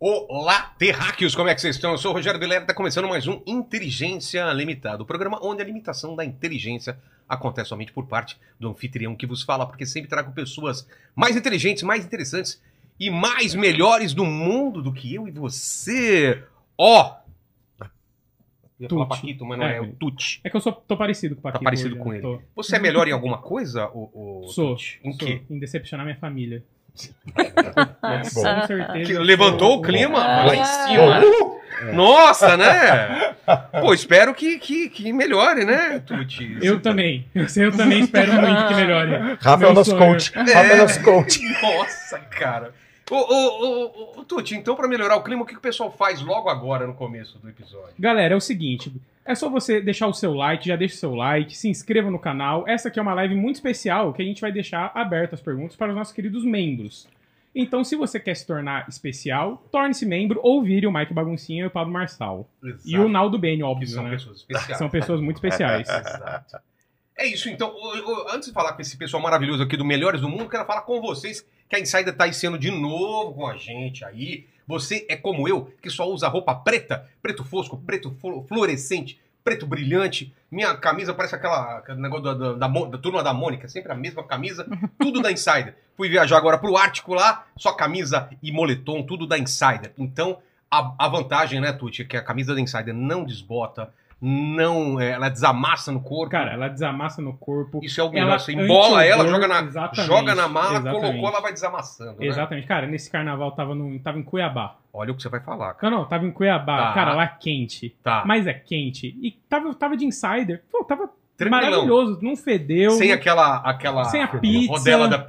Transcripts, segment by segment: Olá, terráqueos, como é que vocês estão? Eu sou o Rogério Vilera, está começando mais um Inteligência Limitada, o programa onde a limitação da inteligência acontece somente por parte do anfitrião que vos fala, porque sempre trago pessoas mais inteligentes, mais interessantes e mais melhores do mundo do que eu e você. Ó! Eu ia falar Tuti. Paquito, mas não é, É. o Tuti. É que eu sou, tô parecido com o Paquito. Tá parecido hoje, com né? ele. Tô. Você é melhor em alguma coisa, o, Sou, Em sou, quê? Em decepcionar minha família. bom. Com certeza. Que eu levantou sou. o clima Ah. lá em cima. Uh! Nossa, né? Pô, espero que, que, que melhore, né, Tuti? Eu também. Eu, sei, eu também espero muito que Ah. melhore. Rafa é o Meu nosso sonho. coach. Rafa é o nosso coach. Nossa, cara. Ô, ô, ô, ô, ô, Tuti, então pra melhorar o clima, o que, que o pessoal faz logo agora no começo do episódio? Galera, é o seguinte. É só você deixar o seu like, já deixa o seu like, se inscreva no canal. Essa aqui é uma live muito especial que a gente vai deixar abertas as perguntas para os nossos queridos membros. Então, se você quer se tornar especial, torne-se membro ou vire o Mike Baguncinha e o Pablo Marçal. E o Naldo Bene, Que óbvio, são né? pessoas especiais. São pessoas muito especiais. Exato. É isso, então, ô, ô, antes de falar com esse pessoal maravilhoso aqui do Melhores do Mundo, quero falar com vocês que a Insider tá esse ano de novo com a gente aí. Você é como eu, que só usa roupa preta, preto fosco, preto flu- fluorescente, preto brilhante. Minha camisa parece aquela aquele negócio da, da, da Mo- da turma da Mônica, sempre a mesma camisa, tudo da Insider. Fui viajar agora pro Ártico lá, só camisa e moletom, tudo da Insider. Então, a, a vantagem, né, Tuti, é que a camisa da Insider não desbota, não, é, ela desamassa no corpo. Cara, ela desamassa no corpo. Isso é o melhor. Ela Você embola ela, anti-odor, joga na, exatamente, joga na mala, exatamente. colocou, ela vai desamassando. né? Exatamente. Cara, nesse carnaval tava, no, tava em Cuiabá. Olha o que você vai falar, cara. Não, não, tava em Cuiabá. Tá. Cara, lá quente. Tá. Mas é quente. E tava, tava de insider. Pô, tava Tranquilão. maravilhoso. Não fedeu. Tá. sem aquela, aquela Sem a pizza. rodela da sem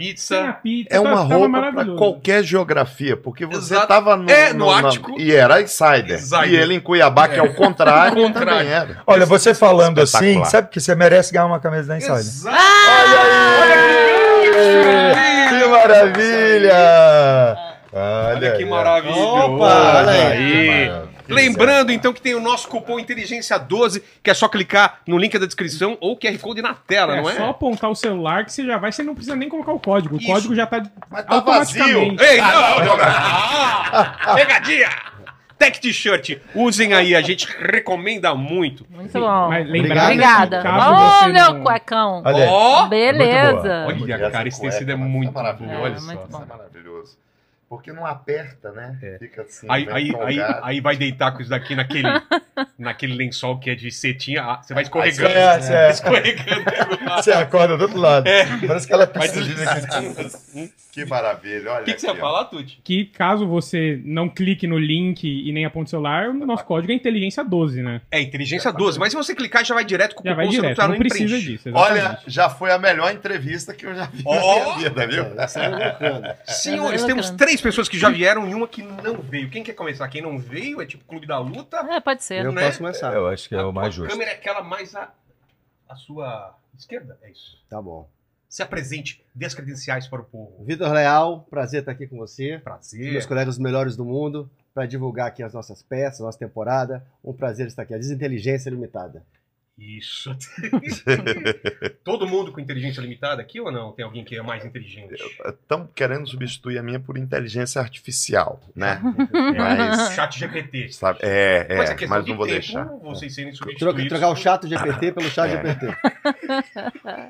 pizza. a pizza. É uma tava, tava roupa pra maravilhoso. qualquer geografia, porque você Exato. tava no, É, no na- Ático. e era insider. Insider. E ele em Cuiabá, que é o contrário, Contrário. também era. Olha, você é falando assim, Espetacular. sabe que você merece ganhar uma camisa da Inside. Exato. É, Que maravilha! Olha, Olha que aí. maravilha. Opa, olha aí. Lembrando, então, que tem o nosso cupom Inteligência12, que é só clicar no link da descrição ou QR Code na tela, É, não é? só apontar o celular que você já vai. Você não precisa nem colocar o código. O Isso. código já tá. Mas tá vazio. automaticamente. Ei, não, não, não. Ah, Pegadinha! Tech T-shirt, usem aí, a gente recomenda muito. Muito bom. Mas Obrigado. lembrar, Obrigada. Caso Ô, você meu não- cuecão. Olha aí. Ó! Beleza. Olha, cara, esse tecido é muito bom, olha maravilhoso. só. muito bom. é maravilhoso. Porque não aperta, né? É. Fica assim. Aí, né, aí, aí, folgado. aí vai deitar com isso daqui naquele, naquele lençol que é de cetim. ah, Você vai escorregando. É, você, é- escorregando. você acorda do outro lado. Parece que ela é Vai piscina. deslizando assim. Que maravilha, olha O que, que você ia aqui, ó. falar, Tuti? Que caso você não clique no link e nem aponte o celular, o nosso código é inteligência 12, né? É, inteligência 12. Mas se você clicar, já vai direto com o Já vai cupom, você tá direto. precisa nem Não precisa preencher. disso. Olha, já foi a melhor entrevista que eu já vi Ó! na minha vida, É, viu? É, É, Senhores, Tá temos bacana. três pessoas que já vieram e uma que não veio. Quem quer começar? Quem não veio é tipo Clube da Luta. É, pode ser. Eu né? posso começar. Eu acho que é a o mais tua justo. câmera é aquela mais à à sua esquerda. É isso. Tá bom. Se apresente, dê as credenciais para o povo. Vitor Leal, prazer estar aqui com você. Meus Prazer. colegas melhores do mundo, para divulgar aqui as nossas peças, nossa temporada. Um prazer estar aqui. A Desinteligência Limitada. Isso. Todo mundo com inteligência limitada aqui ou não? Tem alguém que é mais inteligente? Estão querendo substituir a minha por inteligência artificial, né? É, Mas- Chat GPT. Sabe? É, é, Mas a mas, questão de não vou tempo, deixar. Vocês serem Tro- substituídos. trocar o por- chato GPT pelo chat É. GPT.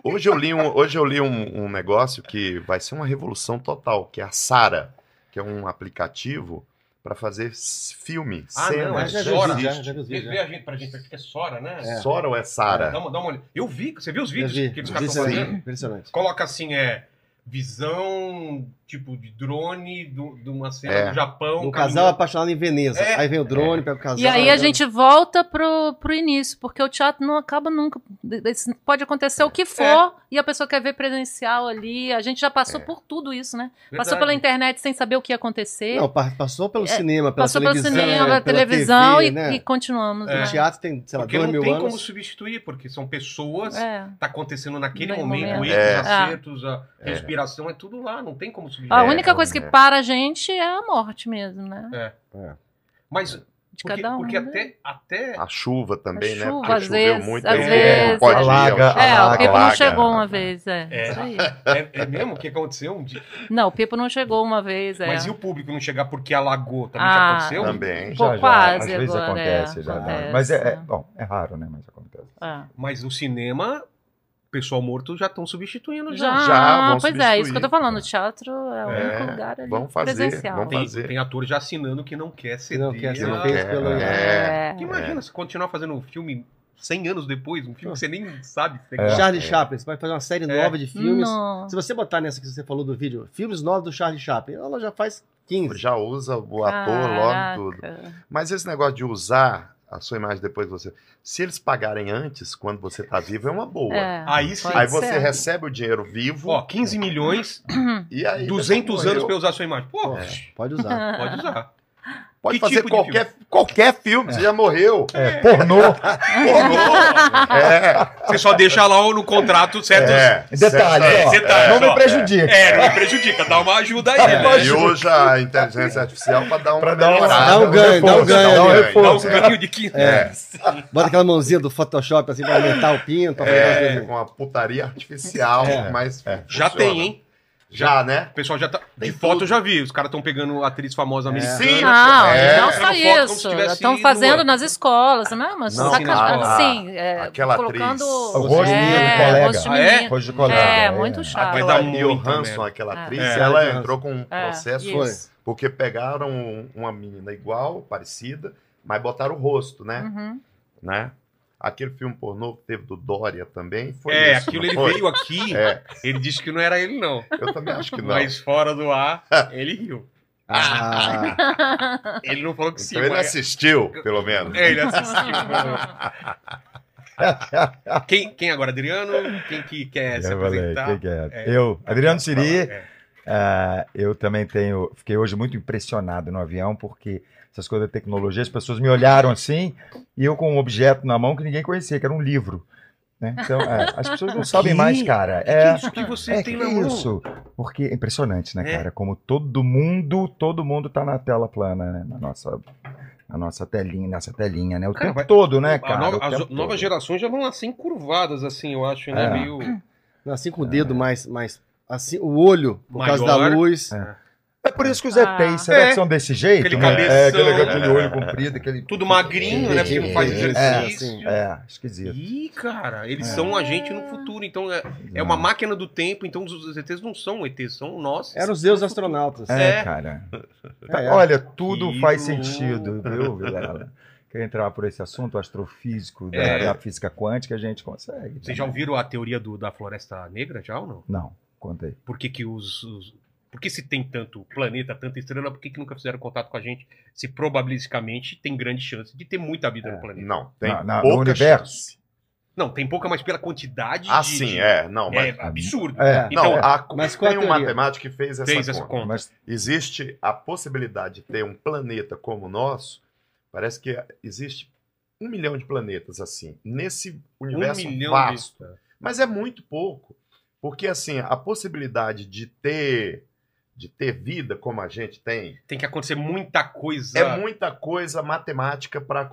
Hoje eu li, um, hoje eu li um, um negócio que vai ser uma revolução total, que é a Sara, que é um aplicativo para fazer s- filme, Ah, cena. não, é Mas já vi os Sora. vídeos, já, já vi os Vê vídeos, vê já. a gente pra gente, porque é Sora, né? né? É. Sora ou é Sara? Dá uma, dá uma olhada. Eu vi, você viu os Já vídeos vi. que eles Os caras vídeos estão são fazendo? Impressionante. Coloca assim, é. Visão, tipo, de drone do- de uma cena É. do Japão. Um caminhando. casal apaixonado em Veneza. É. Aí vem o drone, pega o casal. E aí a gente volta pro, pro início, porque o teatro não acaba nunca. Isso Pode acontecer o que for, e a pessoa quer ver presencial ali. A gente já passou por tudo isso, né? Passou Verdade. pela internet sem saber o que ia acontecer. Não, pa- passou pelo É, cinema, pela né? passou pelo televisão. cinema, pela televisão e, e continuamos. É. O Né? teatro tem, sei lá, Porque dois não um mil tem como anos. substituir, porque são pessoas. É. Tá acontecendo naquele No momento, momento. Ah. erros, É. acertos, a É. respiração, é tudo lá, não tem É. como substituir. A É, única coisa que é. para a gente é a morte mesmo, né? Mas de Porque, cada um. porque né? até, até A chuva também, A né? chuva, Porque às choveu vezes, muito, às aí vezes. não pode ir ao Alaga, shopping. É, o alaga. Pipo não Alaga. chegou uma vez, é. É. Isso aí. Ah. é, é mesmo o que aconteceu um dia. Não, o Pipo não chegou uma vez, é. Mas e o público não chegar porque alagou também Ah. já aconteceu? Também. Pô, Já, já, quase às vezes agora, né? é, acontece, já, já. acontece. Mas é, é- bom, é raro, né? Mas acontece. Ah. Mas o cinema, pessoal morto já estão substituindo já. Já, Já, vão pois é, isso que eu substituir. tô falando. O teatro é o É, único lugar ali vamos fazer, presencial. vamos Tem, fazer. tem ator já assinando que não quer ceder. não quer ser não a- feito quer, pelo. É. É. Porque Imagina se continuar fazendo um filme 100 anos depois, um filme que você nem sabe. se É. Charlie Chaplin, você vai fazer uma série nova de filmes. Não. Se você botar nessa que você falou do vídeo, filmes novos do Charlie Chaplin, ela já faz 15. Já usa o ator Caraca. logo tudo. Mas esse negócio de usar a sua imagem depois de você. Se eles pagarem antes, quando você tá vivo, é uma boa. É. Aí sim. pode Aí você ser. recebe o dinheiro vivo Ó, 15 milhões, e aí. 200 anos pra pelo eu usar sua imagem. Pô, É, Pode usar. Ah, pode usar. Pode Que fazer tipo de qualquer, qualquer filme, você já morreu. É, pornô. É. Você só deixa lá no contrato certos... Detalhe, ó, detalhe, não me ó. prejudica. tá- É, não me prejudica, dá uma ajuda aí, É, né? E usa a inteligência artificial para dar um Pra dar uma- melhorada, dá um ganho, dá um reforço, ganho. Dá um Dá um reforço. ganho de 15 É. Bota aquela mãozinha do Photoshop assim pra aumentar o pinto. pra fazer É, umas coisas. com uma putaria artificial, É. mas Já funciona. tem, hein? Já, né? O pessoal já tá. De Tem foto tudo. eu já vi. Os caras estão pegando atriz famosa americana. Sim. Não, É. não Foto só como se isso. tivesse Estão ido- fazendo nas escolas, não é? Mas Não, sacanagem. não. Sim, é, Aquela colocando atriz. O rosto é, menino, colega. rosto de Ah, é? menino. Rosto de colega. É, Ah, muito chato. Vai Vai dar dar muita Johansson, merda. aquela É. atriz, É. ela Johansson. entrou com um É, processo isso. porque pegaram um- uma menina igual, parecida, mas botaram o rosto, né? Uhum. né? Aquele filme pornô que teve do Dória também foi É, isso, aquilo não ele foi? veio aqui, É, ele disse que não era ele, não. eu também acho que não. Mas fora do ar, ele riu. Ah, É. Ele não falou que sim, então ele mas. assistiu, pelo menos. É, ele assistiu. quem, quem agora, Adriano? Quem que quer se é, Eu falei, apresentar? quem que é? É. Eu, Adriano Siri, É. ah, eu também tenho. Fiquei hoje muito impressionado no avião, porque essas coisas da tecnologia, as pessoas me olharam assim, e eu com um objeto na mão que ninguém conhecia, que era um livro. né? Então, é, as pessoas não sabem quê? mais, cara. Que É, isso que você é tem que na mão? isso. Porque é impressionante, né, É. cara? Como todo mundo, todo mundo tá na tela plana, né? Na nossa, na nossa telinha, nessa telinha, né? O Cara, tempo vai- todo, né, A cara? nova- O as tempo novas todo. gerações já vão assim curvadas, assim, eu acho, né? É. Meio. assim com o dedo mais, mais. Assim, o olho, por causa da Maior. luz. É por isso que os ETs, Ah. será É. que são desse jeito? Aquele né? cabeção. É, aquele, aquele olho comprido, aquele... Tudo magrinho, né? Porque não faz exercício. É, esquisito. Ih, cara, eles É. são a gente no futuro, então é, é uma máquina do tempo, então os ETs não são ETs, são nós. Eram os deuses astronautas. É, É. cara. Tá, É, é. Olha, tudo Que faz louco. sentido, viu, Vilela? Quer entrar por esse assunto astrofísico, da- É. da, física quântica, a gente consegue. Vocês já ouviram a teoria do, da floresta negra, já ou não? Não, conta aí. Por que, que os, os- Por que se tem tanto planeta, tanta estrela, por que, que nunca fizeram contato com a gente? Se probabilisticamente tem grande chance de ter muita vida É. no planeta. Não, tem Na- na- no pouca universo? chance. Não, tem pouca, mas pela quantidade Ah, de- sim, de- é. Não, É mas... absurdo. É, Então, não, a- Mas qual tem a um teoria? matemático que fez essa fez essa conta. conta. mas Existe a possibilidade de ter um planeta como o nosso. Parece que existe um milhão de planetas assim, nesse universo um milhão vasto. de... Mas é muito pouco. Porque, assim, a possibilidade de ter, de ter vida como a gente tem Tem que acontecer muita coisa. é muita coisa matemática para.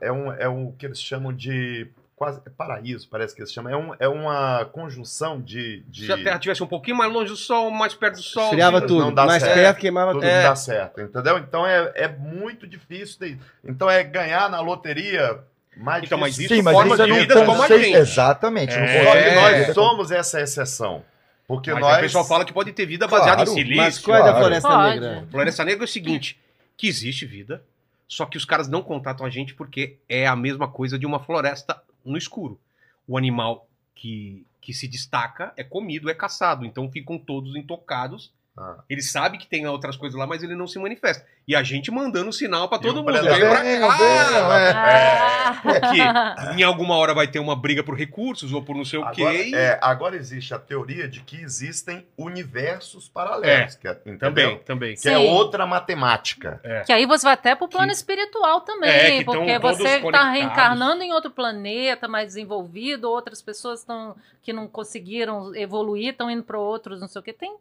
É um, é um que eles chamam de. Quase, é paraíso, parece que eles chamam. É, um, é uma conjunção de. de Se a Terra estivesse um pouquinho mais longe do Sol, mais perto do Sol. então, Esfriava não tudo. dá Mais certo. perto, queimava tudo tudo. É. dá certo, entendeu? Então é, é muito difícil. de- então é ganhar na loteria mais Então, mas difícil. isso Sim, mas forma isso é de num vida como a conceito. gente. Exatamente. num É. Só que conceito- nós somos essa exceção. Porque Mas nós. aí o pessoal fala que pode ter vida baseada Claro, em silício. Mas qual é da Claro. Floresta Pode. Negra? Floresta Negra é o seguinte: que existe vida, só que os caras não contatam a gente porque é a mesma coisa de uma floresta no escuro. O animal que, que se destaca é comido, é caçado, então ficam todos intocados. Ah. Ele sabe que tem outras coisas lá, mas ele não se manifesta. E a gente mandando sinal pra E Tá um todo o mundo. Vem predador- pra cá! é. Ah. É, Porque em alguma hora vai ter uma briga por recursos ou por não sei o quê. Agora, e- é, agora existe a teoria de que existem universos paralelos. que é- entendeu? Também, também. Que é Sim. outra matemática. Que aí você vai até pro plano Que- espiritual também, É, que porque tão todos você está conectados. reencarnando em outro planeta mais desenvolvido, outras pessoas estão que não conseguiram evoluir, estão indo para outros, não sei o que. Tem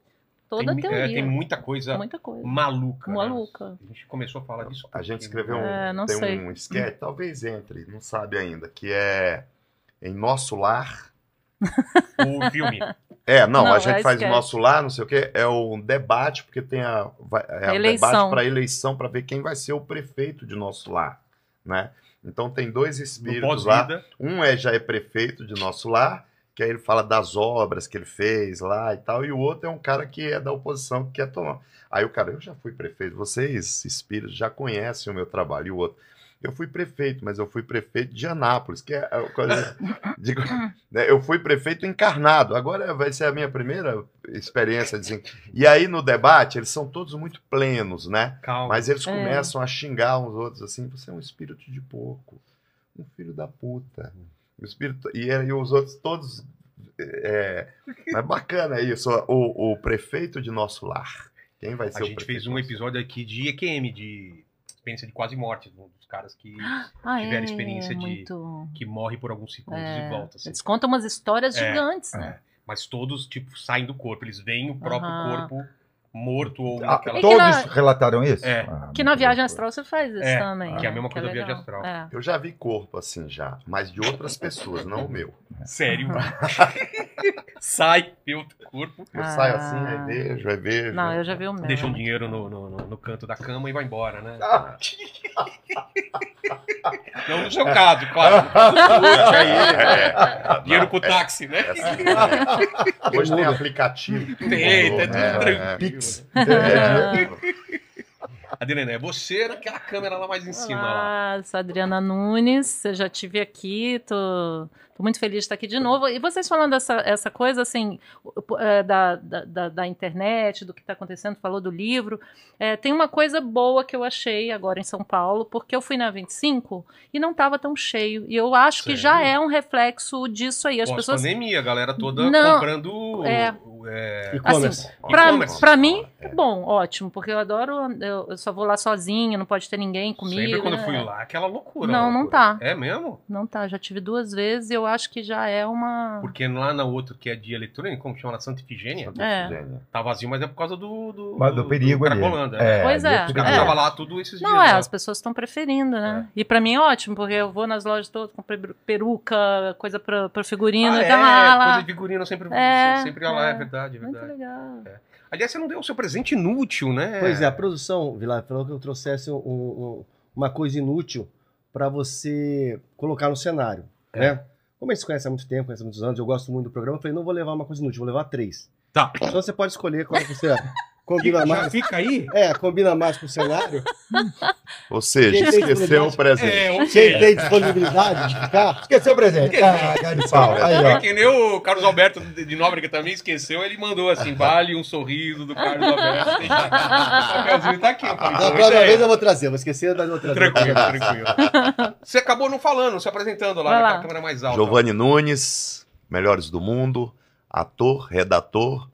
Toda a tem, teoria. é, tem muita coisa muita coisa. maluca. né? Maluca. A gente começou a falar disso. A gente escreveu um, É, não tem sei. um sketch, talvez entre, não sabe ainda, que é Em Nosso Lar. um o filme. É, não, Não, a gente é faz sketch. Em Nosso Lar, não sei o quê, é um debate, porque tem a, vai- é um Eleição. debate para eleição, para ver quem vai ser o prefeito de Nosso Lar, né? Então tem dois No espíritos lá, pós-vida. Um é já é prefeito de nosso lar, que aí ele fala das obras que ele fez lá e tal, e o outro é um cara que é da oposição que quer tomar. Aí o cara, eu já fui prefeito, vocês, espíritos, já conhecem o meu trabalho, e o outro. Eu fui prefeito, mas eu fui prefeito de Anápolis, que é a coisa. digo, né, eu fui prefeito encarnado. Agora vai ser a minha primeira experiência. Assim. E aí no debate, eles são todos muito plenos, né? Calma. Mas eles É. começam a xingar uns outros assim: você é um espírito de porco, um filho da puta. Um espírito... e, aí os outros todos. É, mas bacana isso. O, o prefeito de nosso lar. Quem vai ser A o gente prefeito? fez um episódio aqui de EQM, de experiência de quase morte, um dos caras que, Ah, tiveram é, experiência de- muito. que morre por alguns segundos É, e volta. assim. Eles contam umas histórias É, gigantes, né? Mas todos, tipo, saem do corpo. Eles veem o próprio Aham. corpo morto ou Ah, naquela... É que todos na- relataram isso? É. Ah, Que na muito viagem loucura. astral você faz isso É, também. que é a né? mesma coisa da legal. viagem astral. É. Eu já vi corpo assim já, mas de outras pessoas, não o meu. Sério. Sai pelo corpo, Eu Ah. saio assim, aí vejo, aí vejo. Não, eu já vi o meu. deixa um dinheiro no, no, no- no canto da cama e vai embora, né? Não no seu caso, claro. Puxa aí, É, Dinheiro pro táxi, né? é assim. Hoje tem aplicativo. tudo Tem, tá mudou, tudo né? tranquilo. Pix. É, Adelina, é você naquela câmera lá mais em cima. Lá. Olá, sou a Adriana Nunes, eu já estive aqui, tô, tô muito feliz de estar aqui de novo. E vocês falando essa, essa coisa, assim, o- é, da, da, da- da internet, do que está acontecendo, falou do livro. É, tem uma coisa boa que eu achei agora em São Paulo, porque eu fui na 25 e não estava tão cheio. E eu acho que já Sério? é um reflexo disso aí. As pessoas Pós-pandemia, a galera toda Não, comprando... é. é, E-commerce. Pra, E-commerce. pra mim, é bom, ótimo, porque eu adoro. Eu, eu só vou lá sozinha, não pode ter ninguém comigo. Sempre quando eu né? fui lá, aquela loucura. Não, não loucura. tá. É mesmo? Não tá, já tive duas vezes e eu acho que já é uma. Porque lá na outra, que é de eletrônica, como chama? Na Santa Ifigênia, É. Gênio. tá vazio, mas é por causa do... Do, Mas do perigo ali. Cracolândia, né? É, Pois ali é. Os tudo caras bem. estavam lá tudo esses Não, dias. é, né? as pessoas estão preferindo, né? E pra mim é ótimo, porque eu vou nas lojas todas, comprei peru- peruca, coisa pra, pra figurino, Ah, e é, tá lá, lá. coisa de figurino, eu sempre, É, sempre ia lá, é é. verdade, é Muito verdade. legal. Aliás, você não deu o seu presente inútil, né? Pois é, a produção, Vilar, falou que eu trouxesse um- um- uma coisa inútil para você colocar no cenário, né? Como a gente se conhece há muito tempo, conhece há muitos anos, eu gosto muito do programa, eu falei, não vou levar uma coisa inútil, vou levar três. Tá. Então você pode escolher qual que você combina Já mais. fica aí? É, combina mais com o cenário. Ou seja, Quem tem esqueceu o disponibilidade- presente. É, ok. Quem tem disponibilidade de ficar, Esqueceu o presente. Ah, cara de pau. Aí, É ó. que nem o Carlos Alberto de de Nóbrega também esqueceu, ele mandou assim, vale um sorriso do Carlos Alberto. o papelzinho tá aqui, eu falei, da boa próxima ideia. vez eu vou trazer, vou esquecer da outra vez. Tranquilo, tranquilo. Você acabou não falando, se apresentando lá Vai naquela lá. câmera mais alta. Giovanni Nunes, melhores do mundo, ator, redator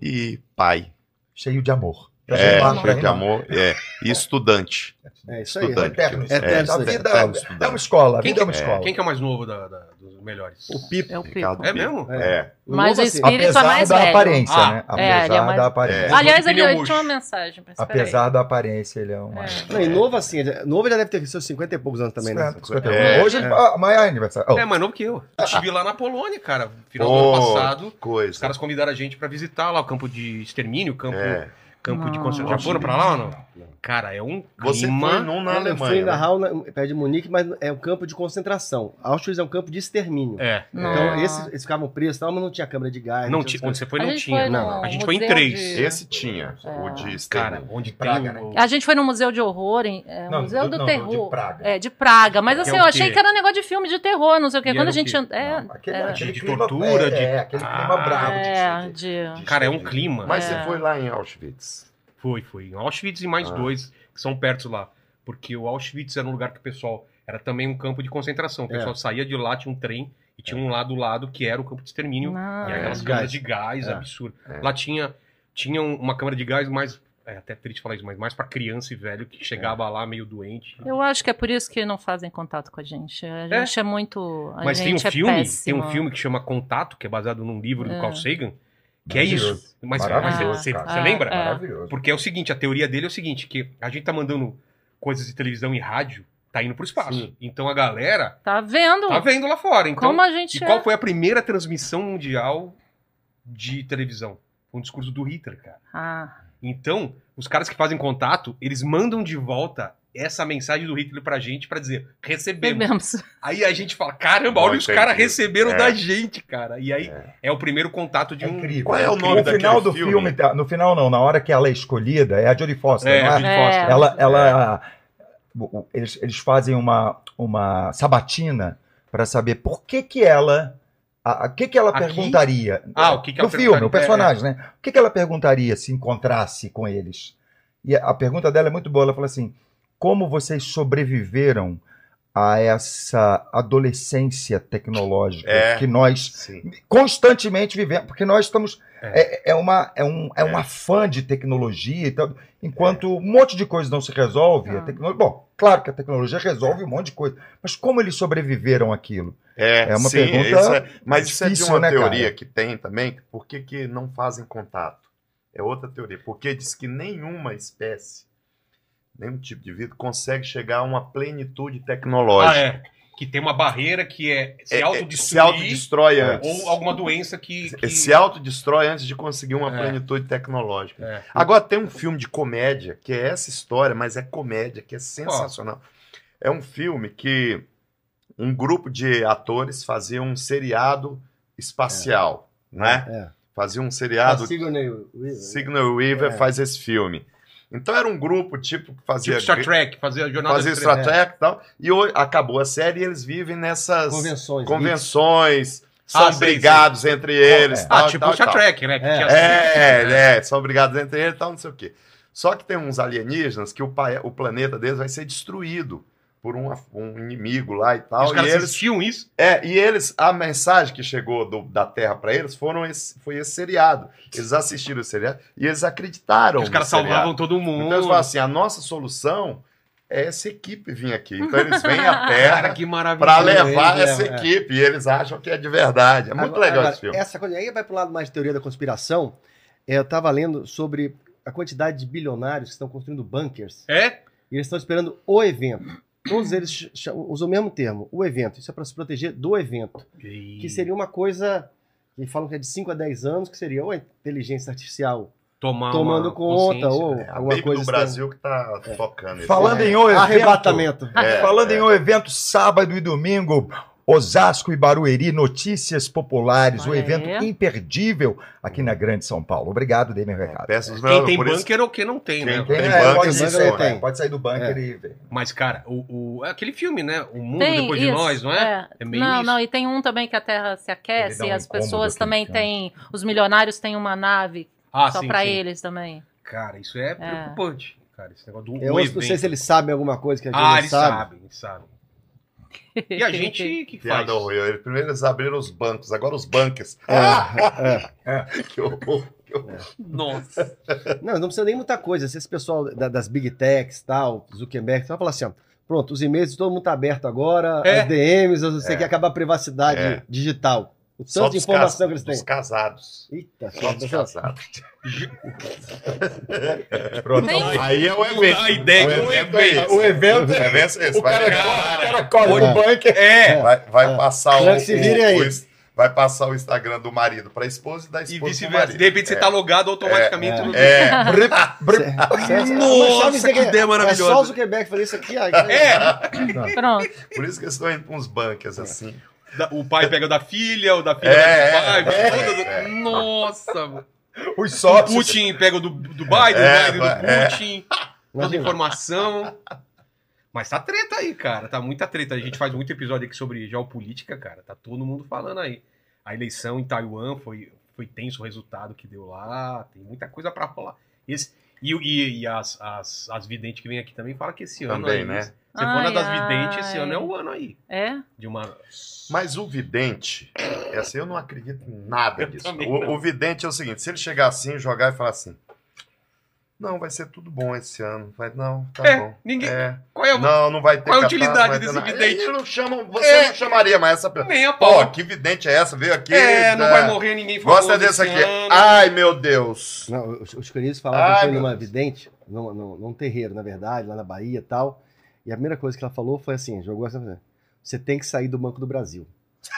e pai. Cheio de amor. Pra É, rimar, pra cheio de rimar. amor. É, e estudante. É isso aí. Estudante. Eterno, É, eterno. A é, vida eterno é estudante. uma escola. A Quem vida é uma que- escola. Quem que é o mais novo da- da- dos melhores? O Pipo. É o pico. Ricardo É Pinto. mesmo? É. o Mas novo o assim, espírito- Ele só é mais da velho. aparência, Ah, né? é, ele é Apesar mais- da aparência. Aliás, Pneu eu, eu murcho. tinha uma mensagem pra espera aí. Apesar da aparência, ele é um... É. Não, e novo assim, ele- novo já deve ter seus 50 e poucos anos também, né? 50, 51. É. Hoje, É. ah, amanhã é aniversário. Oh, É mais novo que eu. Eu estive lá na Polônia, cara, final do Oh, ano passado. Os Coisa. caras um convidaram a gente pra visitar lá o campo de extermínio, o campo, É. campo de Não. concentração. Já foram pra lá ou não? Cara, é um Você clima... foi num na É, Eu fui Alemanha. na né? Hau, na- perto de Munique, mas é um campo de concentração. Auschwitz é um campo de extermínio. É. Então, Nossa. esses, eles ficavam presos e tal, mas não tinha câmera de gás. Não, tinha um ti- quando você essas coisas. foi, A não gente tinha. foi no a gente foi em museu três. de- Esse tinha, É. o de Cara, extermínio. onde Praga, né? tem... um o- A gente foi no museu de horror, em, é, Não, museu do- do, não, do- de terror. Praga. É, de Praga. Mas Que assim, é o eu achei quê? que era um negócio de filme de terror, não sei o quê. E era Quando o a gente. quê? an- É, não, aquele, é, aquele De clima, tortura, é, de- é, aquele clima Ah, bravo. de- é, de- de- de. de- Cara, é um de- clima. Mas É. você foi lá em Auschwitz. Foi, foi. Em Auschwitz e mais Ah. dois, que são perto lá. Porque o Auschwitz era um lugar que o pessoal. Era também um campo de concentração. O pessoal saía de lá, tinha um trem, e tinha um lá do lado que era o campo de extermínio. Não. E aquelas É. câmeras de gás, É. absurdo. É. Lá tinha, tinha um- uma câmera de gás mais. É até triste falar isso, mas mais pra criança e velho que chegava lá meio doente. Eu acho que é por isso que não fazem contato com a gente. A É. gente é, muito. A Mas tem um gente é filme, tem péssimo. É. um filme que chama Contato, que é baseado num livro do Carl Sagan, Que é isso. Maravilhoso. Mas Maravilhoso, você, cara. você lembra? É. Maravilhoso. Porque é o seguinte, a teoria dele é o seguinte, que a gente tá mandando coisas de televisão e rádio, tá indo pro espaço. Sim. Então a galera Tá vendo? tá vendo lá fora. Então, Como a gente e qual é. foi a primeira transmissão mundial de televisão? Foi um discurso do Hitler, cara. Ah, Então, os caras que fazem contato, eles mandam de volta essa mensagem do Hitler pra gente pra dizer, recebemos. bebemos. Aí a gente fala, caramba, Não olha os entendi. caras receberam É. da gente, cara. E aí É. é, o primeiro contato de É um... incrível. Qual é o nome No final daquele do filme? filme, tá- no final não, na hora que ela é escolhida, é a Jodie né? Foster, É, não a é? Jodie É. Foster. Ela, ela, o- o- eles, eles fazem uma, uma sabatina para saber por que que ela, a, a- que que ela Aqui? perguntaria Ah, o que que no ela filme, o perguntaria? é. personagem, né? O que que ela perguntaria se encontrasse com eles? E a, a pergunta dela é muito boa, ela fala assim: como vocês sobreviveram a essa adolescência tecnológica É. que nós Sim. constantemente vivendo, porque nós estamos. É. É, é uma, é, um, é, É. uma fã de tecnologia e tal. Enquanto um monte de coisa não se resolve, a Ah. tecno- bom, claro que a tecnologia resolve um monte de coisa, mas como eles sobreviveram àquilo? É, É uma sim, pergunta isso é- mas isso é de difícil, uma né, cara? teoria que tem também, por que, que não fazem contato? É outra teoria, porque diz que nenhuma espécie, nenhum tipo de vida consegue chegar a uma plenitude tecnológica. Ah, é. Que tem uma barreira que é se É, é, se autodestruir autodestrói antes. ou alguma doença que... que... Se autodestrói antes de conseguir uma É. plenitude tecnológica. É. Agora tem um filme de comédia, que é essa história, mas é comédia, que é sensacional. É um filme que um grupo de atores fazia um seriado espacial, né? É. Fazia um A seriado. Sigourney Weaver. Signal Weaver É. faz esse filme. Então era um grupo tipo que fazia Tipo Star Trek, fazer a jornada... é. fazia das Star Estrelas. Trek e tal, e hoje acabou a série e eles vivem nessas Convenções. convenções, são Ah, sei, brigados entre eles, Ah, tal, tipo tal, o Star tal. Trek, né? Que É. tinha- É, é, são brigados entre eles e tal, não sei o quê. Só que tem uns alienígenas que o, pai- o planeta deles vai ser destruído por um, um inimigo lá e E tal. os caras e eles, assistiam isso. é, e eles, a mensagem que chegou do- da Terra pra eles foram esse, foi esse seriado. Eles assistiram o seriado e eles acreditaram. que os caras no seriado. salvavam todo mundo. Então eles falam assim: a nossa solução é essa equipe vir aqui. Então eles vêm à Cara, Terra que maravilha. né? pra levar Eles essa levam, é. equipe. E eles acham que é de verdade. É muito Agora- legal agora, esse filme. Essa coisa aí vai pro lado mais de teoria da conspiração. É, Eu tava lendo sobre a quantidade de bilionários que estão construindo bunkers. É? E eles estão esperando o evento. Todos eles ch- ch- usam o mesmo termo, o evento. Isso é para se proteger do evento. Que seria uma coisa. que falam que é de 5 a 10 anos, que seria ou a inteligência artificial Tomar tomando uma conta, consciência. né? ou É, a alguma Baby coisa. assim. do estran- Brasil é que tá tocando esse Falando em um evento, Arrebatamento. É, falando é. em um evento sábado e domingo, Osasco e Barueri, notícias populares, o Olha evento aí. imperdível aqui na Grande São Paulo. Obrigado, dei meu recado. Peças É, Quem tem por isso- bunker ou quem não tem, Quem né? tem É, bunker, pode, tem sair, bunker, é, tem. pode sair do bunker É. e vem. Mas, cara, o, o- é aquele filme, né? O mundo Tem depois de isso, nós, não é? é. É meio não, isso. não, e tem um também que a Terra se Ele aquece dá um e as incômodo pessoas aqui, também né? têm. Os milionários têm uma nave Ah, só sim, pra sim. eles também. Cara, isso é preocupante. Cara, esse negócio do o Eu não sei Um evento. se eles sabem alguma coisa que a gente Ah, não eles sabe. sabem, eles sabem. E a gente que faz? Piada horrível. Ele- Primeiro eles abriram os bancos, agora os bunkers. É, Que horror. Nossa. é. Não, não precisa nem muita coisa. Se esse pessoal da- das big techs, tal, Zuckerberg, vai falar assim, ó, pronto, os e-mails de todo mundo tá aberto agora, É. as DMs, as não sei o que, acabar a privacidade É. digital. O tanto Só de dos informação cas- que eles dos têm. casados. Eita, Só dos pessoal. casados. Pronto. Tem um- Aí é o evento. A ideia é que um evento. O evento. O evento é esse. O Vai, cara, ligar, o cara corre É. no bunker. É. vai, vai É. passar Já o, que se virem o- aí. o ins- vai passar o Instagram do marido pra esposa e da E esposa pro vice-versa. marido. De repente você tá logado automaticamente no. É. Brip, brip. Nossa, Mas sabe que É. é- ideia É só o maravilhosa. Zuckerberg fazer isso aqui. ó. Pronto. Por isso que eles estão indo pra uns bunkers assim. Da- O pai pega o da filha, o da filha É, pega do pai. é, todas- é. Nossa, mano. Os O sócios. Putin pega o do, do Biden, É, o Biden é. do Putin. Toda Imagina. informação. Mas tá treta aí, cara. Tá muita treta. A gente faz muito episódio aqui sobre geopolítica, cara. Tá todo mundo falando aí. A eleição em Taiwan foi, foi tenso o resultado que deu lá. Tem muita coisa pra falar. Esse- e e, e as, as, as videntes que vêm aqui também falam que esse ano Também, aí. né? Se for na Ai, das videntes, esse ai. ano é o ano aí. É? De uma. Mas o vidente, é assim, eu não acredito em nada Eu disso. também O, não. o vidente é o seguinte: se ele chegar assim, jogar e falar assim, Não, vai ser tudo bom esse ano. Vai, não, tá É, bom. ninguém- É, Qual é o... não, não vai ter qual é a catástrofe, utilidade não vai ter desse nada. vidente? Eles não chamam, você É. não chamaria mais essa pessoa. Nem a pau. Pô, que vidente é essa? Veio aqui. é, não né? vai morrer ninguém Gosta famoso desse esse aqui. Ah, ano. Ai, meu Deus. Não, os, os coreanos falavam Ai, que foi meu numa Deus. vidente, num, num, num um terreiro, na verdade, lá na Bahia e tal. E a primeira coisa que ela falou foi assim: jogou essa. Você tem que sair do Banco do Brasil.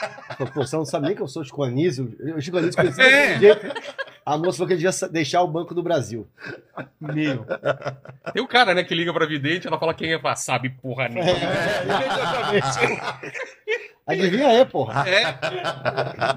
Ela falou, Pô, você não sabe nem que eu sou Chico Anísio? Eu, Chico Anísio conhecia É. desse jeito. A moça falou que ele ia sa- deixar o Banco do Brasil. Meu. Tem o cara, né, que liga pra vidente, ela fala quem é, fala, sabe porra nenhuma. Adivinha aí, porra. É,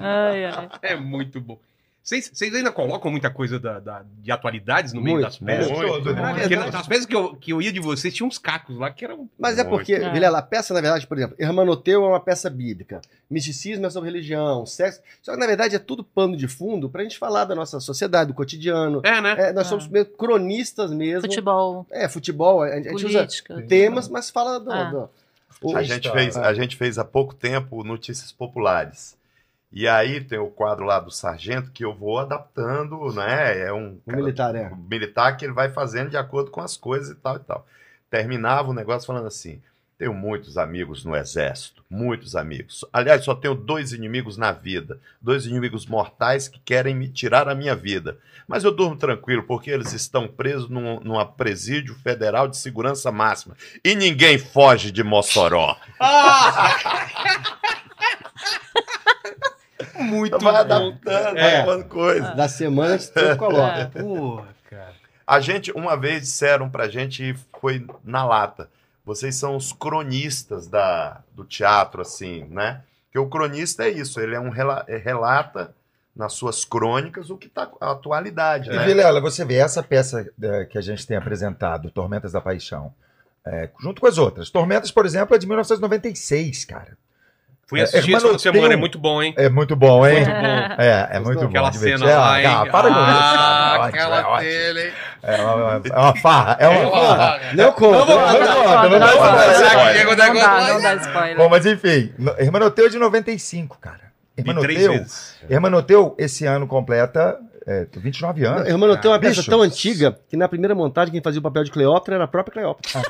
Ai, ai. é muito bom. Vocês vocês ainda colocam muita coisa da, da- de atualidades no meio Muito, das peças? muito. Na Muito. verdade, as peças que eu, que eu ia de vocês tinha uns cacos lá que eram. Mas é Muito. porque, É. Vilela, a peça, na verdade, por exemplo, Hermanoteu é uma peça bíblica. Misticismo é sobre religião, sexo. Só que, na verdade, é tudo pano de fundo pra gente falar da nossa sociedade, do cotidiano. É, né? É, nós É. somos mesmo cronistas mesmo. Futebol, É, futebol, a gente a gente usa política. temas, mas fala do. Ah. do- o- A gente, fez, a gente fez há pouco tempo Notícias Populares. E aí tem o quadro lá do Sargento que eu vou adaptando, né? É um O militar, é. o militar que ele vai fazendo de acordo com as coisas e tal e tal. Terminava o negócio falando assim: tenho muitos amigos no exército, muitos amigos. Aliás, só tenho dois inimigos na vida, dois inimigos mortais que querem me tirar a minha vida. Mas eu durmo tranquilo, porque eles estão presos num, numa presídio federal de segurança máxima. E ninguém foge de Mossoró. Muito Vai adaptando, É. vai falando coisa. Da semana que você É. coloca. Pô, cara. A gente, uma vez disseram pra gente, e foi na lata. Vocês são os cronistas da, do teatro, assim, né? Porque o cronista é isso, ele é um rela- é, relata nas suas crônicas o que tá a atualidade, É. E, né? Vilela, você vê essa peça eh, que a gente tem apresentado, Tormentas da Paixão, eh, junto com as outras. Tormentas, por exemplo, é de 1996, cara. Fui É, assistir é, essa mano, semana, tem é um- muito bom, hein? É muito bom, hein? Muito bom. É, é muito bom. Aquela divertido. cena lá, Ah, hein? cara, para com isso. Ah, cara, é ótimo, aquela é ótimo. dele, hein? É uma, é uma farra, é uma farra. Não conta. Não vou não contar. conta. conta, não dá conta. spoiler. Será que Diego Não Dagosta dá, vai- não dá spoiler. Bom, mas enfim, no- Hermanoteu é de 95, cara. De três Hermanoteu, vezes. Hermanoteu esse ano completa eh, 29 anos. Irmão, tem uma peça Bicho. tão antiga que na primeira montagem quem fazia o papel de Cleópatra era a própria Cleópatra.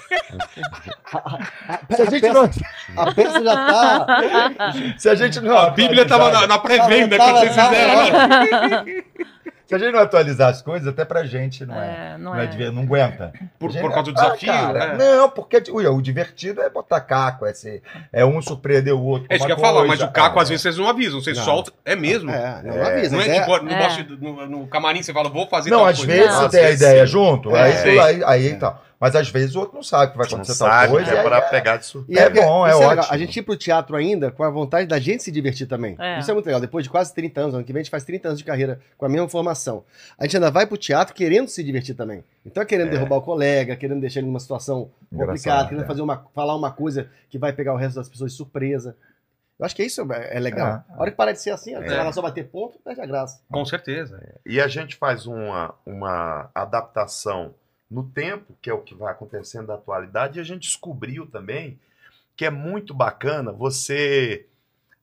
Se a gente não, A peça já tá. se a gente não A Bíblia tava na, na pré-venda quando vocês fizeram. né? Se a gente não atualizar as coisas, até pra gente não é. É, Não, não é é. diver- não aguenta. Por, Gente, por causa do ah, desafio, cara, né? Não, porque ui, o divertido é botar caco, é, ser, é um surpreender o outro. com É isso que uma eu ia falar, mas coisa, o Caco é. às vezes vocês não avisam, vocês Não. soltam. É mesmo? É, não É. avisa. Não é né? tipo no, É. bastid- no- no camarim você fala, vou fazer Não, tal às coisa. vezes Às você tem a vezes ideia sim. junto, É, aí, sim. tu- aí, aí É. tal. Mas às vezes o outro não sabe que vai Não acontecer tal sabe, coisa. que é e tá aí pra pegar de E É surpresa. é, bom, é isso ótimo. legal. A gente ir pro teatro ainda com a vontade da gente se divertir também. É. Isso é muito legal. Depois de quase 30 anos, ano que vem a gente faz 30 anos de carreira com a mesma formação. A gente ainda vai pro teatro querendo se divertir também. Então é querendo derrubar o colega, querendo deixar ele numa situação complicada, Engraçado, querendo é. fazer uma, falar uma coisa que vai pegar o resto das pessoas de surpresa. Eu acho que isso é é legal. É. A hora que parar de ser assim, ó, É. você vai lá só bater ponto, perde a graça. Com certeza. E a gente faz uma, uma adaptação no tempo, que é o que vai acontecendo na atualidade, e a gente descobriu também que é muito bacana você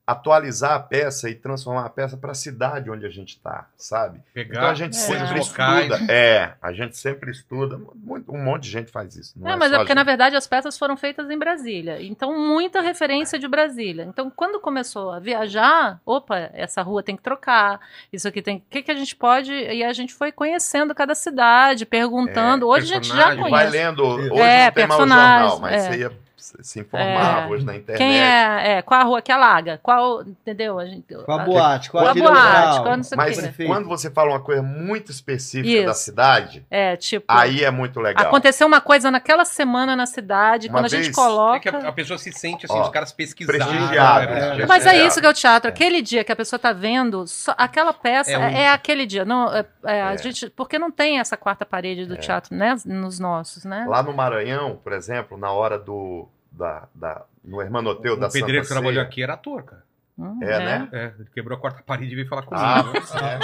atualizar a peça e transformar a peça para a cidade onde a gente está, sabe? Pegar Então a gente É. sempre coisas locais. estuda. É, a gente sempre estuda. Muito- Um monte de gente faz isso. Não É, mas só é a porque, gente. na verdade, as peças foram feitas em Brasília. Então, muita referência de Brasília. Então, quando começou a viajar, opa, essa rua tem que trocar, isso aqui tem. O que, que a gente pode. E a gente foi conhecendo cada cidade, perguntando. Hoje a gente já personagem, E Vai conhece. lendo. Hoje É, não tem mais o personagem, jornal, mas é. você ia se se informar É. hoje na internet. Quem é, é, Qual a rua que alaga? Qual. Entendeu? A gente, Com a a- boate, com a, Ah, Com a trilha boate, rural, com a não sei o Mas é quê. prefeito. quando você fala uma coisa muito específica da Isso. cidade, É, tipo. aí é muito legal. Aconteceu uma coisa naquela semana na cidade, Uma quando a gente vez- É coloca. que a, a pessoa se sente assim, Ó, os caras pesquisaram. prestigiado, né? né? Mas é É. isso que é o teatro. Aquele dia que a pessoa tá vendo, só- aquela peça É é, um- é aquele dia. Não, é- é, a É. gente, porque não tem essa quarta parede do teatro, né? Nos nossos, né? Lá no Maranhão, por exemplo, na hora do. Da, da, no Hermanoteu da O pedreiro que Santa trabalhou Ceia. aqui era ator, cara. Hum, É, né? É, ele quebrou a quarta parede e veio falar comigo. Ah, né? pois é.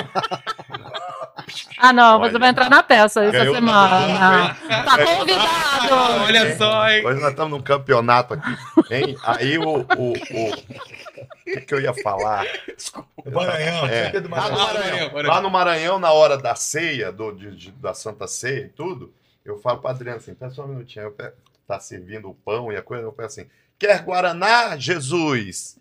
Ah, não, Olha. você vai entrar na peça essa Ganhou semana. Tá Ah, convidado! Olha só, hein? Hoje nós estamos num campeonato aqui. hein? Aí o, o, o, que, que eu ia falar? É Maranhão, É. é. do Lá no Maranhão. Maranhão, lá no Maranhão, na hora da ceia, do, de- de- da Santa Ceia e tudo, eu falo pra Adriano assim, pera só um minutinho, eu pe- tá servindo o pão e a coisa, eu falo assim, quer Guaraná, Jesus?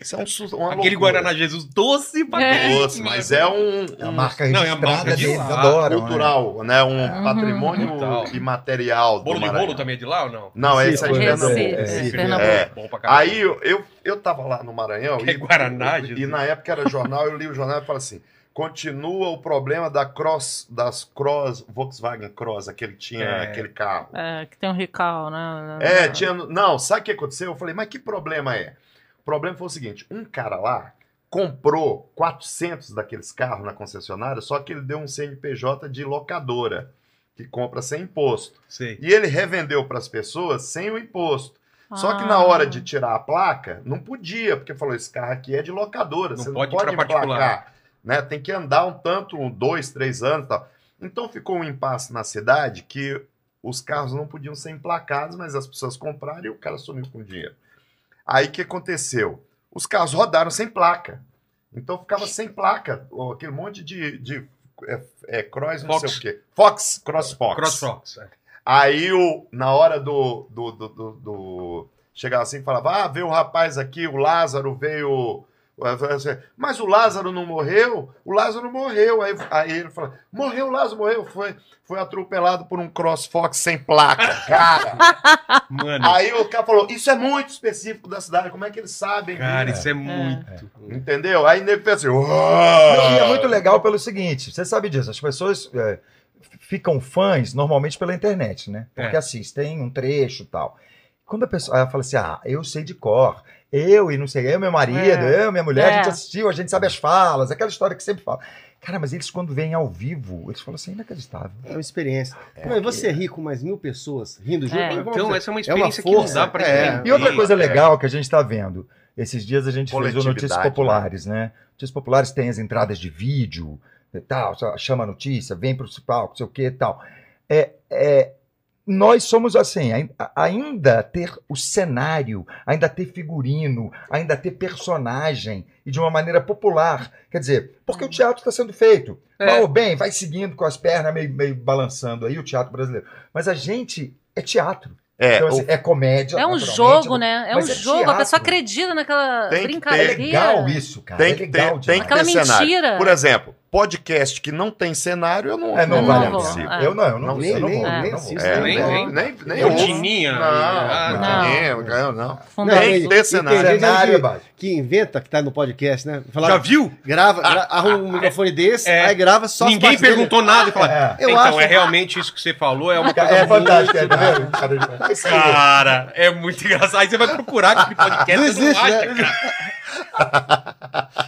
Isso é um su- uma Aquele loucura. Guaraná Jesus doce pra É. caralho. doce, mas é um, É a um marca Não, é a registrada marca de deles, lá, adoram. cultural, né? Um Uhum. patrimônio Total. imaterial do Bolo de Maranhão. bolo também é de lá ou não? Não, é Sim, esse aí foi. de Pernambuco. Recife, é, Recife, é. Pernambuco. É. Bom pra caralho. Aí eu, eu, eu tava lá no Maranhão. Que é né? e- Guaraná, e, Jesus. e na época era jornal, eu li o jornal e falei assim: continua o problema da cross, das cross, Volkswagen Cross, aquele tinha, É. aquele carro. É, que tem um recall, né? É, tinha. Não, sabe o que aconteceu? Eu falei, mas que problema é? O problema foi o seguinte: um cara lá comprou 400 daqueles carros na concessionária, só que ele deu um CNPJ de locadora, que compra sem imposto. Sei. E ele revendeu para as pessoas sem o imposto. Só que na hora de tirar a placa, não podia, porque falou: esse carro aqui é de locadora, Não você pode ir não pode pra particular. emplacar. Né? Tem que andar um tanto, um, dois, três anos e tal. Então ficou um impasse na cidade que os carros não podiam ser emplacados, mas as pessoas compraram e o cara sumiu com o dinheiro. Aí o que aconteceu? Os carros rodaram sem placa. Então ficava sem placa, ó, aquele monte de, de é, é, cross, não Fox. sei o quê. Fox, cross Fox. Crossfox. é. Aí, o, na hora do, do, do, do, do- Chegava assim e falava: Ah, veio o rapaz aqui, o Lázaro veio. é, Mas o Lázaro não morreu? O Lázaro morreu. Aí, aí ele fala: Morreu, o Lázaro morreu. Foi, foi atropelado por um CrossFox sem placa, cara. Mano, aí o cara falou: Isso é muito específico da cidade, como é que eles sabem? cara, disso?" isso é muito. Entendeu? Aí o nego pensa assim: E é "Uau!" muito legal pelo seguinte, você sabe disso, as pessoas é, f- ficam fãs normalmente pela internet, né? Porque É. assistem um trecho e tal. Quando a pessoa ela fala assim, ah, eu sei de cor, eu e não sei, eu, meu marido, É. eu, minha mulher, É. a gente assistiu, a gente sabe as falas, aquela história que sempre fala. Cara, mas eles quando vêm ao vivo, eles falam assim, inacreditável. É uma experiência. Não, e você é. rir com mais mil pessoas rindo junto, É. como é que vai Então, acontecer? essa é uma uma experiência que força, não dá pra é. entender. E outra coisa legal que a gente está vendo, esses dias a gente fez o Notícias Coletividade, Populares, né? Notícias Populares tem as entradas de vídeo e tal, só chama a notícia, vem para o palco, sei o que e tal. É, é, nós somos assim, ai- a- ainda ter o cenário, ainda ter figurino, ainda ter personagem, e de uma maneira popular. Quer dizer, porque o teatro está sendo feito. É. Mal ou bem, vai seguindo com as pernas meio, meio balançando aí o teatro brasileiro. Mas a gente é teatro. É, Então, o- assim, é comédia. É um naturalmente, jogo, né? É um Mas é jogo. A teatro. pessoa acredita Tem naquela que ter. É brincadeira. legal isso, cara. Tem é que legal ter, tem demais. que Aquela ter cenário. mentira. Por exemplo, podcast que não tem cenário, eu não É, não, Não vale a um vou, pena. é. Eu não, eu não, eu Não, não nem- vou, nem- eu nem não vou. assisto, É, nem- nem, nem- nem, nem Ou ouço. Tininha. ah, Ah, Não, tá. não. não, não, não. Fundador. é Tem que ter O cenário. Tem gente cenário que- é baixo. Que inventa, que tá no podcast, né? Falar, Já viu? grava, gra- arruma um microfone desse, É. aí grava só as Ninguém partes dele. perguntou nada e falou. É, Eu então, acho. é realmente isso que você falou, é uma coisa é muito- fantástico. É, é, Cara, é muito engraçado. Aí você vai procurar aquele podcast, Não você existe, acha, né? cara.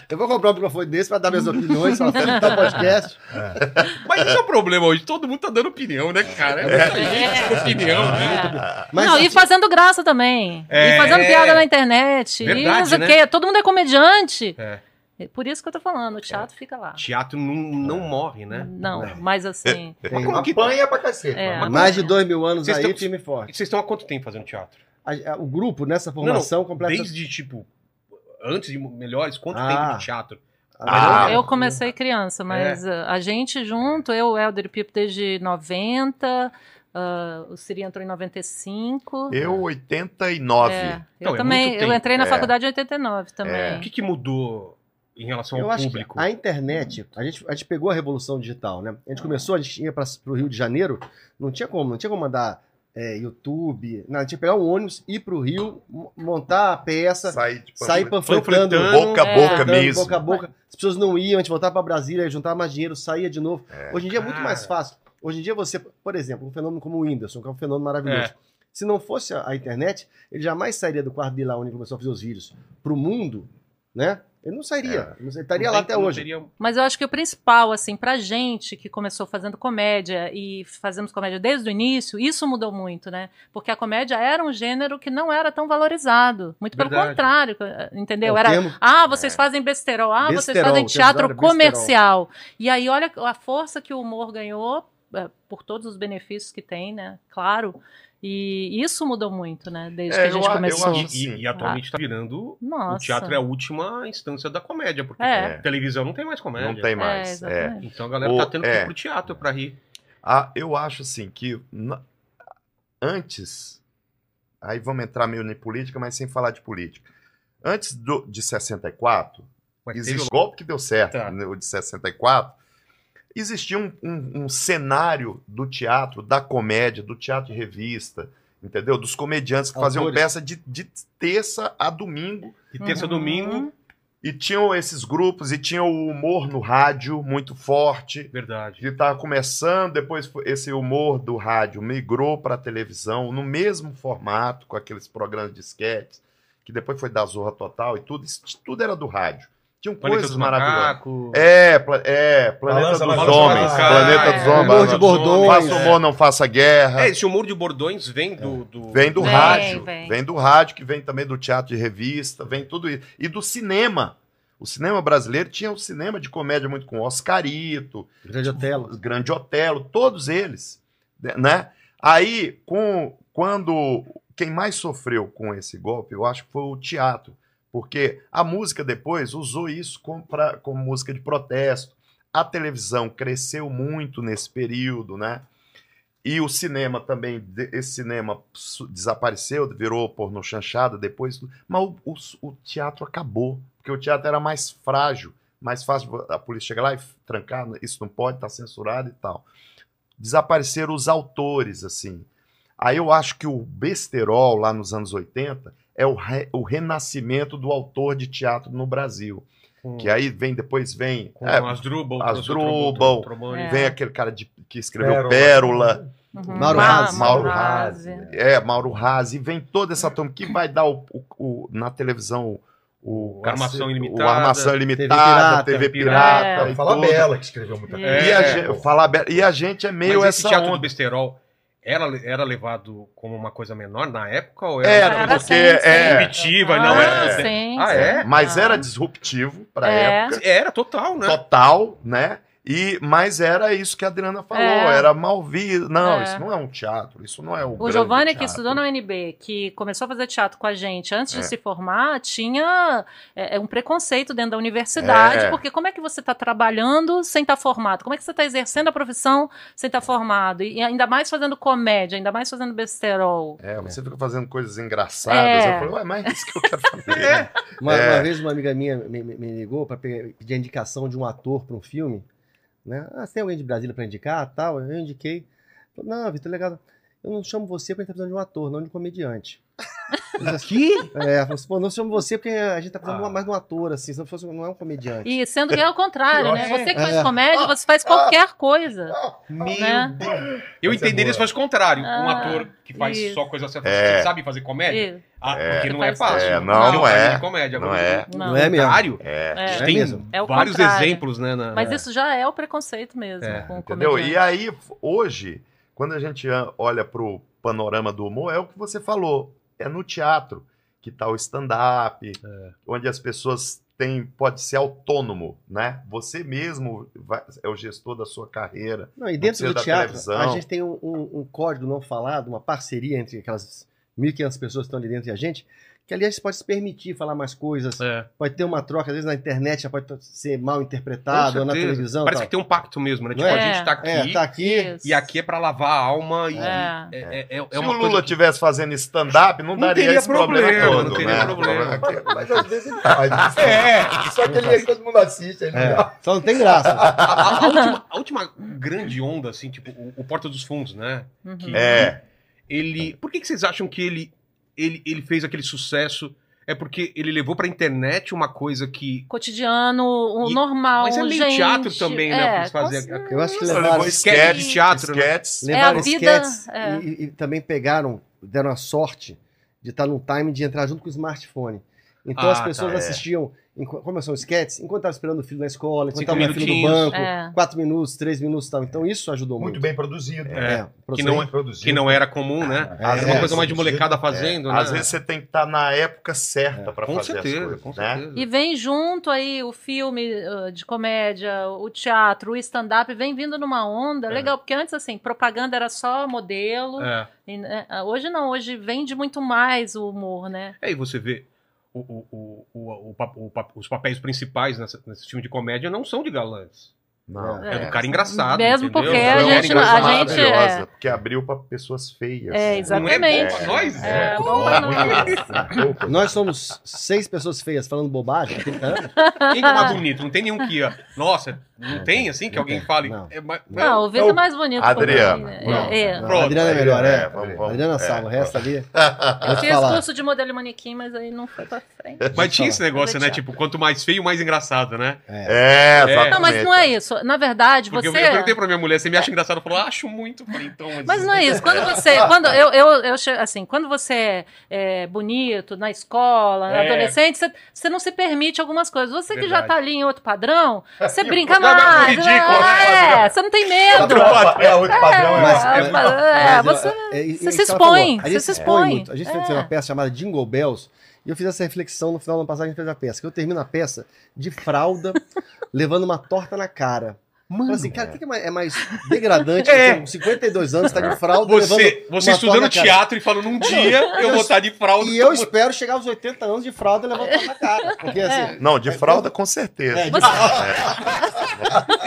Eu vou comprar um microfone desse pra dar minhas opiniões, pra apresentar o podcast. Mas isso é um problema hoje. Todo mundo tá dando opinião, né, cara? É muita gente com opinião, né? É. Mas não, assim- e fazendo graça também. É. E fazendo piada na internet. Verdade, e não sei o né? quê. Todo mundo é comediante. É. É Por isso que eu tô falando, o teatro fica lá. Teatro não, não morre, né? Não, mas assim. Tem- como que- Apanha pra cacete. É. mano. Mais de dois mil anos Vocês aí, estão- time E forte. vocês estão há quanto tempo fazendo teatro? A- a- o grupo nessa formação completa. Desde, tipo, antes de melhores, quanto Ah. tempo de teatro? Ah, eu comecei criança, mas É. uh, a gente junto, eu, o Helder e o Pipo desde 90, uh, o Siri entrou em 95. Eu, 89. É, eu Não, é também, muito eu tempo. entrei na É. faculdade em 89 também. O que, que mudou em relação Eu ao acho público? que a internet, a gente, a gente pegou a revolução digital, né? A gente começou, a gente ia para o Rio de Janeiro, não tinha como, não tinha como mandar é, YouTube, não, a gente ia pegar um ônibus, ir pro Rio, mo- montar a peça, Saí de sair panfletando, panfletando, tipo, assim, boca é. a boca Andando mesmo. boca a boca. As pessoas não iam, a gente voltava pra Brasília, juntava mais dinheiro, saía de novo. Hoje em dia é muito Cara. mais fácil. Hoje em dia você, por exemplo, um fenômeno como o Whindersson, que é um fenômeno maravilhoso. Se não fosse a, a internet, ele jamais sairia do quarto dele lá onde ele começou a fazer os vídeos pro mundo, né? Ele não sairia. Ele estaria lá É. Não tem- até não hoje. teria- Mas eu acho que o principal, assim, pra gente que começou fazendo comédia e fazemos comédia desde o início, isso mudou muito, né? Porque a comédia era um gênero que não era tão valorizado. Muito pelo Verdade. contrário, eh, entendeu? É, o Era, termo- ah, vocês fazem besterol, ah, vocês Besterol, fazem o termo teatro era besterol. comercial. E aí, olha a força que o humor ganhou, eh, por todos os benefícios que tem, né? Claro. E isso mudou muito, né? Desde É, que a gente eu a- eu começou. acho- E, e- e atualmente tá virando. Ah. Nossa. O teatro é a última instância da comédia, porque É. televisão não tem mais comédia. Não tem mais. é. exatamente. Então a galera O- tá tendo que ir é. pro teatro pra rir. Ah, eu acho assim que na- antes, aí vamos entrar meio em política, mas sem falar de política. Antes do, de 64, Mas teve existe um golpe que deu certo, Tá. né, o de 64. Existia um, um- um cenário do teatro, da comédia, do teatro de revista, entendeu? Dos comediantes que faziam Autores. peça de, de terça a domingo E terça, Uhum. domingo, e tinham esses grupos e tinha o humor no rádio muito forte. verdade. Ele estava começando, depois fo- esse humor do rádio migrou para a televisão no mesmo formato, com aqueles programas de esquetes, que depois foi da Zorra Total e tudo. Isso tudo era do rádio. Tinham Planeta coisas dos maravilhosas. Macacos. É, pla- é, Planeta Balança, dos balança, Homens. Ah, balança. Planeta É. dos Humor Homens. Humor de balança- bordões. Faça humor, não faça guerra. É, esse humor de bordões vem do. do- Vem do Vem, rádio. vem. Vem. do rádio, que vem também do teatro de revista, vem tudo isso. E do cinema. O cinema brasileiro tinha um cinema de comédia muito com Oscarito, Grande Otelo. Grande Otelo, todos eles, né? Aí, com, quando quem mais sofreu com esse golpe, eu acho que foi o teatro, porque a música depois usou isso como, pra- como música de protesto. A televisão cresceu muito nesse período, né? E o cinema também, de- esse cinema su- desapareceu, virou porno chanchada depois, mas o, o- o teatro acabou, porque o teatro era mais frágil, mais fácil a polícia chegar lá e trancar, isso não pode, tá censurado e tal. Desapareceram os autores, assim. Aí eu acho que o besterol, lá nos anos 80, é o, re- o renascimento do autor de teatro no Brasil. Com, Que aí vem, depois vem. com é, Asdrubal. Asdrubal, trouxe o Trombone. É. Vem aquele cara de- que escreveu Pérola. Uhum. Mauro Ma- Razzi. Mauro Razzi. É, Mauro Razzi, vem toda essa turma que vai dar o, o- o- na televisão o, O Armação o Ilimitada. Armação Ilimitada, TV Pirata, TV Pirata. É. e Fala tudo. Bela, que escreveu muita coisa. É. E, a gente, falar be- e a gente é meio Mas esse essa teatro onda. do besterol era, era levado como uma coisa menor na época? Ou Era, uma Era coisa É, porque sim, sim. é, primitiva, Ah, não era. é. Sim, Ah, sim. é? mas Ah. era disruptivo para É. época, Era total, né? total, né? E mas era isso que a Adriana falou, É. era mal visto. Não, É. isso não é um teatro, isso não é o O Giovanni, que estudou na UNB, que começou a fazer teatro com a gente antes É. de se formar, tinha é, é, um preconceito dentro da universidade, É. porque como é que você está trabalhando sem estar formado? Como é que você está exercendo a profissão sem estar formado? E ainda mais fazendo comédia, ainda mais fazendo besterol. É, você fica fazendo coisas engraçadas. É. Eu falei, ué, mas é isso que eu quero fazer. Uma, É. uma vez uma amiga minha me, me- me ligou para pedir a indicação de um ator para um filme. Né? Ah, você tem alguém de Brasília para indicar? Tal, eu indiquei. Falei, não, Vitor, legal. Eu não chamo você porque a gente tá precisando de um ator, não de um comediante. Que? É, ela falou assim, pô, não chamo você porque a gente tá precisando Ah. mais de um ator, assim, se não fosse, não é um comediante. E sendo que é o contrário, Pior, né? é. Você que faz É. Ah, comédia, você faz qualquer coisa. Meu Né? Deus. Eu Essa é entenderia boa. se fosse o contrário. um Ah, ator que faz isso. só coisa certa, É. que sabe fazer comédia. E- Ah, É. porque não é Você faz fácil. É, não, não Porque é. de comédia. Não Agora, é. não. é O mesmo. contrário, É. a gente É tem mesmo. É o vários contrário. exemplos, né? na- Mas na- isso já é o preconceito mesmo. É, com o Entendeu? comediante. E aí, f- hoje, quando a gente an- olha pro panorama do humor, é o que você falou. É no teatro que tá o stand-up, É. onde as pessoas têm, pode ser autônomo, né? Você mesmo vai- é o gestor da sua carreira. Não, e precisa dentro do da teatro, televisão. a gente tem um, um- um código não falado, uma parceria entre aquelas 1.500 pessoas que estão ali dentro e a gente, que aliás pode se permitir falar mais coisas, É. pode ter uma troca, às vezes na internet já pode ser mal Com interpretado, ou na certeza. televisão. Parece tal. que tem um pacto mesmo, né? Não Tipo, a é? gente tá aqui É, tá aqui. Isso. e aqui é pra lavar a alma e. É. É, é, é, é Se uma o Lula coisa que- estivesse fazendo stand-up, não, Não daria teria esse problema, problema, todo, não teria né? problema. O problema é que- Mas às vezes ele faz. É, Só que ele todo mundo assiste. Ele É, não- só não tem graça. a, a- a última, a última grande onda, assim, tipo, o, o Porta dos Fundos, né? Uhum. Que- É, Ele. Por que, que vocês acham que ele, ele, ele fez aquele sucesso? É porque ele levou pra internet uma coisa que. cotidiano, o E- normal. mas é meio gente. É, teatro também, né, pra eles fazerem. com- Eu acho que é Ele levaram, levou esquete de teatro, né? esquetes. levaram É a vida, esquetes é. e, e- e também pegaram, deram a sorte de estar num time de entrar junto com o smartphone. Então Ah, as pessoas tá, é. assistiam, enqu- como são sketches, enquanto estava esperando o filho na escola, enquanto Cinco estava no filho do minutinhos. banco, É. quatro minutos, três minutos e tal. Então isso ajudou muito. Muito bem produzido. É, Que não Bem produzido. Que não era comum, né? É, Era uma é, coisa mais de sentido, molecada fazendo, né? É. Às vezes você tem que estar na época certa pra com fazer as certeza, coisas, com né? certeza. E vem junto aí o filme ah, de comédia, o teatro, o stand-up, vem vindo numa onda. É. Legal, porque antes, assim, propaganda era só modelo. É. E, né, ah, hoje não, hoje vende muito mais o humor, né? Aí você vê o- o- o- o- o pa- o pa- os papéis principais nessa- nesse filme de comédia não são de galãs. Não, É, do cara engraçado. Mesmo entendeu? porque É a uma gente não- a engraçada. gente- é. maravilhosa, porque abriu pra pessoas feias. É, né? Não é bom Exatamente. pra nós? É, bom pra nós. Nós somos seis pessoas feias falando bobagem. hã? Quem que é mais bonito? Não tem nenhum que. ó, Nossa, não tem assim que Não alguém tem, fale. não. é mais- Não, o Vitor é mais bonito. Adriana. como assim, Não, né? É, não, Pronto. a Adriana é melhor, É, é. vamos- A Adriana vamos- salva, o é. resto ali. Eu Vou te fiz falar. curso de modelo e manequim, mas aí não foi pra frente. Mas tinha esse negócio, né? Deixa. Tipo, quanto mais feio, mais engraçado, né? É. É, exatamente. Não, mas não é isso. Na verdade, Porque eu- você. eu perguntei pra minha mulher, você me acha engraçado? Eu falo, acho muito. Eu Falei, então, mas... Mas não é isso. Quando você. Quando eu, eu, eu che- assim, quando você é bonito, na escola, na É. adolescente, você, você não se permite algumas coisas. Você que já Verdade. tá ali em outro padrão, você brinca Não, não, não, mais. ridículo, é, né? você não tem medo. Tá Outro padrão, é outro padrão. É, é. Mas- é, Mas é, eu- você. é, é, é você isso se que ela falou. expõe, A você gente se expõe. muito. A gente fez uma peça chamada Jingle Bells e eu fiz essa reflexão no final do ano passado que a gente fez a peça. Que eu termino a peça de fralda, levando uma torta na cara. Mano, assim, cara, o que que é mais, é mais degradante? É. Você com 52 anos, tá de fralda, é levando Você, você uma estudando torta na cara. teatro e falando, um dia eu vou estar de um fralda. E eu espero chegar aos 80 anos de fralda e levar torta na cara. Porque É. assim, Não, de fralda com certeza. É, de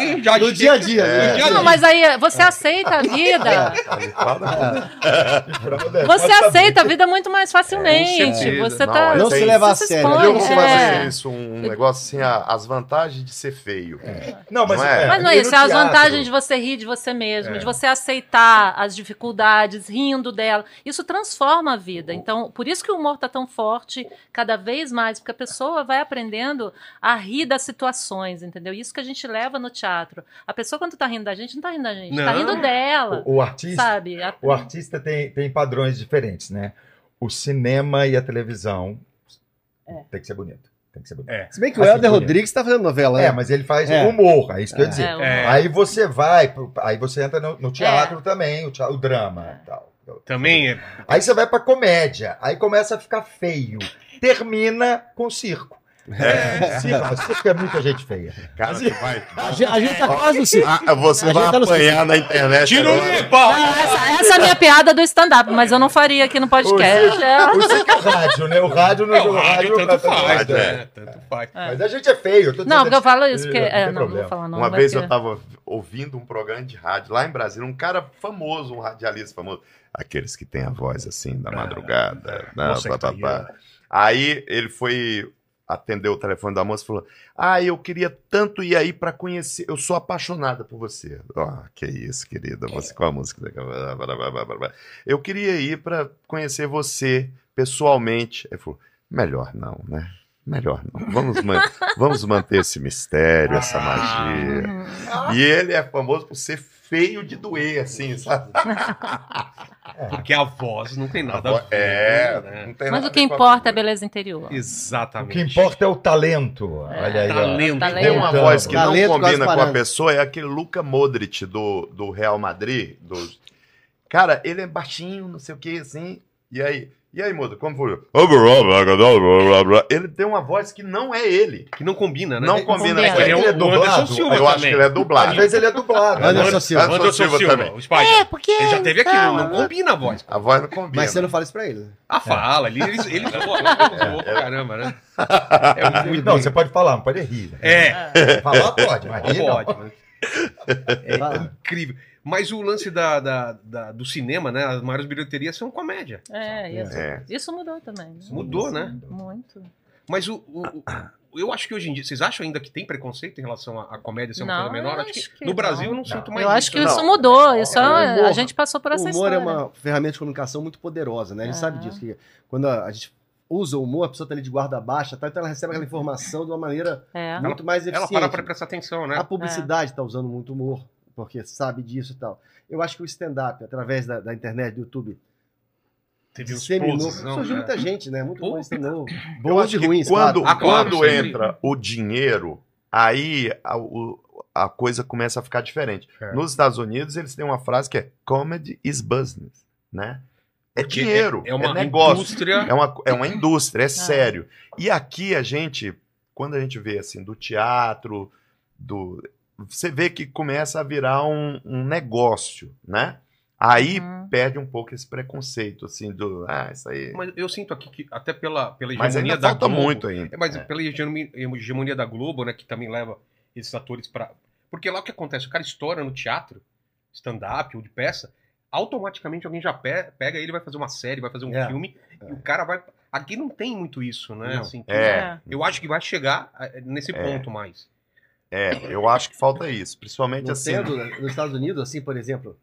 Ih, já no dia a dia. É. né? no dia a Não, dia. mas aí você aceita a vida. De fralda É. com é? Você aceita a vida muito mais facilmente. certeza. Você Não, tá. é Não Você se levar a se sério. expõe, Mas Olha, eu Não vou se é. levar a fazer sério. isso, um negócio assim, a- as vantagens de ser feio. Não, mas, Não é? é, Mas não e é no isso, é as teatro? vantagens de você rir de você mesmo, de você aceitar as dificuldades, rindo dela. Isso transforma a vida. Então, por isso que o humor está tão forte cada vez mais, porque a pessoa vai aprendendo a rir das situações, entendeu? Isso que a gente leva no teatro. A pessoa, quando tá rindo da gente, não tá rindo da gente, tá Não. rindo dela, O, o artista, sabe? A- o artista tem, tem padrões diferentes, né? O cinema e a televisão tem que ser bonito. Tem que ser bonito. É. Se bem que o Assim, Helder bonito. Rodrigues tá fazendo novela, É, né? mas ele faz É. humor, é isso que eu ia dizer. é, o- É. Aí você vai, pro- aí você entra no, no teatro também, o, tea- o drama e tal. Também é. Aí você vai pra comédia, aí começa a ficar feio. Termina com circo. É. Circo, mas circo é muita gente feia. Cara, você vai. A gente, a gente tá quase no circo. Ah, você A vai gente tá no apanhar na internet. Tira agora. o É. pau! Essa, essa é a minha piada do stand-up, mas eu não faria aqui no podcast. É. O circo é o rádio, né? O rádio não É, o rádio tanto faz, rádio, né? Tanto faz. Mas a gente é feio. eu tô Não, dizendo porque eu que- falo isso, porque. Não tem É, não, não problema. vou falar não. Uma vai vez que- eu tava ouvindo um programa de rádio lá em Brasília, um cara famoso, um radialista famoso, aqueles que têm a voz assim da madrugada, né, Nossa, pá, que tá pá, pá. Aí ele foi atender o telefone da moça e falou: "Ah, eu queria tanto ir aí pra conhecer, eu sou apaixonada por você". Ah, que isso, querida, você com a música. blá, blá, blá, blá, blá, blá. Eu queria ir pra conhecer você pessoalmente. Ele falou: "Melhor não, né?" Melhor não. Vamos, man- vamos manter esse mistério, essa magia. Uhum. E ele é famoso por ser feio de doer, assim, sabe? Porque a voz não tem nada a ver. É, né? não tem Mas nada o que a ver com a importa é a figura. beleza interior. O que Exatamente. Tá importa é o talento. É. Olha aí, ó. Talento. Talento. Tem uma Então, voz que não talento combina com a Gasparano. pessoa, é aquele Luca Modric do, do Real Madrid. Do... Cara, ele é baixinho, não sei o que, assim. E aí, e aí, moça, como foi? Ele tem uma voz que não é ele. Que não combina, né? Não combina. combina. Ele é Ele é o dublado? Anderson Silva Eu acho que também. ele é Às dublado. vezes ele é dublado. Anderson né? Silva. Anderson Silva, também. O Spider. É, porque. Ele já teve aquilo, então, não combina a voz. A voz não combina. Mas você não fala isso pra ele, né? A fala, ele, ele, ele zoou, zoou pra caramba, né? É muito Não, você pode falar, não pode rir. É, Falar pode, mas rir não. pode. né? É, Vai lá. Incrível. Mas o lance da, da- da- do cinema, né? As maiores bilheterias são comédia. É, isso. É. Isso mudou também. né? Mudou, né? Muito. Mas o, o- o- eu acho que hoje em dia. Vocês acham ainda que tem preconceito em relação à, à comédia ser uma Não, coisa menor? eu Acho que acho que no não. Brasil eu não, sinto mais. eu acho que não. isso mudou. Isso É, é- humor- a gente passou por o essa humor história. É. é uma ferramenta de comunicação muito poderosa, né? A gente Aham. sabe disso. Que quando a, a gente usa o humor, a pessoa tá ali de guarda baixa, tá, então ela recebe aquela informação de uma maneira É. muito mais eficiente. Ela para pra prestar atenção, né? A publicidade está usando muito humor, porque sabe disso e tal. Eu acho que o stand-up, através da, da internet, do YouTube, Teve uns Disseminou. explosão, Surgiu né? muita gente, né? Muito Pô, bom esse novo. Eu Boas acho de que ruins, quando, claro. Ah, claro, quando sempre. entra o dinheiro, aí a, o- a coisa começa a ficar diferente. É. Nos Estados Unidos, eles têm uma frase que é comedy is business, né? É Porque dinheiro, É, é uma negócio, indústria. é uma, é uma indústria, é sério. E aqui a gente, quando a gente vê assim, do teatro, do você vê que começa a virar um, um negócio, né? Aí Uhum. perde um pouco esse preconceito, assim, do, ah, isso aí... Mas eu sinto aqui que, até pela, pela Mas hegemonia ainda da falta Globo, muito ainda. É, mas É. pela hegemonia- hegemonia da Globo, né, que também leva esses atores pra. Porque lá o que acontece? O cara estoura no teatro, stand-up ou de peça, automaticamente alguém já pe- pega ele, vai fazer uma série, vai fazer um É. filme, e o cara vai. Aqui não tem muito isso, né? Não. assim, que- É, Eu acho que vai chegar eh, nesse É. ponto mais. é, eu acho que falta isso. Principalmente Não assim. tendo, né, nos Estados Unidos, assim, por exemplo,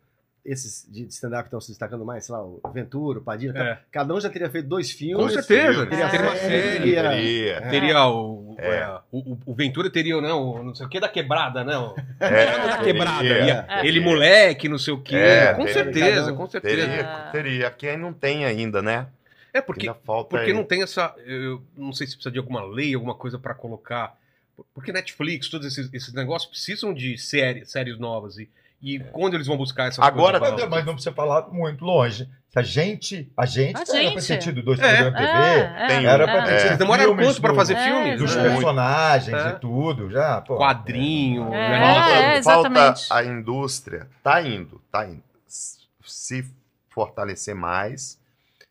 esses de stand-up que estão se destacando mais, sei lá, o Ventura, o Padilha, tal, É. cada um já teria feito dois filmes. Com certeza. filme, Teria, é. teria uma série, série. teria- Teria. Teria o, É. é, o, o Ventura teria, não, o não sei o que da quebrada, né? o- É, quebrada, teria, e É. Ele moleque, não sei o que. É, com teria. certeza, com certeza. Teria, teria. Aqui aí não tem ainda, né? É porque ainda falta Porque aí. não tem essa. Eu não sei se precisa de alguma lei, alguma coisa pra colocar. Porque Netflix, todos esses, esses negócios precisam de séries, séries novas. E, e quando eles vão buscar essas É. Agora- tá coisas Mas, novas? mas não precisa falar muito longe. Se a gente, a gente, A era pra ter gente. tido dois É. programas de TV, É, é, tem era é. pra ter É. tido Eles demoraram filmes quanto pra do- fazer É, filmes? dos É. personagens É. e tudo, já, pô. Quadrinho, É. né? Falta, é, falta exatamente. a indústria. Tá indo, tá indo. S- Se fortalecer mais.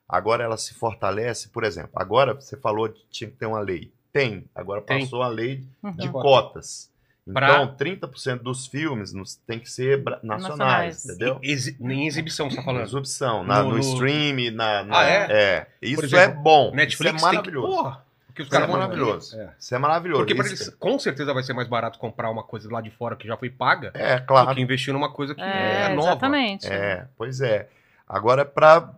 Agora ela se fortalece, por exemplo. Agora você falou que tinha que ter uma lei. Tem. Agora Tem. passou a lei Uhum. de Uhum. cotas. Pra- Então, 30% dos filmes nos- tem que ser bra- nacionais, Nacionais. entendeu? Exi- nem exibição, você tá Na falando. exibição, na- No- no, no- stream, na, na- Ah, é? Isso exemplo, é bom. Netflix isso é maravilhoso. Tem que, porra, porque os isso é caras vão- maravilhoso. É. Isso é maravilhoso. Porque pra Isso- eles, com certeza vai ser mais barato comprar uma coisa lá de fora que já foi paga É, do claro. que investir numa coisa que é, É, nova. exatamente. É, pois é. Agora é pra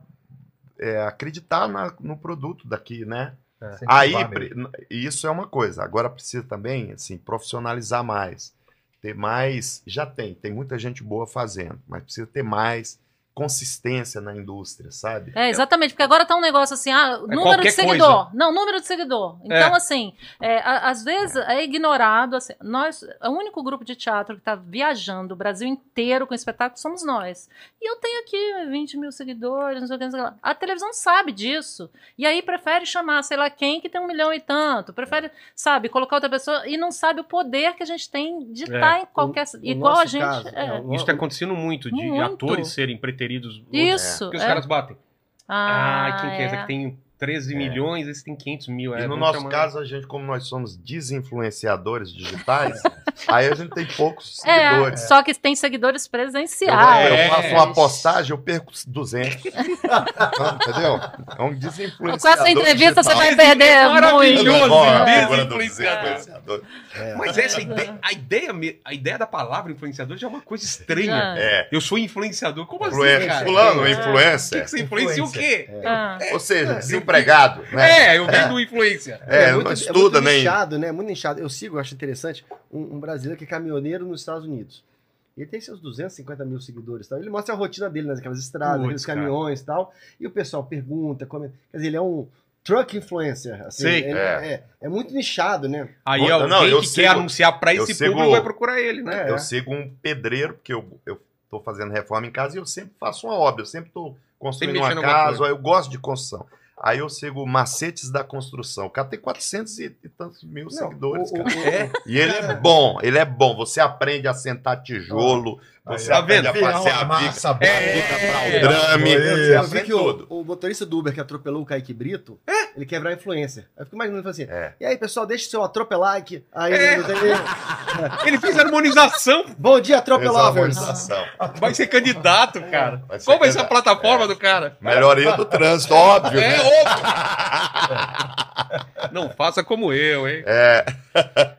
é, acreditar na- no produto daqui, né? Incentivar Aí, mesmo. pre- n- isso é uma coisa. Agora precisa também, assim, profissionalizar mais. Ter mais... Já tem, tem muita gente boa fazendo, mas precisa ter mais consistência na indústria, sabe? É, exatamente, porque agora tá um negócio assim, ah, número É qualquer de seguidor. Não, número de seguidor. Então, assim, é, a- às vezes é ignorado. assim, nós, o único grupo de teatro que tá viajando o Brasil inteiro com espetáculo somos nós. E eu tenho aqui 20 mil seguidores, não sei o que, não sei o que lá. A televisão sabe disso. E aí prefere chamar, sei lá, quem que tem um milhão e tanto. Prefere, sabe, colocar outra pessoa e não sabe o poder que a gente tem de É. estar em qualquer. O- o igual a nosso gente. caso, é. é, o- Isso tá acontecendo muito, de Muito. atores serem preteridos. Isso. Porque os é. caras batem. Ah, quem que é? Essa é. que tem 13 milhões, esse tem 500 mil. é, E no vamos nosso chamar- caso, a gente, como nós somos desinfluenciadores digitais, aí a gente tem poucos É, seguidores. só que tem seguidores Eu, presenciais. eu faço É. uma postagem, eu perco 200. Entendeu? É um desinfluenciador. Com essa entrevista você digital. vai perder É Maravilhoso. muito. Eu vou, a Desinfluenciador. figura do desinfluenciador. é. Mas essa ideia, a ideia, me- a ideia da palavra influenciador já é uma coisa estranha. Já. É. Eu sou influenciador, como assim, Influen- cara? Fulano, O que, influencer. que você influencia o quê? Ah, Ou seja, desempregado. Né? É, eu vendo influência. É, não muito- estuda muito nem. Inchado, né? Muito inchado. Eu sigo, eu acho interessante, um, um brasileiro que é caminhoneiro nos Estados Unidos. Ele tem seus 250 mil seguidores. e Tal. Ele mostra a rotina dele naquelas estradas, Putz, nos caminhões e tal. E o pessoal pergunta, comenta. Quer dizer, ele é um truck influencer. Assim, Sei. ele- É. é. é muito nichado, né? Aí Não, alguém não, eu que sigo- quer anunciar pra eu esse sigo- público vai procurar ele, né? Eu sigo um pedreiro, porque eu, eu tô fazendo reforma em casa e eu sempre faço uma obra, eu sempre tô construindo Sempre uma mexendo em alguma casa, coisa. ó, eu gosto de construção. Aí eu sigo Macetes da Construção. O cara tem 400 e e tantos mil Não, seguidores, o- o- cara. o- É. E ele é bom, ele é bom. Você aprende a sentar tijolo, você Tá aprende vendo? a fazer a bica, massa, É, é, é, o drame. Eu Você vi Eu vi aprende que o, é tudo. o motorista do Uber que atropelou o Kaique Brito, ele quer virar influencer. Aí eu fico imaginando, ele fala assim, É. e aí, pessoal, deixa o seu atropelike. Aí, É. não tem- Ele fez harmonização, bom dia, atropelovers. Desarmonização. vai ser candidato, cara. Vai ser Qual vai ser a candidato. É. plataforma do cara? Melhoria do trânsito, óbvio. É, né? outro. Não faça como eu, É. hein?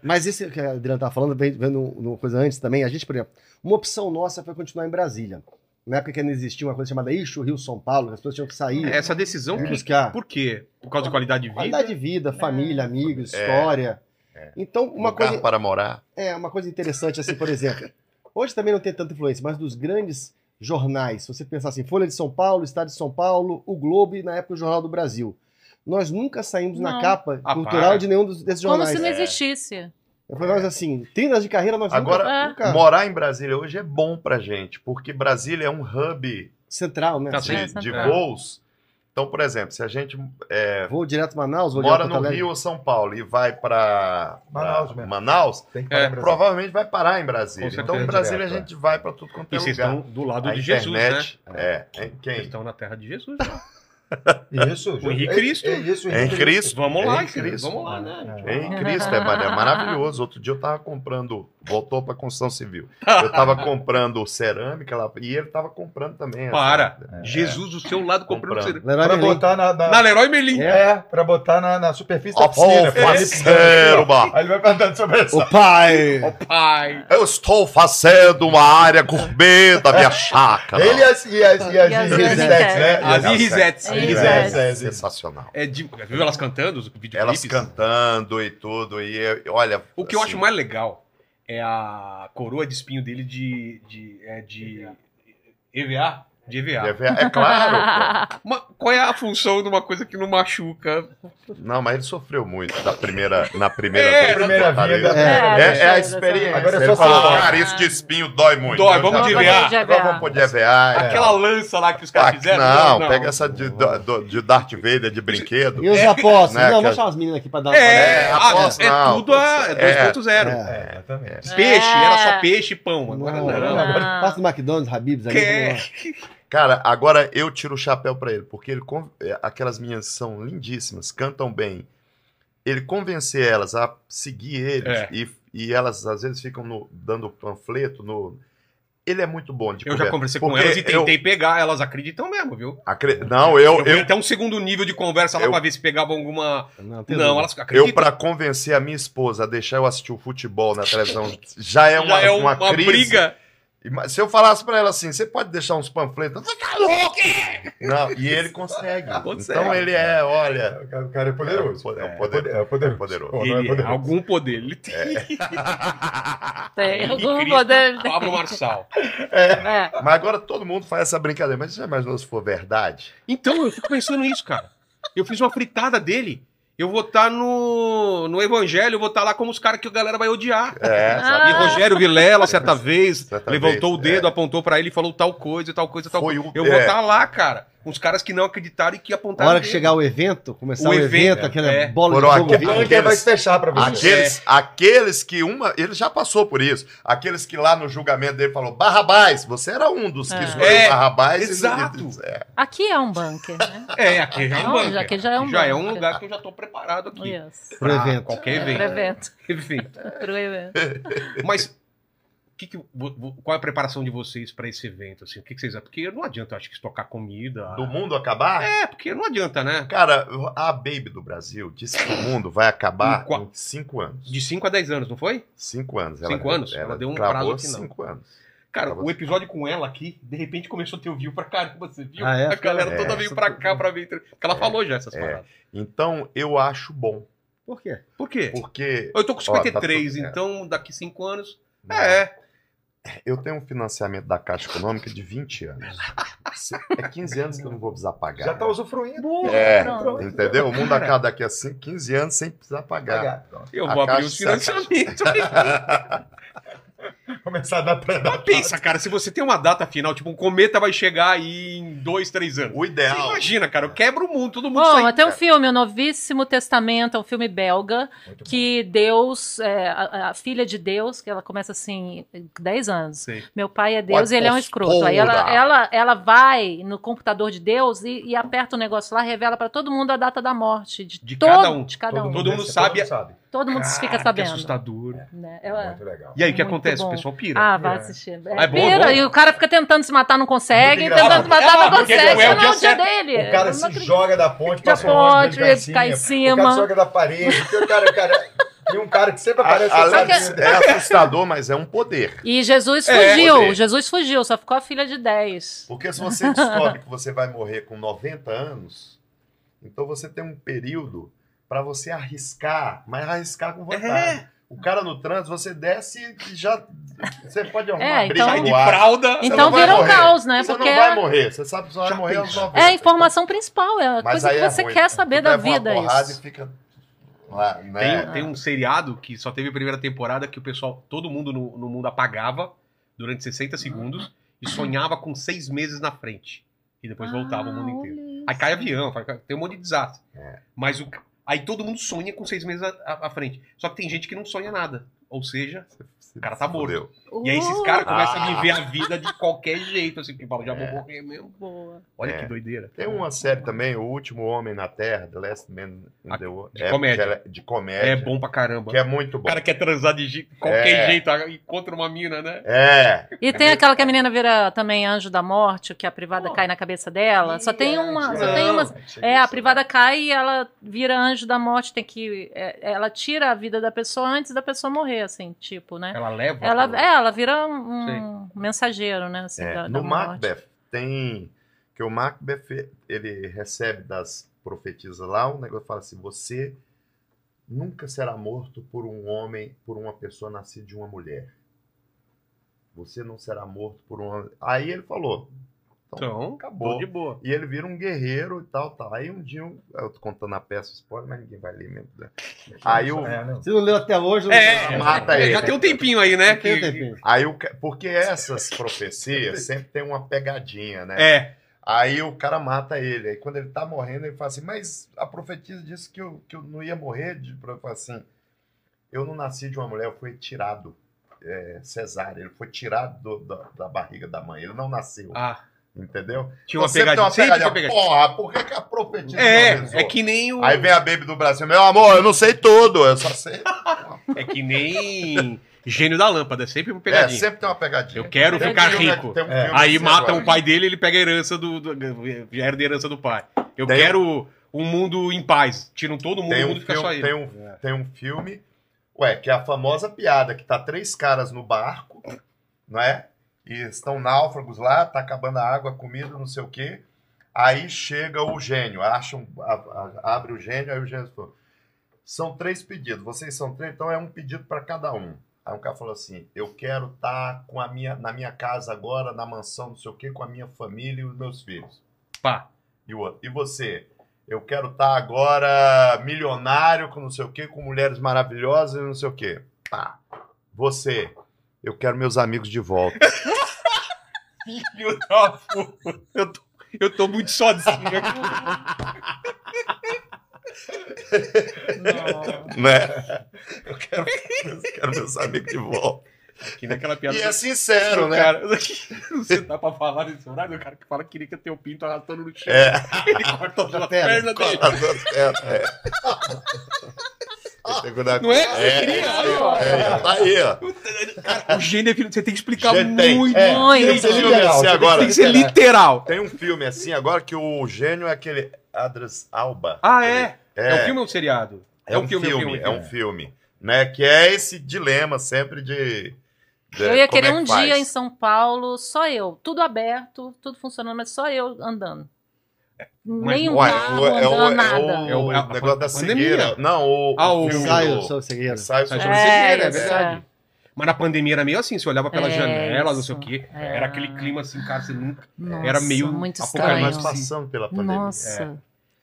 Mas esse que a Adriana tava falando, vem- vendo uma coisa antes também, a gente, por exemplo, uma opção nossa foi continuar em Brasília. Na época que ainda existia uma coisa chamada Ixo Rio-São Paulo, que as pessoas tinham que sair, É, Essa decisão ir que... buscar Por quê? Por causa da qualidade de vida? qualidade de vida, família, amigos, É. história. Então, uma Uma Lugar coisa, Um para morar. é, uma coisa interessante, assim, por exemplo, hoje também não tem tanta influência, mas dos grandes jornais. Se você pensar assim, Folha de São Paulo, Estado de São Paulo, o Globo e na época o Jornal do Brasil. Nós nunca saímos na Não. capa Ah, cultural para. de nenhum dos- desses Como jornais. se não É. existisse. Eu falei, nós assim, trilhas de carreira nós Agora, nunca, É. nunca- Morar em Brasília hoje é bom pra gente, porque Brasília é um hub central, né? Tá de, É, de é. voos. Então, por exemplo, se a gente Vou direto para Manaus, vou mora direto pra no Porto Alegre. Rio ou São Paulo e vai pra pra Manaus mesmo. Manaus, Tem É, que parar em Brasília. provavelmente vai parar em Com Brasília. certeza. Então, em Brasília a Direto, gente vai pra tudo quanto E é vocês lugar. estão do lado A de Jesus, né? internet é, é Vocês quem? estão na terra de Jesus. né? Isso, Jesus. Henrique É- Cristo. É isso, É em Cristo. Vamos lá, em cara, Cristo. vamos lá, né? É em Cristo, é, mano, é maravilhoso. Outro dia eu tava comprando, voltou pra construção civil. Eu tava comprando cerâmica lá e ele tava comprando também. essa- É. Para. Jesus, do seu lado, comprando. Comprando. cerâmica. Leroy Para Merlin. botar na, na- Na Leroy Merlin. É, pra botar na, na superfície da Ó, piscina. pô. parceiro, Aí ele vai plantando sobre essa. O pai! Pai. eu estou fazendo uma área gourmet da minha chácara. Ele e é as, e as, e as, E as É, Risettes, Risettes. né? As E Irrisettes. Risettes, é, As Risettes. Risettes. Sensacional. É de... Viu elas cantando os videoclipes? Elas cantando e tudo. E eu- olha. O que eu assim, acho mais legal é a coroa de espinho dele de. de. É de. EVA? De EVA. É, ver- é claro. Mas qual é a função de uma coisa que não machuca? pô. Não, mas ele sofreu muito da primeira, na primeira É, vez. primeira Cara, vida. ele- É. É, é a experiência. Agora é ele só falou, falar. cara, isso de espinho dói muito. Dói, Eu vamos já- de Vamos de Agora vamos EVA. pro DVA. é. Aquela lança lá que os caras Ah, fizeram? não, pega essa de, do- do- de Darth Vader de brinquedo. E os apóstolos? Né, não, que- vou chamar as meninas aqui pra dar É, É, ah, aposta, é não, tudo a é. 2.0. É. exatamente. Peixe, É. era só peixe e pão. Não, Agora não, não. agora Passa no McDonald's, Habib's ali. Que- vamos lá. Cara, agora eu tiro o chapéu pra ele, porque ele con- é, aquelas meninas são lindíssimas, cantam bem. Ele convencer elas a seguir ele É. e, e elas às vezes ficam no- dando panfleto no. Ele é muito bom de Eu já conversa. conversei com Porque elas e eu- tentei pegar, elas acreditam mesmo, viu? Acre- Não, eu, Eu, fui eu, até um segundo nível de conversa lá eu- pra ver se pegavam alguma. Não, tem Não, dúvida. elas eu acreditam. para convencer a minha esposa a deixar eu assistir o futebol na televisão já é Já uma, é uma uma, crise. briga. E, mas Se eu falasse pra ela assim, você pode deixar uns panfletos? Você tá louco? hein?" Não, e ele consegue. Consegue. Então ele é, olha. O cara- O cara é poderoso. É, é poder- É poderoso. é poderoso. Pô, não é Ele- poderoso. algum poder. Ele tem. Tem algum Cristo, poder. Pablo Marçal. É. Mas agora todo mundo faz essa brincadeira. Mas você já imaginou se for verdade? Então, eu fico pensando nisso, cara. Eu fiz uma fritada dele. Eu vou estar no, no Evangelho, eu vou estar lá como os caras que a galera vai odiar. É, E Ah. Rogério Vilela, certa vez, Certa levantou vez, é. o dedo, apontou pra ele e falou tal coisa, tal coisa, tal Foi coisa. o- tá Eu vou é. estar lá, cara. Os caras que não acreditaram e que A apontaram. hora que o dedo. chegar o evento, começar O o, evento, evento, aquela é. bola Coroa, de fogo aquele- viva. Então ele vai se fechar pra você. Aqueles, aqueles que uma. Ele já passou por isso. Aqueles que lá no julgamento dele falou: Barrabás, você era um dos que É. escolheu É, Barrabás. e- exato. é. Aqui é um bunker, né? É, aqui já é um Não, banco. já- aqui já é um Já é um banco. lugar que eu já tô preparado aqui. Isso. Pro pra evento. Qualquer É, pro evento. evento. Enfim. Pro evento. Mas que que- vo- vo- qual é a preparação de vocês pra esse evento? Assim? O que, que vocês. Porque não adianta, eu acho que estocar comida. Do mundo acabar? É, porque não adianta, né? Cara, a Baby do Brasil disse que o mundo vai acabar Em qua- em 5 anos. De 5 a 10 anos, não foi? 5 anos. Cinco anos? Ela deu um cravou prazo que não. cinco anos. Cara, Tava o assim. episódio com ela aqui, de repente começou a ter view pra caramba, você viu? Ah, é? A galera É. toda veio pra cá pra ver. Porque ela falou já essas É. paradas. Então, eu acho bom. Por quê? Por quê? Porque Eu tô com Ó, tá 53, tudo- é. então daqui 5 anos. É. né, eu tenho um financiamento da Caixa Econômica de 20 anos. Se- É 15 anos que eu não vou precisar pagar. né? Já tá usufruindo. É, Pronto. entendeu? O mundo acaba daqui a é cinco, 15 anos sem precisar tá pagar. Eu A vou abrir Caixa- os financiamentos. Começar a dar pra dar. Mas pensa, cara, se você tem uma data final, tipo, um cometa vai chegar aí em 2, 3 anos. O Você ideal. imagina, cara, eu quebro o mundo, todo mundo Bom, sai. até o filme, O Novíssimo Testamento, é um filme belga, que Deus, é, a, a filha de Deus, que ela começa assim, 10 anos. Sei. Meu pai é Deus e ele é um escroto. Aí ela, postura. ela, ela vai no computador de Deus e, e aperta o negócio lá, revela pra todo mundo a data da morte. De, De todo- cada um. De cada um. mundo Todo, vê, sabe- sabe. mundo Cara, fica Que sabendo. assustador. né? Ela- Muito legal. E aí, o que Muito acontece? O bom. pessoal pira. Ah, vai É. assistir. Ah, é bom, pira, é bom. E o cara fica tentando se matar, não consegue. engraçado. Tentando se matar, É, não porque consegue. é o não, dia é o dia certo. dele. O cara Eu não se acredito. joga da ponte, Já passa um ônibus, pode, ele ele cai em O cara se cima. joga da parede. Tem, o cara, o cara, tem um cara que sempre a- aparece. a- Sabe sozinho. que- É assustador, mas é um poder. E Jesus É, fugiu. você. Jesus fugiu, só ficou a filha de 10. Porque se você descobre que você vai morrer com 90 anos, É. então você tem um período para você arriscar, mas arriscar com vontade. O cara no trânsito, você desce e já. Você pode arrumar É, briga então- no ar. fralda. Você Então não vai vira um morrer. caos, né? Você Porque não vai morrer. Você sabe que você vai Já morrer aos pensou? 90. é a informação principal, é a Mas coisa aí que é você ruim. quer saber Tu da leva uma vida. é porrada isso. e fica lá, né? Tem, tem um seriado que só teve a primeira temporada que o pessoal, todo mundo no, no mundo apagava durante 60 segundos e sonhava com seis meses na frente. E depois voltava o mundo inteiro. Aí cai avião, faz- tem um monte de desastre. É. Mas o- aí todo mundo sonha com seis meses à- à, à frente. Só que tem gente que não sonha nada. Ou seja, O cara tá morto. Fudeu. e aí esses caras Ah. começam a viver a vida de qualquer jeito, assim, que falam, já vou morrer mesmo. Boa. Olha É. que doideira. Tem uma série também, O Último Homem na Terra, The Last Man in the World. de comédia. que ela é De comédia. É bom pra caramba. Que é muito O bom. cara quer transar de je- qualquer É. jeito, aí encontra uma mina, né? É. E tem aquela que a menina vira também anjo da morte, que a privada cai na cabeça dela. Só tem uma. né? Só tem uma. É, a privada cai e ela vira anjo da morte, tem que. é, ela tira a vida da pessoa antes da pessoa morrer, assim, tipo, né? Ela leva. Ela, pro- é, ela vira um mensageiro, né? Assim, É, da, da no morte. Macbeth tem que o Macbeth ele recebe das profetisas lá um negócio que fala assim você nunca será morto por um homem por uma pessoa nascida de uma mulher você não será morto por um homem aí ele falou Então, acabou acabou. de boa. e ele vira um guerreiro e tal tal aí um dia um- eu tô contando a peça spoiler mas ninguém vai ler mesmo né? aí o É, não. Você não leu até hoje? não- É, mata É, ele já tem um tempinho aí, né? Não tem que- tempinho. aí o ca- porque essas profecias sempre tem uma pegadinha né É, Aí o cara mata ele. Aí quando ele tá morrendo, ele fala assim: Mas a profetisa disse que eu, que eu não ia morrer. De... Eu falo assim: Eu não nasci de uma mulher, eu fui tirado. É, cesárea, ele foi tirado do- da, da barriga da mãe. Ele não nasceu. ah, Entendeu? tinha uma Então sempre pegadinha. Sempre tem tinha uma uma pegadinha. Porra, por que, que a profetisa não É, avisou? é que nem o. Aí vem a Baby do Brasil: Meu amor, eu não sei tudo, eu só sei. É que nem gênio da lâmpada, é sempre uma É, pegadinha. sempre tem uma pegadinha. Eu quero Tem um ficar filme- rico. tem um É. filme Aí assim mata agora. o pai dele, ele pega a herança do. do já herda a herança do pai. Eu Tem- quero um mundo em paz. Tiram todo mundo, tem o um, mundo fica só filme, ele. tem, um, tem um filme, ué, que é a famosa piada, que tá três caras no barco, não é? E estão náufragos lá, tá acabando a água, a comida, não sei o quê. Aí chega o gênio, acham, a- a- abre o gênio, aí o gênio falou, são três pedidos, vocês são três, então é um pedido para cada um. Aí um cara falou assim, eu quero estar com a minha, na minha casa agora, na mansão, não sei o quê, com a minha família e os meus filhos. Pá. E o outro, e você? Eu quero estar agora milionário, com não sei o quê, com mulheres maravilhosas e não sei o quê. Pá. Você, eu quero meus amigos de volta. Filho da puta. Eu tô, eu tô muito sozinho aqui. né? Eu quero, eu quero meus amigos de volta. Que nem aquela piada. E do- é sincero, do né? cara- Você dá pra falar nesse horário? O cara que fala que queria que teu pinto arrastando no chão. É. né? Ele corta a perna dele. As duas pernas, é. Ele pegou na- Não é? Você É, queria? é, Aí, ó. é, tá aí, ó. Cara, o gênio é filho. Você tem que explicar Gênio tem, muito. é. Muito. Tem um filme assim agora. Tem que ser literal. Tem um filme assim agora que o gênio é aquele Adras Alba. Ah, é? É, um É, filme ou um seriado? é um filme, é um filme, né? Que é esse dilema sempre de. de Eu ia como querer é que um faz. dia em São Paulo, só eu. Tudo aberto, tudo funcionando, mas só eu andando. Mas, Nenhum Ué, carro é o, andando, é o, nada. É o- é a negócio da pandemia. cegueira. Não, o, Ah, o- filme Saio, do- sou cegueiro. Ensaio sobre É, cegueira. né? cegueira, é isso, verdade. Mas na pandemia era meio assim, você olhava pela É, janela, não isso. sei o quê. É. Era aquele clima assim, cara, você nunca. Nossa, Era meio muito Cara, apocalipse. estranho. nós passamos pela pandemia. Nossa.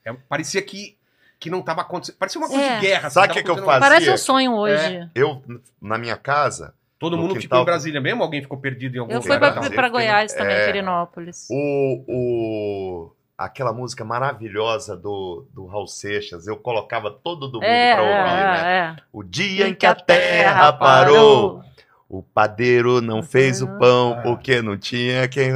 É, parecia que, que não tava acontecendo. Parecia uma coisa É. de guerra. Sabe assim, tava o que que eu acontecendo- fazia? É, Parece um sonho hoje. Eu, na minha casa, Todo No mundo ficou quintal. em Brasília mesmo? Alguém ficou perdido em algum Eu lugar? fui Cara, Não. não. para Goiás também, um É. Pirinópolis. o, o, aquela música maravilhosa do, do Raul Seixas, eu colocava todo domingo É, pra ouvir, né? é, é. O dia em que a terra parou. O padeiro não fez o pão Ah. porque não tinha quem.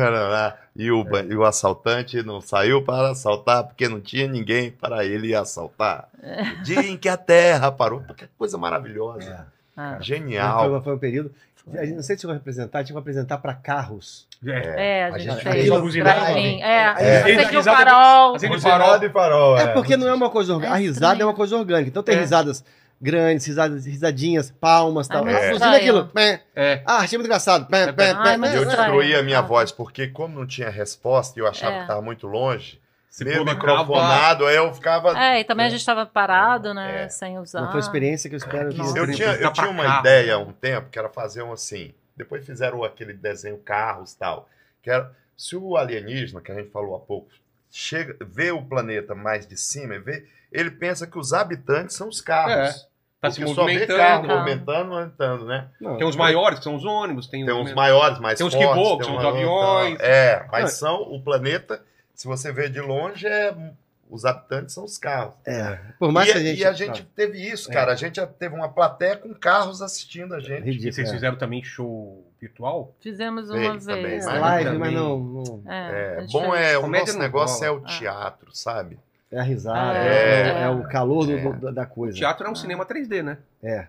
E o, ba- e o assaltante não saiu para assaltar porque não tinha ninguém para ele assaltar. É. O dia em que a terra parou. Que coisa maravilhosa. Ah, Foi, Genial. uma- foi um período. A gente- não sei se chegou a representar, tinha que apresentar para carros. É. É, a A gente gente fez. fez pra buzinada, mim, né? É, É. acendi o Risada- farol. Acende o farol. Farol de farol. É porque não é uma coisa É orgânica. A risada é estranho. uma coisa orgânica. Então tem É. risadas grandes, risadas, risadinhas, palmas, Ai, tal. mas Ah, estranho. Fuzil é aquilo. Pé. É. Ah, achei muito engraçado. Pé, pé, Ai, pé, mas é pé. Eu estranho. destruí a minha Ah. voz porque, como não tinha resposta e eu achava É. que estava muito longe, Se meio colocava- microfonado, aí eu ficava. É, e também a gente estava parado, né? É. Sem usar. Uma foi uma experiência que eu espero que. Nossa. Eu tinha, eu Tá pra tinha uma cá. ideia há um tempo que era fazer um assim. Depois fizeram aquele desenho carros e tal. Que era, se o alienígena, que a gente falou há pouco, chega, vê o planeta mais de cima, e vê, ele pensa que os habitantes são os carros. Tá se Porque só vê movimentando. carro Tá. movimentando, andando, né? Não, Tem uns maiores, que são os ônibus, tem, Tem os uns men- maiores, mais Tem uns que fortes. voam, tem um tem uns uma- aviões. É, mas Ah. são o planeta, se você vê de longe, é, os habitantes são os carros. É. Por mais e, que a e gente. teve isso, É. cara. A gente já teve uma plateia com carros assistindo a gente. E vocês Ridículo. é. fizeram também show virtual? Fizemos Fez uma também, vez. mas- Live, também- mas não. não- É, É, a gente bom fez. é o Comédia nosso não rola. negócio é o Ah. teatro, sabe? É a risada, É. é, é o calor do- É. do- da O coisa. teatro é um cinema 3D, né? É.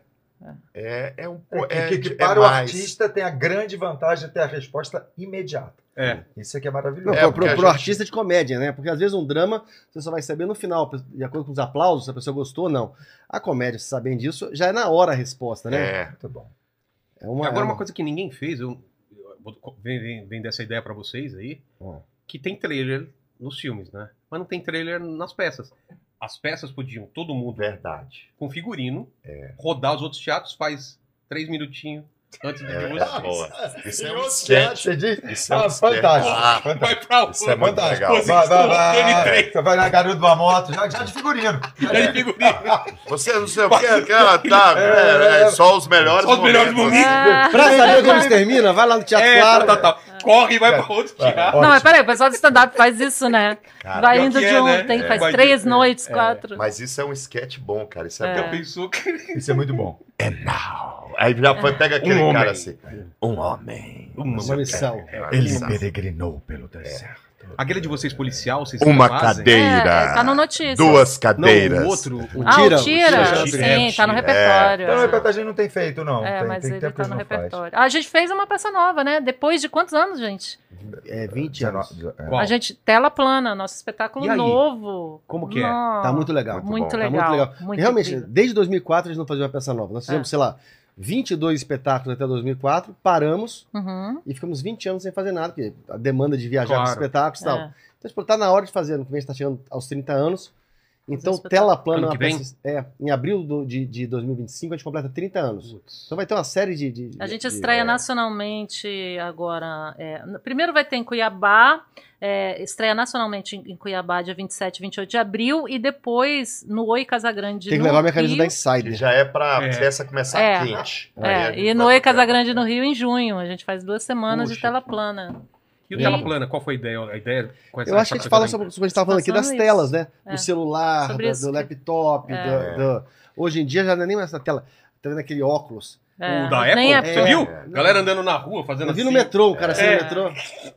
É, é um É, pouco. É, que, que é para o mais. artista tem a grande vantagem de ter a resposta imediata. É. Isso aqui é Não, maravilhoso. É, pro, porque a pro gente- artista de comédia, né? Porque às vezes um drama você só vai saber no final, de acordo com os aplausos, se a pessoa gostou ou não. A comédia, vocês sabem disso, já é na hora a resposta, né? É. Muito bom. É, E uma, agora é uma coisa que ninguém fez, eu, eu vou co- vem, vem, vem dessa ideia pra vocês aí, Hum. que tem trailer nos filmes, né? Mas não tem trailer nas peças. As peças podiam, todo mundo É. Verdade. com figurino, É. rodar os outros teatros, faz três minutinhos antes do É, é é, boa. Isso é um sketch. Você diz? Isso é um Ah, sketch. fantástico. Ah, fantástico. Vai pra rua. Isso é muito legal. Você Vai, vai, espontâneo e vai. trem. Você vai na garupa de uma moto, já, já de figurino. Ele figurino. Você não sei o que, que ela tá. É, é, só os melhores Só os melhores momentos. Ah. Pra saber como termina, vai lá no Teatro É, Claro. tá, tá, tá. Corre e vai pra outro teatro. Não, é mas peraí, o pessoal do stand-up faz isso, né? assim. Cara, Vai pior indo que de é, um, né? tem, É. faz Vai de- três noites, quatro. Mas isso é um sketch bom, cara. Isso é, É. Já pensou que... Isso é muito bom. Não. Aí já foi, pega aquele homem. cara assim. Um homem. Uma Uma missão. É, uma Ele missão. peregrinou pelo deserto. Aquela de vocês policial, vocês Uma fazem? cadeira. É, tá no notícias. Duas Não, cadeiras. o outro. o- Ah, Tira, o Tira, o Tira, sim, é, tá no o Tira. repertório. Então, é porque a gente não tem feito, não. É, tem, mas tem ele tempo que tá ele no não faz. repertório. A gente fez uma peça nova, né? Depois de quantos anos, gente? É 20 anos. 19, é. Qual? A gente, tela plana, nosso espetáculo E aí? novo. Como que é? Nossa, Tá muito legal. Muito muito bom. Tá legal. muito legal. muito Realmente, incrível. É. desde 2004 eles não faziam uma peça nova. Nós fizemos, sei lá, 22 espetáculos até 2004, paramos Uhum, e ficamos 20 anos sem fazer nada, porque a demanda de viajar Claro. para espetáculos e tal. é. Então, tipo, tá na hora de fazer, no que vem está chegando aos 30 anos. Então, espetáculo. tela plana Ano é que uma peça- é, em abril do- de, de 2025 a gente completa 30 anos. Putz. Então vai ter uma série de. de- A gente de- é, estreia nacionalmente agora. é, n- primeiro vai ter em Cuiabá, é, estreia nacionalmente em, em Cuiabá dia 27, 28 de abril, e depois no Oi Casagrande. Tem que no levar o mecanismo Rio. da Que Insider. já é pra É. peça começar É. quente. Aí a É, gente e vai no pra tela. Oi Casagrande no Rio em junho. A gente faz duas semanas Puxa. de tela plana. E o E- Tela Plana, qual foi a ideia? A ideia com essa- Eu acho que a essa gente coisa fala da- sobre o que a gente estava falando aqui das Passando isso. telas, né? É. Do celular, Sobre da- isso do que- laptop. É. do- do- Hoje em dia já não é nem mais essa tela. Tá vendo aquele óculos. É, O da nem Apple? é- Você viu? É. Galera andando na rua, fazendo Eu vi assim. no metrô, o cara assim É. no metrô. assim,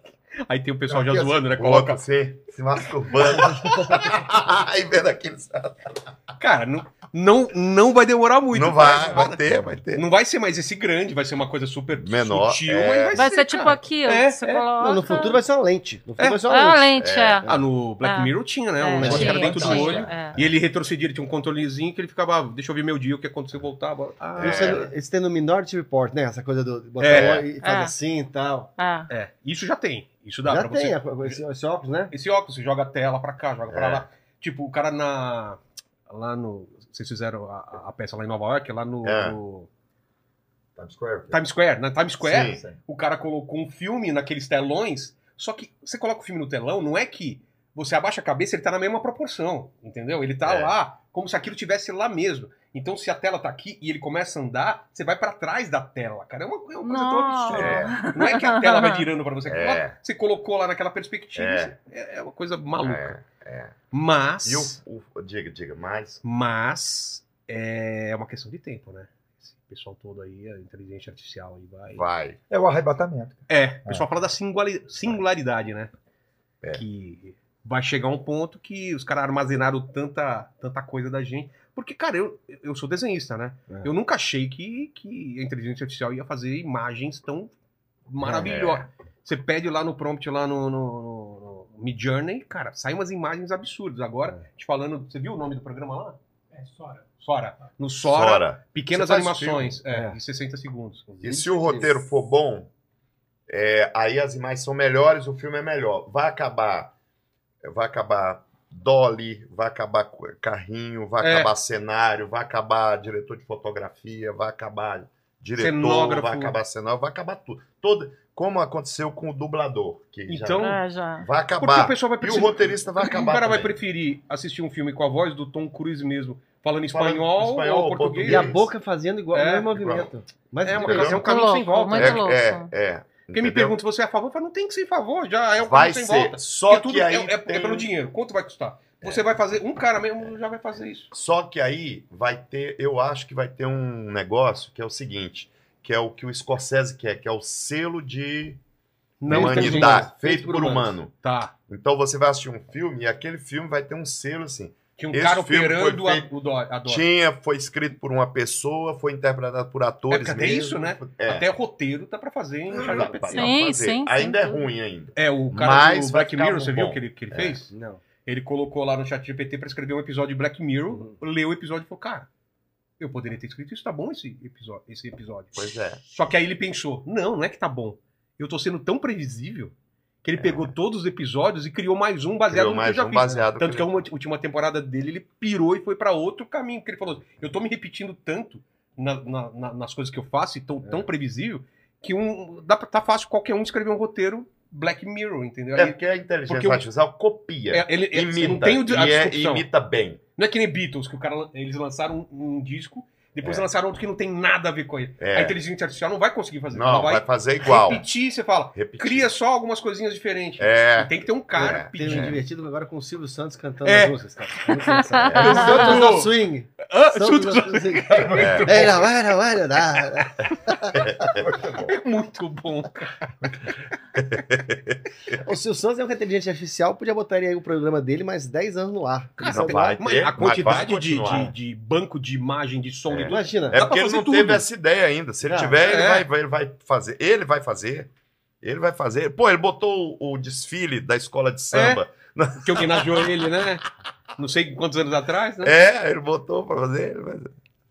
Aí tem o pessoal já Aqui, zoando, né? O Coloca. outro se, se masturbando. Aí vendo aquele. Cara, não, não, não vai demorar muito. Não vai, vai ter, vai ter. Não vai ser mais esse grande, vai ser uma coisa super Menor, sutil, é. mas vai, Vai ser tipo cara. aqui, ó, É, você é. coloca. Não, no futuro vai ser uma lente. No futuro É. vai ser Ah, uma a lente. lente, é. Ah, no Black Ah. Mirror tinha, né? É, Um negócio que era tinha, dentro do tinha, olho. é. E ele retrocedia, ele tinha um controlezinho que ele ficava, "Ah, deixa eu ver meu dia, o que aconteceu, voltar. bora. Ah, Isso é- Esse tem no Minority Report, né? Essa coisa do botar É. o olho e faz É. assim e tal. Ah, é. Isso já tem. Isso dá já pra tem você. a- esse, esse óculos, né? Esse óculos, você joga a tela pra cá, joga pra É. lá. Tipo, o cara na. Lá no. Vocês fizeram a, a peça lá em Nova York, lá no. É. no Times Square. Times Square. Na Times Square, Sim. o cara colocou um filme naqueles telões. Só que você coloca o filme no telão, não é que você abaixa a cabeça, ele tá na mesma proporção, entendeu? Ele tá É. lá, como se aquilo tivesse lá mesmo. Então, se a tela tá aqui e ele começa a andar, você vai pra trás da tela, cara. É uma, é uma coisa tão Nossa. absurda. É, Não é que a tela vai virando pra você. É. Ela- Você colocou lá naquela perspectiva. É. É, é uma coisa maluca. é. Mas. E o, o- Diga, diga, mais. Mas é uma questão de tempo, né? Esse pessoal todo aí, a inteligência artificial aí vai. Vai. É o arrebatamento. É, o pessoal fala da singulari- singularidade, né? É. Que vai chegar um ponto que os caras armazenaram tanta, tanta coisa da gente. Porque, cara, eu, eu sou desenhista, né? É. Eu nunca achei que, que a inteligência artificial ia fazer imagens tão maravilhosas. É. Você pede lá no prompt, lá no, no, no, no Mid Journey, cara, saem umas imagens absurdas. Agora, É. te falando, você viu o nome do programa lá? É, Sora. Sora. No Sora, Sora. pequenas Você faz animações é, É. de 60 segundos. E se o roteiro for bom, é, aí as imagens são melhores, o filme é melhor. Vai acabar vai acabar dolly, vai acabar cu- carrinho, vai É. acabar cenário, vai acabar diretor de fotografia, vai acabar diretor, Cenógrafo. vai acabar cenário, vai acabar tudo. Todo, como aconteceu com o dublador, que já- Então, Ah, já. vai Porque o acabar. pessoal vai E o roteirista vai acabar O um cara vai também. preferir assistir um filme com a voz do Tom Cruise mesmo, falando Falando espanhol, espanhol, ou português. E a Isso. boca fazendo igual É, o mesmo movimento. Mas É, uma Entendeu? coisa- é um caminho sem Louco, volta. muito É, louco. é, é, é. Quem me entendeu? pergunta se você é a favor, eu falo, não tem que ser em favor, já é um caminho vai sem ser. volta. Só Porque tudo que aí é, é- é tem- É. pelo dinheiro. Quanto vai custar? Você vai fazer, um cara mesmo já vai fazer isso. Só que aí vai ter, eu acho que vai ter um negócio que é o seguinte, que é o que o Scorsese quer, que é o selo de é humanidade feito, por humano. Tá. Então você vai assistir um filme e aquele filme vai ter um selo assim. Que um Esse cara filme foi operando a, feito- o dó- a dó- Tinha, foi escrito por uma pessoa, foi interpretado por É, atores porque até mesmo. isso, né? É. Até roteiro dá pra fazer em Dá- dá pra ChatGPT. Sim, fazer. sim, Ainda sim, é tudo. ruim ainda. É, o cara Mas do vai Black ficar um Mirror, bom. É. você viu o que ele, que ele fez? Não. Ele colocou lá no chat GPT pra escrever um episódio de Black Mirror, Uhum. leu o episódio e falou, cara, eu poderia ter escrito isso, tá bom esse episódio. Esse episódio. Pois é. Só que aí ele pensou, não, não é que tá bom. Eu tô sendo tão previsível que ele pegou todos os episódios e criou mais um baseado É. Criou no que eu já mais um fiz. né? baseado. Tanto que a ele- ulti- última temporada dele, ele pirou e foi pra outro caminho, que ele falou, eu tô me repetindo tanto na- na- na- nas coisas que eu faço, e É. tão, tão previsível, que um, dá, pra- tá fácil qualquer um escrever um roteiro Black Mirror, entendeu? É Aí- porque a inteligência porque o- artificial copia, é, ele, é, imita, não tem o- a e é- disrupção. imita bem. Não é que nem Beatles, que o cara, eles lançaram um, um disco, depois É. lançaram outro que não tem nada a ver com ele. É. A inteligência artificial não vai conseguir fazer. ela Não, vai fazer igual. repetir, você fala, Repetir. cria só algumas coisinhas diferentes. É. E Tem que ter um cara É. Tem um pedindo. divertido agora com o Silvio Santos cantando É. as músicas, cara. Muito engraçado. É. O Santos Santos. no swing. Ah, Santos Santos- no swing. É. É, não, é, não, é, não, é. É muito bom. cara. O Silvio Santos é uma inteligência artificial, podia botar ele aí o programa dele mais 10 anos no ar. Cara, Não tem- vai mas ter, a mas vai quantidade de, continuar. de- de banco de imagem, de som, de tudo. Imagina. É Dá pra porque ele fazer não tudo. teve essa ideia ainda. Se ele Não, tiver, ele, é. vai, vai- ele vai fazer. Ele vai fazer. Ele vai fazer. Pô, ele botou o, o desfile da escola de samba. Porque alguém nasceu ele, né? Não sei quantos anos atrás, né? É, ele botou pra fazer. ele vai-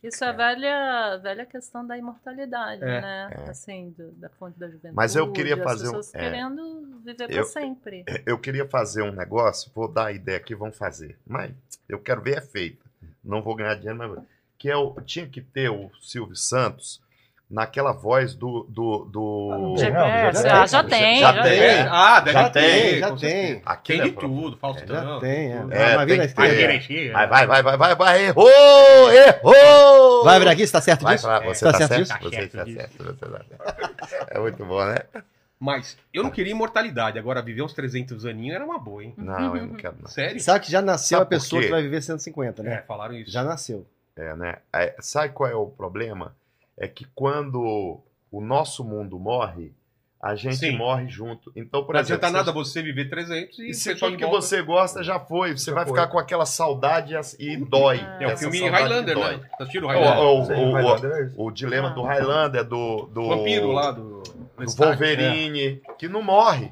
Isso é a velha, velha questão da imortalidade, É, né? Assim, do- da fonte da juventude. Mas eu queria as fazer um- pessoas é. querendo viver para Eu- É. sempre. Eu queria fazer um negócio, vou dar a ideia aqui, vamos fazer. Mas eu quero ver é feito. Não vou ganhar dinheiro, mas. Que é o, tinha que ter o Silvio Santos naquela voz do. do, do... Já- Diverso. já- Ah, já já- tem, já já tem. tem. Ah, deve Já ter, tem, já com certeza. tem. Tem Aquilo de é pro- tudo, Faustão. Já tem, é. É, tem Vai virar que ter. estrela. direitinho. Vai, vai, vai, vai, vai, vai. Errou! Errou! Vai vir aqui, você tá certo Vai disso? falar, você Tá tá, certo certo? Você disso? Tá está certo certo, você tá certo. É muito bom, né? Mas eu Tá. não queria imortalidade. Agora, viver uns 300 aninhos era uma boa, hein? Não, eu não quero não. Sério? Sabe que já nasceu Sabe a pessoa por quê? que vai viver 150, É, né? falaram isso. Já nasceu. É, né? É, sabe qual é o problema? É que quando o nosso mundo morre, a gente Sim. morre junto. Então, por não exemplo, adianta nada você... você viver 300 e, E se você só tudo que você gosta já foi, você Já vai foi. ficar com aquela saudade e as- e dói. É o Essa filme saudade Highlander, dói. né? Tá assistindo o É, Highlander? o- Sim, o- vai o- lá, beleza. O dilema Ah. do Highlander, do, do, O vampiro lá do... do Lestat. Wolverine, que não morre,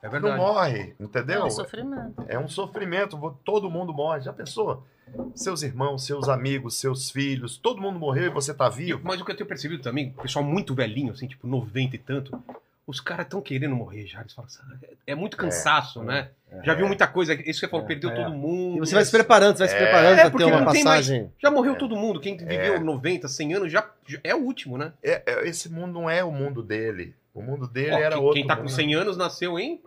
É, é não verdade. morre, entendeu? É um sofrimento. É um sofrimento, vo- todo mundo morre. Já pensou? Seus irmãos, seus amigos, seus filhos, todo mundo morreu e você tá E o- vivo? Mas o que eu tenho percebido também, o pessoal muito velhinho, assim, tipo 90 e tanto, os caras estão querendo morrer já. Eles falam assim, "Ah, é é muito cansaço, né? já viu muita coisa. Isso que você falou, É, perdeu é. todo mundo. E você vai se É. preparando, você vai se preparando É, pra porque ter uma não tem mais- passagem. Já morreu todo mundo. Quem viveu 90, 100 anos, já, já é o último, né? É- é- esse mundo não é o mundo dele. O mundo dele Ó, era quem, outro. quem tá com mundo. 100 anos nasceu em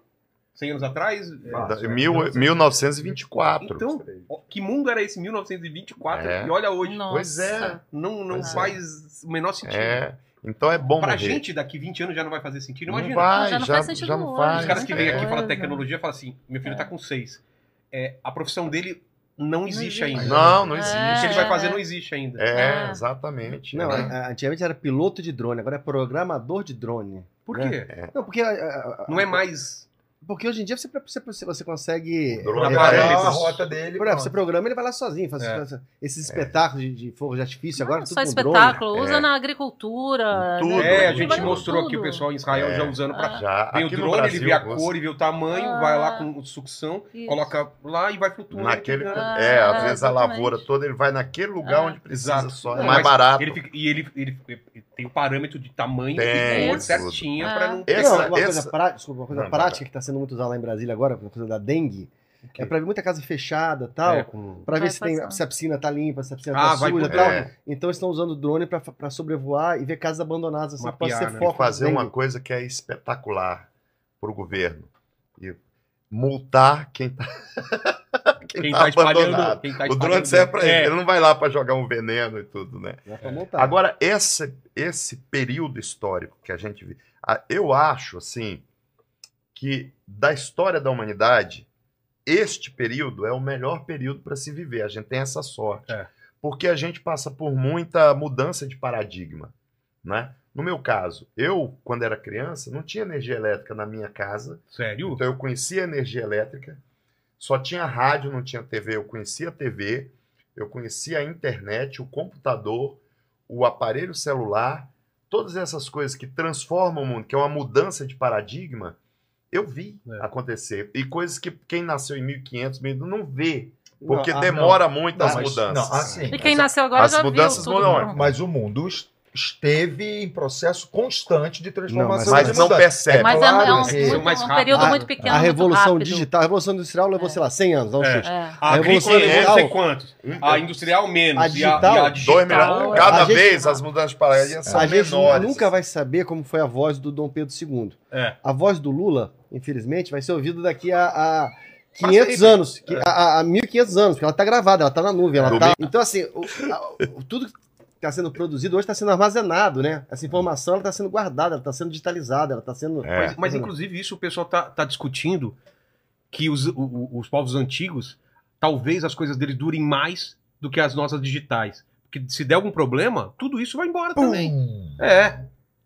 100 anos atrás. Ah, Da- é, mil- 1924. Então, ó, que mundo era esse 1924? É. E olha hoje, Nossa. Pois é. não, não Pois é. faz o menor sentido. É. Então é bom Pra morrer. gente, daqui 20 anos já não vai fazer sentido. não Imagina. vai, Já já, não já, faz sentido não hoje, né? faz. Os caras que vêm É. aqui falar Coisa. tecnologia falam assim: meu filho tá com 6. É, a profissão dele não existe existe. ainda. Não, não É. O que existe. ele vai fazer não existe ainda. É, Ah. exatamente. Não, né? a- É, antigamente era piloto de drone, agora é programador de drone. Por né? É. quê? Não, porque. a- a- a- Não é mais. Porque hoje em dia você, você, você consegue. O drone Ele Agora vai é lá, a isso. rota dele. Por exemplo, você pronto. programa, ele vai lá sozinho. Faz É. faz- esses espetáculos de, de fogo de artifício, agora Não tudo só com drone. espetáculo, drone. usa na é, a Em É. tudo. tudo, agricultura. né? gente tudo. Trabalha com mostrou aqui tudo. o pessoal em Israel É. já usando pra. Já, Vem o aqui no drone, Brasil, ele vê a você- cor e vê o tamanho, Ah. vai lá com sucção, Isso. coloca lá e vai flutuando. Naquele, Ele Ah, é, às é, vezes a exatamente. lavoura toda, ele vai naquele lugar Ah. onde precisa Exato. só. É Não, mas mais barato. fica- e ele, ele- ele tem o parâmetro de tamanho Tem, e cor isso. certinha Ah. pra não Essa- não, uma, essa- Coisa prática, tá desculpa, uma coisa Não, vai, prática que está sendo muito usada lá em Brasília agora, uma coisa da dengue, É pra ver muita casa fechada tal. É, com- Pra ver Vai se, tem, passar. se a piscina tá limpa, se a piscina Ah, tá vai suja e por- tal. é. Então eles estão usando drone pra- pra sobrevoar e ver casas abandonadas, assim, que pode Mapear, né? ser foco. fazer né? uma coisa que é espetacular para o governo e multar quem tá, quem Quem tá tá abandonado. espalhando. Quem tá O espalhando- drone serve É. para ele, ele não vai lá para jogar um veneno e tudo, né? Dá pra montar. Agora, esse, esse período histórico que a gente vive, eu acho, assim, que da história da humanidade, este período é o melhor período para se viver. A gente tem essa sorte. É. Porque a gente passa por muita mudança de paradigma, né? No meu caso, eu, quando era criança, não tinha energia elétrica na minha casa. Sério? Então eu conhecia a energia elétrica, só tinha rádio, não tinha TV. Eu conhecia a TV, eu conhecia a internet, o computador, o aparelho celular, todas essas coisas que transformam o mundo, que é uma mudança de paradigma, eu vi É. acontecer. E coisas que quem nasceu em 1500, 1500 não vê, porque Não, ah, demora muito Não, as mas- mudanças. não, assim, E quem nasceu agora as já mudanças viu tudo. mudam, Não. Mas o mundo es- esteve em processo constante de transformação. mas de não mudança. percebe. Mas é, claro, é um, sim. muito- muito- mais um rápido. período A- muito pequeno, a revolução muito rápido. digital, a revolução industrial levou, É. sei lá, 100 anos, dá um É. chute. É. A A agrícola evolução levou digital- não sei quantos. Um, A industrial menos. A E a, e digital- a Dois digital. milhões. é. Cada A gente- É. vez as mudanças de paradigma são a gente menores. nunca vai saber como foi a voz do Dom Pedro II. assim. É. A voz do Lula, infelizmente, vai ser ouvida daqui a, a Passa 500 aí, É. anos, que- a, a- a 1500 anos, porque ela tá gravada, ela tá na nuvem, ela tá... Então, assim, o- a- o- tudo que está sendo produzido hoje está sendo armazenado, né? Essa informação está sendo guardada, ela está sendo digitalizada, ela está sendo... É. Mas, mas, inclusive, isso o pessoal tá, tá discutindo que os, o- o- os povos antigos, talvez as coisas deles durem mais do que as nossas digitais. Porque se der algum problema, tudo isso vai embora também. Pum. É.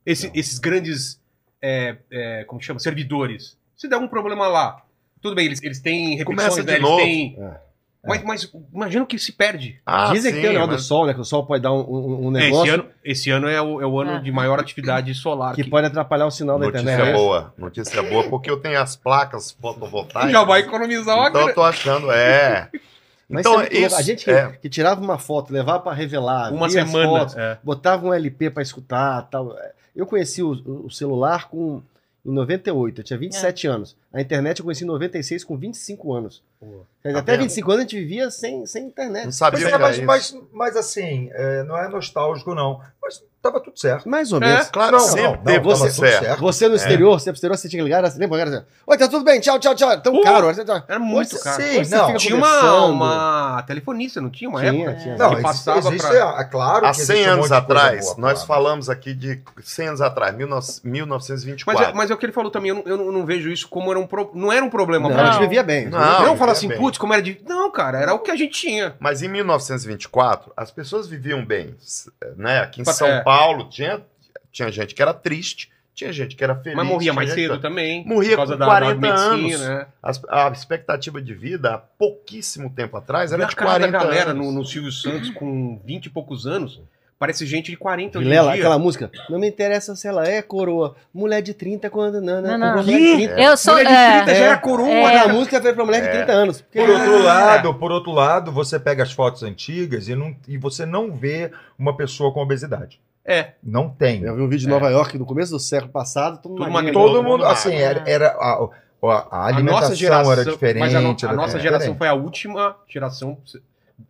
Esse- esses grandes, é, é, como chama, servidores. Se der algum problema lá, tudo bem, eles, eles têm Começa repetições, de né? Eles novo. têm... É. Mas, mas imagina o que se perde. Ah, Dizem que tem o sim, negócio mas- do sol, né? Que o sol pode dar um, um- um É, assim, Esse negócio ano, esse ano é o, é o ano É. de maior atividade solar. que pode atrapalhar o Então, sinal da Notícia internet. boa, notícia boa, porque eu tenho as placas fotovoltaicas. Já vai economizar uma Então eu tô achando, é. Mas Então, você vê que isso a gente que, é. que tirava uma foto, levava para revelar, Uma via tá as semana. fotos, é. botava um LP para escutar, tal. Eu conheci o, o celular com em 98, eu tinha 27 É. anos. A internet eu conheci em 96 com 25 anos. Quer dizer, Tá até vendo? 25 anos a gente vivia sem, sem Não internet. Pois sabia é, que era mas, isso. mas, mas assim, é, não é nostálgico, não. Mas tava tudo certo. Mais ou É. menos. Claro, não, sempre não, é teve não, tava você tudo certo. certo. Você no exterior, você no exterior, você tinha que ligar, você lembra? Cara, assim, Oi, tá tudo bem, tchau, tau, tchau. Tão Uh, caro. assim, Tchau, tchau. Era Hoje muito você- caro. hoje você Não, fica Tinha uma, conversando. uma telefonista, não tinha uma Tinha, época? tinha. Não, Que exi- passava existe, é pra- a- claro que Há existe 100 um anos monte de coisa atrás, boa, nós claro. falamos aqui de 100 anos atrás, 19- Mas, 1924. é, mas é o que ele falou também, eu não, eu não- eu não vejo isso como era um pro- não era um problema Não, pra a gente. gente vivia bem. Não, Não, fala é assim, bem. putz, como era de. Não, cara, era o que a gente tinha. Mas em 1924, as pessoas viviam bem. s- Né? Aqui em Pa- São é. Paulo, tinha, tinha gente que era triste, tinha gente que era feliz. Mas morria tinha mais gente que- cedo também. tá Morria por causa com da, 40 da medicina, anos. né? As- A expectativa de vida, há pouquíssimo tempo atrás, era Era de cara da 40 galera anos. no, no Silvio Santos com 20 e poucos anos. Parece gente de 40 hoje em Vilela, dia. aquela música. Não me interessa se ela é coroa. Mulher de 30 quando. Não, não, Não, não. quando mulher de 30. Eu sou. Mulher de é, 30 já era coroa. né? É. Aquela música foi pra mulher de 30 anos. Porque Por É. outro lado, por outro lado, você pega as fotos antigas e, não, e você não vê uma pessoa com obesidade. É. Não tem. Eu vi um vídeo de Nova York no começo do século passado, todo Tudo mundo magrinho. Todo Todo mundo, mundo assim, magro. era, era a, a- a A alimentação nossa geração era diferente. Mas a, no- a era nossa tudo geração diferente. foi a última geração.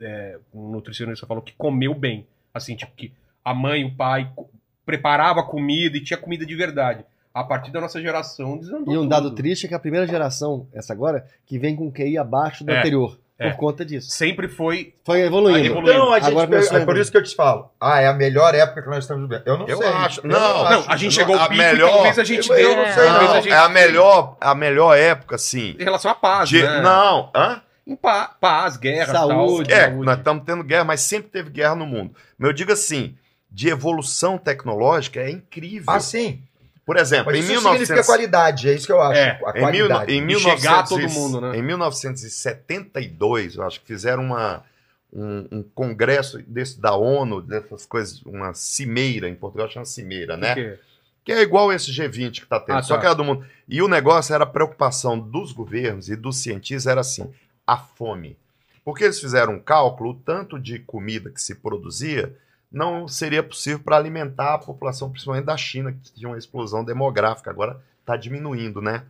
É, um nutricionista falou que comeu bem. Assim, tipo, que a mãe, o pai co- preparava a comida e tinha comida de verdade. A partir da nossa geração desandou. E um tudo. dado triste é que a primeira geração, essa agora, que vem com QI abaixo do É, anterior, é. por conta disso. Sempre foi. Foi evoluindo. Aí evoluiu. Então, a gente Agora pega- começou a é por evoluir. isso que eu te falo. Ah, é a melhor época que nós estamos vivendo. Eu não Eu sei. acho. Eu Não, acho. Não, a gente chegou a ao pico melhor- e talvez a gente eu- eu deu. não sei, talvez Não, a gente- é a melhor, a melhor época, assim. Em relação à paz, de- né? Não, hã? Em pa- paz, guerra, Saúde. Tal, É, nós estamos tendo guerra, mas sempre teve guerra no mundo. Mas eu digo assim, de evolução tecnológica é incrível. Ah, sim. Por exemplo, Mas em isso significa 1900... qualidade, é isso que eu acho. É, a Em, mil, qualidade. em, De chegar 1900 todo mundo, né? em 1972, eu acho que fizeram uma, um, um congresso desse da ONU, dessas coisas, uma cimeira, em Portugal chama cimeira, né? Porque- Que é igual esse G20 que está tendo, Ah, só tá. que era do mundo. E o negócio era a preocupação dos governos e dos cientistas, era assim, a fome. Porque eles fizeram um cálculo, o tanto de comida que se produzia não seria possível para alimentar a população, principalmente da China, que tinha uma explosão demográfica, agora está tá diminuindo, né?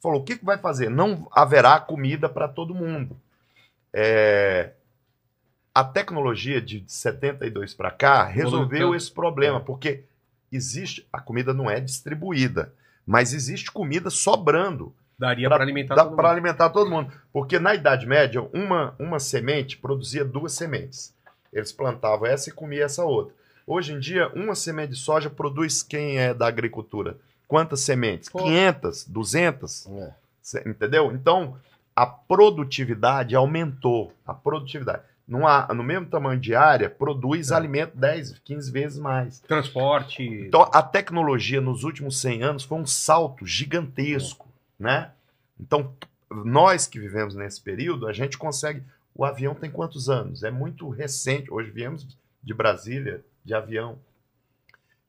Falou: o que, que vai fazer? Não haverá comida para todo mundo. É, a tecnologia de 72 para cá resolveu Voltou. esse problema, porque existe. A comida não é distribuída, mas existe comida sobrando Daria Dá- pra alimentar dá Tá todo para mundo. alimentar todo mundo. Porque na Idade Média, uma, uma semente produzia duas sementes. Eles plantavam essa e comiam essa outra. Hoje em dia, uma semente de soja produz quem é da agricultura? Quantas sementes? Pô. 500, 200, É. Cê- entendeu? Então, a produtividade aumentou, a produtividade. Numa, no mesmo tamanho de área, É. produz alimento 10, 15 vezes mais. Transporte. Então, a tecnologia nos últimos 100 anos foi um salto gigantesco, né? Então, nós que vivemos nesse período, a gente consegue... O avião tem quantos anos? É muito recente. Hoje viemos de Brasília de avião.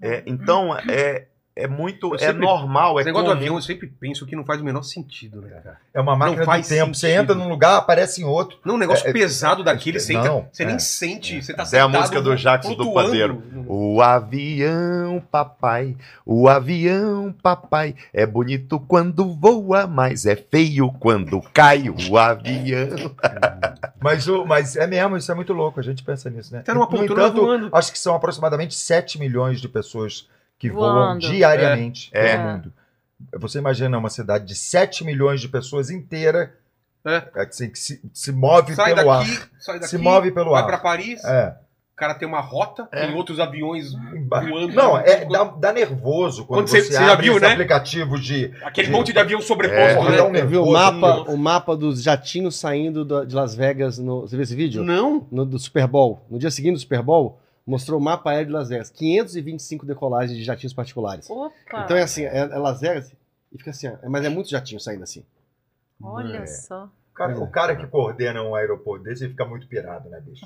É, então, é, é muito... Eu É sempre- normal, é Esse negócio do comum. avião, assim. um- eu sempre penso que não faz o menor sentido, né, cara? É uma máquina Não faz do tempo. Você sentido. entra num lugar, aparece em outro. Não, um negócio É, é, pesado daquele, é, você, não, entra- você é. nem sente, você tá É a música do Jackson do flutuando. O avião, papai, o avião, papai, é bonito quando voa, mas é feio quando cai o avião. Mas, o, mas é mesmo, isso é muito louco. A gente pensa nisso, né? Tá numa No poltrona entanto, voando. Acho que são aproximadamente 7 milhões de pessoas que voam Voando. diariamente É. pelo É. mundo. Você imagina uma cidade de 7 milhões de pessoas inteira É. assim, que se, se move Sai pelo daqui, sai ar. daqui, se move pelo vai pra ar. Paris, É. o cara tem uma rota, É. tem outros aviões voando. Não, é, dá, dá nervoso quando, Quando você, você- você já abre viu, os né? aplicativos de... Aquele Sim. monte de avião É. sobreposto, Porra, dá um né? Você viu nervoso. o mapa, Nossa. o mapa dos jatinhos saindo da- de Las Vegas? No, você viu esse vídeo? Não. No, do Super Bowl. No dia seguinte do Super Bowl, mostrou o mapa aéreo de Las Vegas. 525 decolagens de jatinhos particulares. Opa! Então é assim, é, é Las Vegas e fica assim, ó, mas é muito jatinho saindo assim. Olha É. só. O cara- o cara que coordena um aeroporto desse ele fica muito pirado, né, bicho?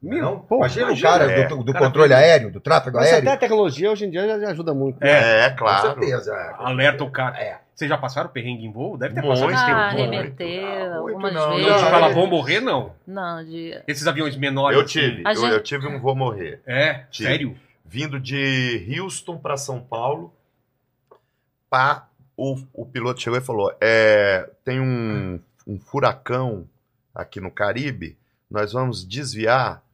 Meu, não? pô, imagina, imagina, o cara é. do, do Cara, controle tem- aéreo, do tráfego Mas até aéreo. a tecnologia hoje em dia já, já ajuda muito. É, É, Com certeza. é. alerta o cara. É. Vocês já passaram perrengue em voo? Deve ter Muito. passado esse tempo. Ah, muito, arremeter muito algumas não, Não, vezes. de Não, falar, é- vão morrer, não. Não, de... Esses aviões menores. Eu assim. tive, A eu, gente- eu tive um vou morrer. É, Tive. sério? Vindo de Houston para São Paulo, pá, o, o piloto chegou e falou: é, tem um, um furacão aqui no Caribe, nós vamos desviar,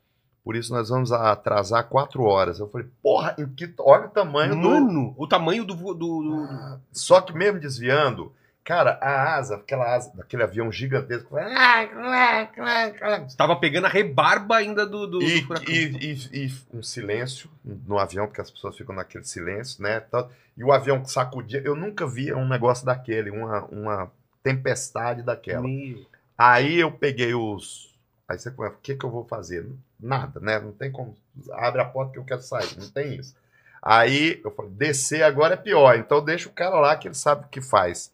por isso nós vamos atrasar quatro horas. Eu falei, porra, em que- olha o tamanho do. Mano, o tamanho do... vo- do, do- do- Só que mesmo desviando, cara, a asa, aquela asa daquele avião gigantesco, Você tava pegando a rebarba ainda do, do, do Ah. E, furacão. então. e- e- e um silêncio no avião, porque as pessoas ficam naquele silêncio, né? tal. E o avião que sacudia. Eu nunca vi um negócio daquele, uma, uma tempestade daquela. Meu. Aí eu peguei os. Aí você começa, o que, que eu vou fazer? Nada, né? Não tem como. Abre a porta que eu quero sair, não tem isso. Aí eu falei, descer agora é pior, então deixa o cara lá que ele sabe o que faz.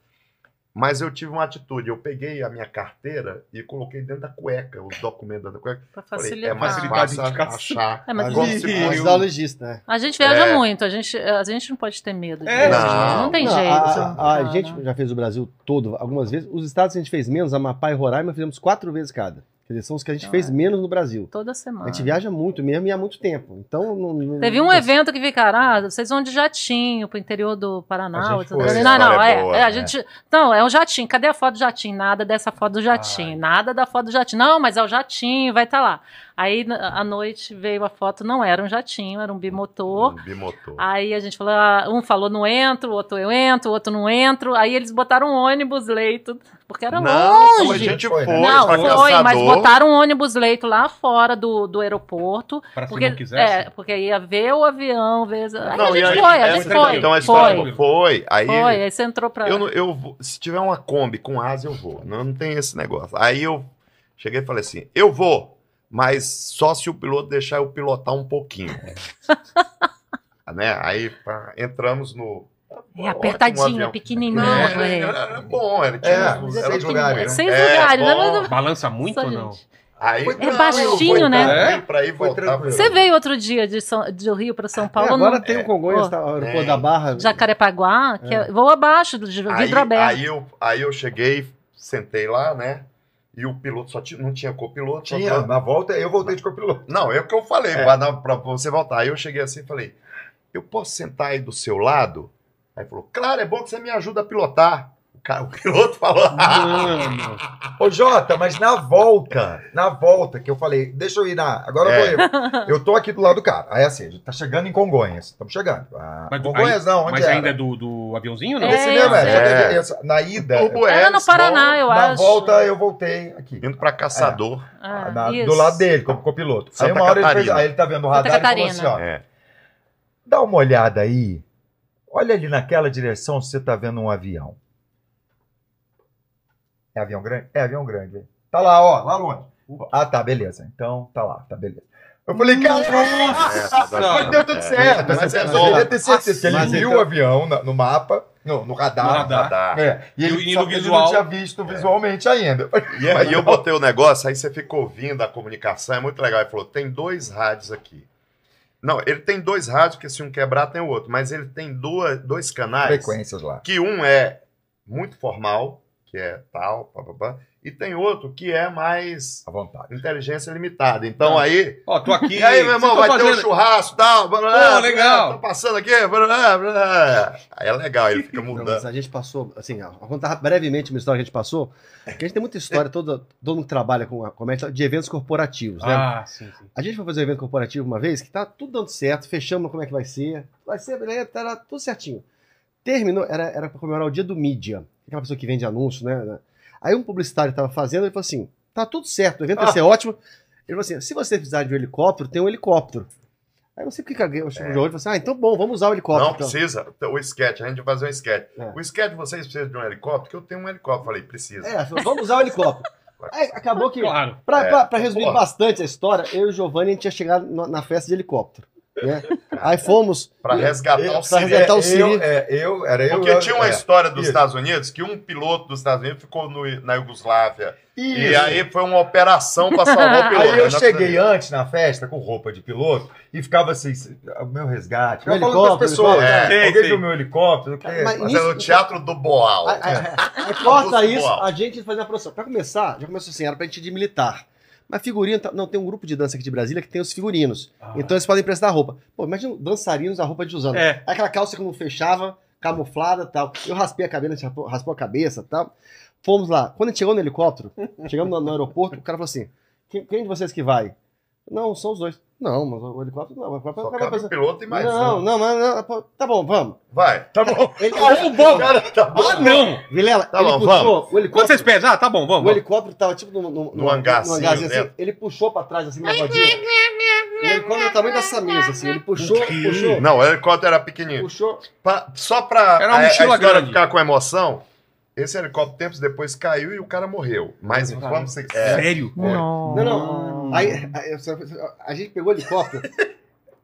Mas eu tive uma atitude, eu peguei a minha carteira e coloquei dentro da cueca, os documentos dentro da cueca. Pra Falei, facilitar. é mais facilitar. fácil Facilitar a achar. É, mas Mas Como isso- se mas fosse- dá o legista, né? A gente viaja É. muito, a gente, a gente não pode ter medo. É. disso, Não. não, tem Não, ah, jeito. A, a- a Cara. gente já fez o Brasil todo algumas vezes. Os estados que a gente fez menos, Amapá e Roraima, fizemos quatro vezes cada. Quer dizer, são os que a gente Então, fez é. Ah. menos no Brasil. Toda semana. A gente viaja muito mesmo e há muito tempo. Então, não- não- Teve um não- evento que ficaram, ah, vocês vão de jatinho pro interior do Paraná. A gente outro- foi, não, essa não, história é é, boa, é, a né? gente, não, é um jatinho. Cadê a foto do jatinho? Nada dessa foto do jatinho, Ai. nada da foto do jatinho. Não, mas é o jatinho, vai estar lá. Aí na- à noite veio a foto, não era um jatinho, era um bimotor. Um bimotor. Aí a gente falou, ah, um falou não entro, o outro eu entro, o outro não entro. Aí eles botaram um ônibus leito, porque era não, longe. a gente Foi, foi, né? Não, pra foi, mas Caçador. botaram um ônibus leito lá fora do, do aeroporto. Pra se Porque, não quisesse. é, porque ia ver o avião, ver. Aí Não, a e gente aí- foi, a é, gente então, foi. Então a foi, história foi. foi aí foi, aí você entrou pra. eu, não- eu vou- se tiver uma Kombi com asa, eu vou. Não, não tem esse negócio. Aí eu cheguei e falei assim: eu vou, mas só se o piloto deixar eu pilotar um pouquinho. né? Aí pá, entramos no. É ótimo apertadinho, avião. pequenininho. Não, é. era, era bom, ele tinha É, uns- mas era seis tudo- lugares. Seis É, lugares, né? bom. Balança muito Só, ou não? gente. Aí, Foi É baixinho, tranquilo, né? foi Pra ir É? Foi voltar. tranquilo. Você veio outro dia de São- do Rio para São É, Paulo, agora no tem o Congonhas, Pô. tá, o aeroporto É. da Barra. Jacarepaguá, que é, voo abaixo do de- Aí, vidro aberto. aí eu, aí eu cheguei, sentei lá, né? E o piloto só tinha, não tinha copiloto. só Tinha, tava- na volta eu voltei de copiloto. Não, é o que eu falei, É. pra, dar- pra você voltar. Aí eu cheguei assim e falei, eu posso sentar aí do seu lado? Aí falou, claro, é bom que você me ajuda a pilotar. O, cara, o piloto falou. "Ah, é. Mano. Ô, Jota, mas na volta, na volta que eu falei, deixa eu ir na. Agora É. eu vou eu. Eu tô aqui do lado do cara. Aí assim, a gente tá chegando em Congonhas. Estamos chegando. Ah, Mas do- Congonhas não, onde Mas era? ainda é do, do aviãozinho, não? É, Esse mesmo, é. é. já teve essa- Na ida, Turbo Era no Hélice, Paraná, eu na acho. volta eu voltei aqui. Indo pra Caçador. Ah, na- do isso. lado dele, como copiloto. Aí Santa uma hora ele, fez, Catarina. aí ele tá vendo o Santa radar e falou assim, Catarina. ó. É. Dá uma olhada aí. Olha ali naquela direção se você tá vendo um avião. É avião grande? É avião grande, velho. Tá lá, ó, lá longe. Ah, tá, beleza. Então, tá lá, tá beleza. Eu falei, cara, Nossa! mas deu tudo certo. Mas Mas é é bom. devia ter certeza. Ele Mas viu então- o avião na- no mapa, no, no radar. No radar. Tá. É, e E ele, o- e só no que ele visual. não tinha visto visualmente ainda. E aí eu botei o negócio, aí você fica ouvindo a comunicação, é muito legal. Ele falou: tem dois rádios aqui. Não, ele tem dois rádios, porque se um quebrar, tem o outro. Mas ele tem duas, dois canais. Frequências lá. Que um é muito formal, que é tal, pá, pá, pá, e tem outro que é mais À vontade. inteligência limitada. Então Ah. aí. Ó, tô aqui. E aí, meu irmão, Vocês tão vai ter um churrasco, tal. Blá, blá, blá, legal. Tô passando aqui. Blá, blá, blá. Aí é legal, ele fica Não, mudando. Então, mas é a gente passou, assim, ó, vou contar brevemente uma história que a gente passou, porque a gente tem muita história, todo, todo mundo que trabalha com a comédia, de eventos corporativos, né? Ah, sim, sim. A gente foi fazer um evento corporativo uma vez que tá tudo dando certo, fechamos como é que vai ser, vai ser, beleza, tá tudo certinho. Terminou, era, era pra comemorar o dia do mídia, aquela pessoa que vende anúncio, né? Aí um publicitário tava fazendo, ele falou assim: tá tudo certo, o evento Ah. vai ser ótimo. Ele falou assim: se você precisar de um helicóptero, tem um helicóptero. Aí eu não sei porque caguei, eu chamo de olho e falei assim: ah, então bom, vamos usar o helicóptero. É. Não então. precisa. Então, O sketch, a gente vai fazer um sketch. É. O sketch, vocês precisam de um helicóptero? Porque eu tenho um helicóptero. Falei, precisa. É, falou, vamos usar o helicóptero. Aí acabou que. Claro. Pra, É. pra- pra resumir Porra. bastante a história, eu e o Giovanni, a gente ia chegar na, na festa de helicóptero. né? Aí fomos. Pra resgatar Eu- o pra Siri. resgatar- Então, eu, Siri- é, eu, era eu. Porque eu- tinha uma é. história dos Isso. Estados Unidos que um piloto dos Estados Unidos ficou no- na Iugoslávia. E Isso. aí foi uma operação pra salvar o piloto. né? Aí eu Nós- cheguei antes na festa com roupa de piloto e ficava assim, o meu resgate. Meu Eu falando com as helicóptero, pessoas, helicóptero. né? É, alguém sim, viu sim. meu helicóptero, o quê? Mas- Mas era no Teatro do Boal. Aí, aí- aí corta Augusto isso, Boal. a gente faz a produção. Pra começar, já começou assim, era pra gente ir de militar. Mas figurino, tá- não, tem um grupo de dança aqui de Brasília que tem os figurinos. Ah. Então eles podem emprestar roupa. Pô, imagina dançarinos a roupa de Suzano. É. Aí Aquela calça que não fechava, camuflada e tal. Eu raspei a cabeça, a gente raspou, raspou a cabeça e tal. Fomos lá. Quando a gente chegou no helicóptero, chegamos no, no aeroporto, o cara falou assim: quem, quem de vocês que vai? Não, são os dois. Não, mas o helicóptero não. O helicóptero é Só o cabe cara vai o pensar. piloto e mais Não, um. não, mas não, pô, tá bom, vamos. Vai. Tá bom. Ele, Cara, tá bom. Ah, não! Vilela, Tá ele bom, puxou o helicóptero. Quanto vocês pesam? Ah, tá bom, O vamos. vamos. helicóptero tava tipo num, num, num- hangarzinho, num hangarzinho né? assim. Ele puxou pra trás assim, na rodinha. O helicóptero é o tamanho dessa mesa, assim. Ele puxou, puxou, Não, o helicóptero era pequenininho. puxou. Pra- só pra Era uma a- a mochila história grande. ficar com emoção, esse helicóptero tempos depois caiu e o cara morreu. Mas vamos ser é, Sério? Nossa. Não, não. Aí, aí, a gente pegou o helicóptero.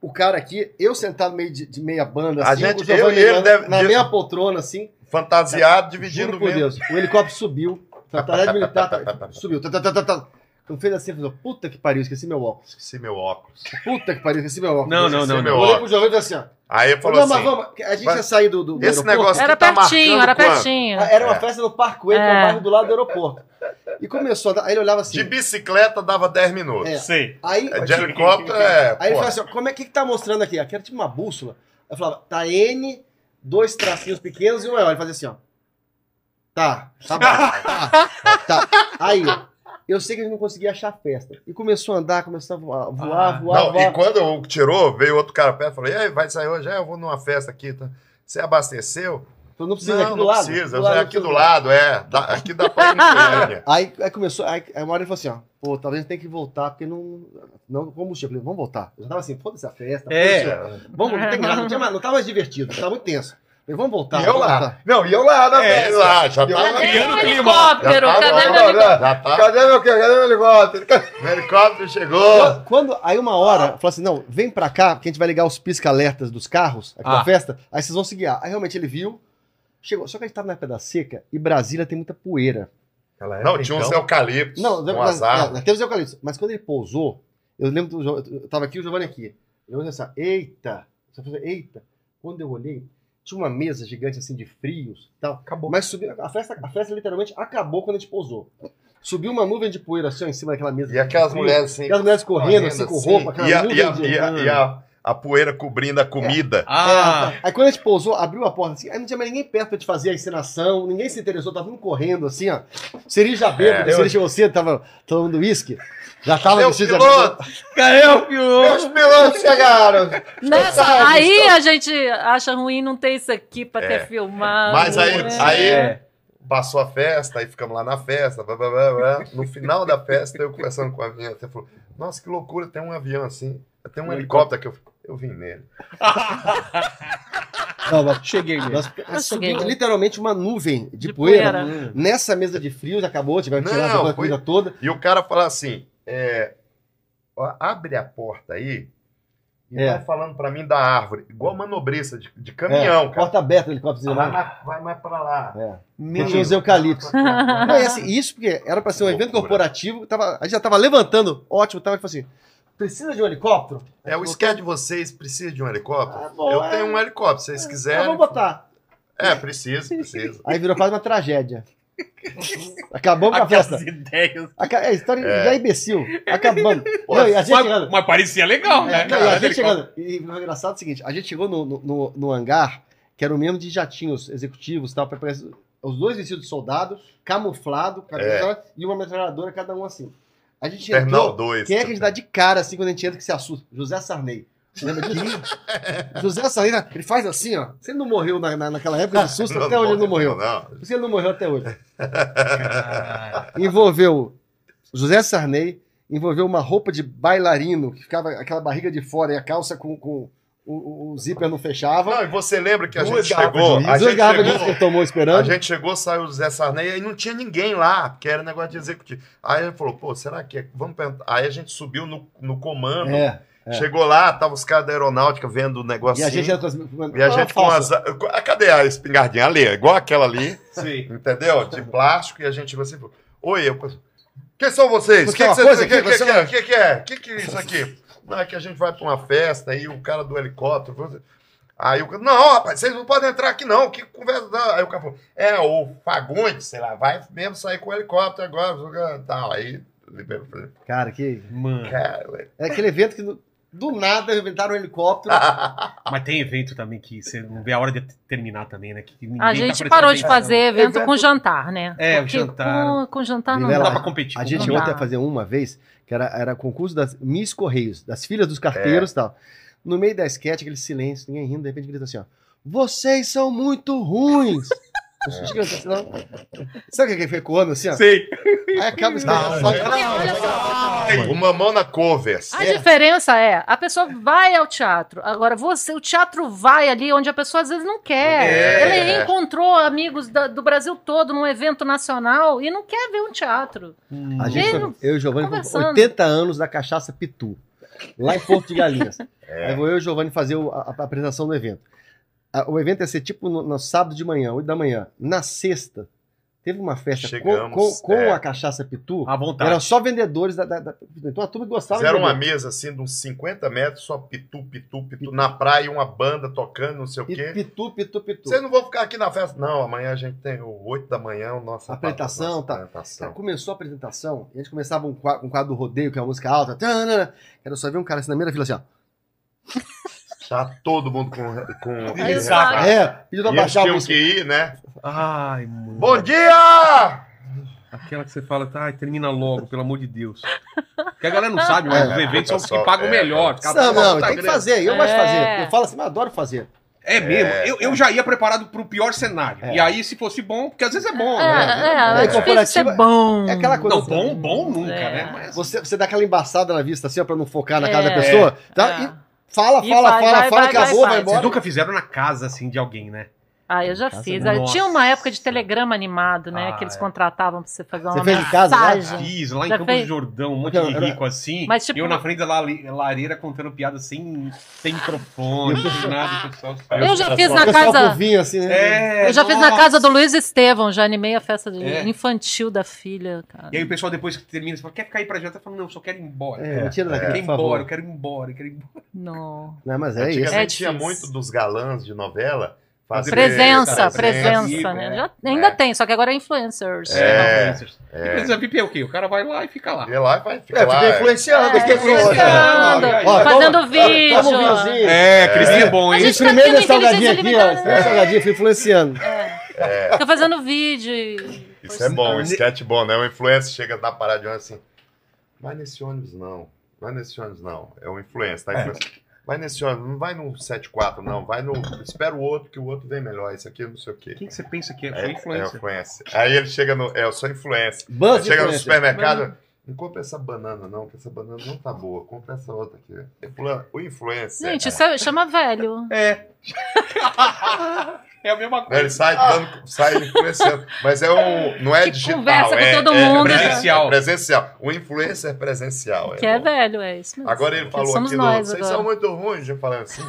O cara aqui, eu sentado no meio de, de meia banda, A assim, gente- o Giovanni eu e ele na- deve- na deve- meia poltrona, assim, fantasiado, juro dividindo por mesmo. Deus. O helicóptero subiu, fantasia de militar, tá- subiu. Tá, tá, tá, tá, tá. Quando fez assim, falou, puta que pariu, esqueci meu óculos. Esqueci meu óculos. Puta que pariu, esqueci meu óculos. Não, não, Esse é não. meu Eu não. olhei óculos. pro Giovanni e falei assim, ó. Aí ele falou Não, mas assim. vamos, a gente vai- ia sair do, do, do Esse aeroporto. negócio Era que tá pertinho, marcando era quanto? pertinho. Ah, Era uma É. festa no Parque Wake, que é É. o bairro do lado do aeroporto. E começou a dar, aí ele olhava assim. De bicicleta dava 10 minutos. É. Sei. Aí, É, De helicóptero é. aí ele pô, falava assim: ó, como é que, que tá mostrando aqui? Aqui era tipo uma bússola. Eu falava, tá N, dois tracinhos pequenos e um maior. Ele fazia assim, ó. Tá, tá bom. tá, tá. Aí, ó, eu sei que ele não conseguia achar a festa. E começou a andar, começou a voar, voar, Ah. voar, não, voar. e quando o que tirou, veio outro cara perto e falou: e aí, vai sair hoje? É, eu vou numa festa aqui. tá? Você abasteceu? Eu não precisa Não, aqui do não lado. precisa. do lado, aqui do precisa. lado, é. Dá- aqui dá pra ir no Goiânia. Aí, aí começou, aí, aí uma hora ele falou assim, ó, pô, talvez tem que voltar, porque não, não combustível. Eu falei, vamos voltar. Eu já tava assim, foda-se a festa, É. foda-se, ó, vamos, não, tem que- não, tinha mais- não tava mais divertido, tava muito tenso. Eu falei, vamos voltar. e eu vamos Tá, lá. voltar. Não, e eu lá na É, festa. lá, já Eu- tá. Cadê Criando o clima. helicóptero? Já tá Cadê bom, meu helicóptero? Já tá. Cadê meu, cadê meu helicóptero? Cadê- O helicóptero chegou. Quando, aí uma hora, falou assim, não, vem pra cá, porque a gente vai ligar os pisca-alertas dos carros aqui Ah. na festa, aí vocês vão se guiar. Aí realmente ele viu, chegou. Só que a gente tava na época da seca e Brasília tem muita poeira. Aquela Não, época, tinha uns então, eucaliptos. Não, um na, azar. na, na, é, teve os eucaliptos. Mas quando ele pousou, eu lembro do Jo- eu tava aqui e o Giovanni aqui. Eu olhei assim, eita! Eu falei, eita! Quando eu olhei, tinha uma mesa gigante assim de frios e tal. Acabou. Mas subiu. A festa, a festa literalmente acabou quando a gente pousou. Subiu uma nuvem de poeira assim ó, em cima daquela mesa. E aquelas de frio, mulheres assim. E as mulheres correndo, assim, com roupa, e aquela a, nuvem e a, de- e a- Ah. e a- a poeira cobrindo a comida. É. Ah, Aí quando a gente pousou, abriu a porta assim, aí não tinha mais ninguém perto pra te fazer a encenação, ninguém se interessou, tava todo mundo correndo assim, ó. Cerija bêbado, É, eu- Cereja você, tava tomando uísque, já tava Meu vestido de- piloto! Caramba, piloto! Meus pilotos chegaram! Nessa- Sabe, aí a gente acha ruim não ter isso aqui pra ter filmado. É. Mas aí, né? aí Ah, É. passou a festa, aí ficamos lá na festa, blá, blá, blá, blá. no final da festa, eu conversando com a minha, você falou, nossa, que loucura, tem um avião assim, tem um, Um helicóptero que eu falei, eu vim nele. Não, mas Cheguei mesmo. nós cheguei. subiu literalmente uma nuvem de, De poeira. né? poeira. Nessa mesa de frios, acabou, tiveram que tirar Não, a foi- um comida toda. E o cara fala assim, é, ó, abre a porta aí e É. vai falando pra mim da árvore, igual manobrista de, de caminhão, cara. É, Ah, Porta aberta, helicóptero. Vai, Ah, mais- vai mais pra lá. é. Menino, tinha os eucaliptos. vai pra cá. Não, e assim, isso porque era pra ser um evento Loucura. corporativo, tava, a gente já tava levantando, ótimo, tava tipo assim, precisa de um helicóptero? É, o esquete de vocês precisa de um helicóptero? Ah, bom, eu é. tenho um helicóptero, se vocês Ah, quiserem. vamos botar. É, precisa, precisa. Aí virou quase uma tragédia. Acabamos com a Aquelas festa. ideias. Aca- É, história já imbecil. Acabamos. Não, e a gente Mas, chegando. mas parecia legal, né? É, não, e a gente Aquele chegando. E o engraçado é o seguinte: a gente chegou no, no- no- no hangar, que era o mesmo de jatinhos executivos e tal, pra- pra- os dois vestidos de soldado, camuflado, camisa, e uma metralhadora, cada um assim. A gente entrou. Terminal 2. Quem é que a gente dá de cara assim quando a gente entra que se assusta? José Sarney. Você lembra disso? José Sarney, né? ele faz assim, ó. Se ele não morreu na, na- naquela época, ele assusta, até hoje ele não morreu. né? Não. Por isso ele não morreu até hoje. Ah, Envolveu José Sarney, envolveu uma roupa de bailarino, que ficava aquela barriga de fora e a calça com, com o, o- o zíper não fechava. Não, e você lembra que a Duas gente garrafas chegou. de A As duas gente garrafas disso que chegou, ele tomou a esperando. gente chegou, saiu o Zé Sarney e não tinha ninguém lá, porque era negócio de executivo. Aí ele falou, pô, será que é? Vamos perguntar. Aí a gente subiu no, no comando. É, é. Chegou lá, tava os caras da aeronáutica vendo o E negocinho. a gente era com as. com- E a com gente com falsa. as. ah, Cadê a espingardinha ali? É Igual aquela ali, Sei. entendeu? De plástico, e a gente assim. falou, Oi, eu. Quem são vocês? O Você que, é que, uma vocês- coisa que, que, aqui, que, você que é é? que, que é? que, que é isso aqui? Não, é que a gente vai pra uma festa e o cara do helicóptero. você- Aí o cara. Não, rapaz, vocês não podem entrar aqui, não. Que conversa. da-" Aí o cara falou: É, o Fagundes, sei lá, vai mesmo sair com o helicóptero agora. Tal. Aí. liberou. Falei, Cara, que. Mano. Cara, É aquele evento que do, do nada inventaram um helicóptero. Mas tem evento também que você não vê a hora de terminar também, né? Que ninguém A tá gente prestando parou de atenção. fazer evento com Evento- jantar, né? É, o Porque jantar. Com, com jantar não Não Ela- dá dá. pra competir. A com gente Tipo, não nada. ontem dá. ia fazer uma vez, que era, era concurso das Miss Correios, das filhas É. dos carteiros e tal. No meio da sketch, aquele silêncio, ninguém rindo, de repente grita assim, ó. Vocês são muito ruins! A gente grita assim, não. Sabe o que foi ecoando assim, ó? Sei. Aí acaba o sketch. Não, não, só- Porque, olha só, Uma mão na covers. a diferença é, a pessoa vai ao teatro. Agora, você, o teatro vai ali onde a pessoa às vezes não quer. É. Ele encontrou amigos da- do Brasil todo num evento nacional e não quer ver um teatro. A gente, Mesmo foi- eu e o Giovanni fomos conversando. 80 anos da cachaça Pitu, lá em Porto de Galinhas. É. Aí vou eu e o Giovanni fazer o- a, a apresentação do evento. A- o evento ia ser tipo no, no sábado de manhã, 8 da manhã. Na sexta, teve uma festa com- Chegamos, com, com é. a cachaça Pitu. À vontade. Eram só vendedores da, da, da- Então a turma gostava Fizeram uma beber. mesa assim de uns 50 metros, só pitu, pitu, pitu, na praia, uma banda tocando, não sei o E quê. pitu, pitu, pitu. Vocês não vão ficar aqui na festa. Não, amanhã a gente tem o 8 da manhã, o nosso Apresentação, nossa tá. Cara, apresentação. começou a apresentação, e a gente começava um quadro, um quadro do rodeio, que é uma música alta. tanana. Era só ver um cara assim na mira fila assim, ó. Tá todo mundo com. com Aí os Exato. caras- É, pediu pra Ah, E eles baixar a tinham música. que ir, né? Ai, mano. Bom dia! Aquela que você fala, tá, ai, termina logo, pelo amor de Deus. Porque a galera não sabe, mas os É. eventos são os que Pessoal, pagam é, melhor. Cada Não, um não, tá tem que grande. fazer, eu gosto de É. fazer. Eu falo assim, mas adoro fazer. É mesmo. É. Eu, eu já ia preparado pro pior cenário. É. E aí, se fosse bom, porque às vezes é bom, né? É, é, É, é difícil corporativa- ser bom. É aquela coisa. Não, assim, bom, bom nunca, É. né? Mas Você, você dá aquela embaçada na vista assim, ó, pra não focar na cara É. da pessoa. Tá? É. E fala, E fala, vai, fala, vai, fala, vai, vai, acabou, vai, vai. vocês embora. nunca fizeram na casa, assim, de alguém, né? Ah, eu já Casa fiz. não. Ah, Tinha uma época de telegrama animado, né? Ah, que eles é. contratavam pra você fazer uma Você fez em casa, né? mensagem. Fiz, lá em Já Campos fez? do Jordão, um monte Não, de era- rico assim. Mas, tipo, eu na frente da lare- lareira contando piada sem, sem microfone, sem nada. o pessoal só- Eu já fiz O na pessoal casa. com vinho, assim, né? É, Eu já fiz na nossa. casa do Luiz Estevão, já animei a festa de- É. infantil da filha, cara. E aí o pessoal, depois que termina, você fala, quer ficar aí pra jantar? Eu falo, não, eu só quero ir embora. É, tira Eu quero daqui, ir por embora, eu favor. quero ir embora, eu quero ir embora. Não. Não, mas é isso. Antigamente É tinha difícil. muito dos galãs de novela fazer Presença, presença, amigo, presença, né? né? Já- ainda É. tem, só que agora é influencers. É, E precisa VIP é o quê? O cara vai lá e fica lá. Vê lá e vai ficar É, lá. fiquei influenciando É, aqui influenciando. agora. ficando, Ó, fazendo toma- vídeo. Toma um vinhozinho. É, Cristina é bom, A hein? gente tá Primeiro aqui desse na inteligência salgadinho aqui, ó. limitada, Esse salgadinho fui influenciando. Fica fazendo vídeo. e- Isso é bom, um sketch bom, né? O influencer chega na parada de ônibus assim, vai nesse ônibus não, vai nesse ônibus não. É o influencer, tá? Influencer. Vai nesse ônibus, não vai no 74 não, vai no... Espera o outro, que o outro vem melhor, esse aqui não sei o quê. Quem que você pensa que é? É, Foi é o influencer. influencer. Aí ele chega no... É, eu sou influencer. Aí Buzz de chega no influencer. supermercado, não compra essa banana não, que essa banana não tá boa, compra essa outra aqui. É fulano, o influencer... Gente, isso é- chama velho. É. É a mesma Ele coisa. sai, dando, sai influenciando. Mas é um. Não é Que digital. conversa com é, todo é mundo, né? presencial. É presencial. O influencer é presencial. Que é bom. velho, é isso mesmo. Agora ele falou Somos aqui no. nós Vocês agora." são muito ruins, eu falando assim.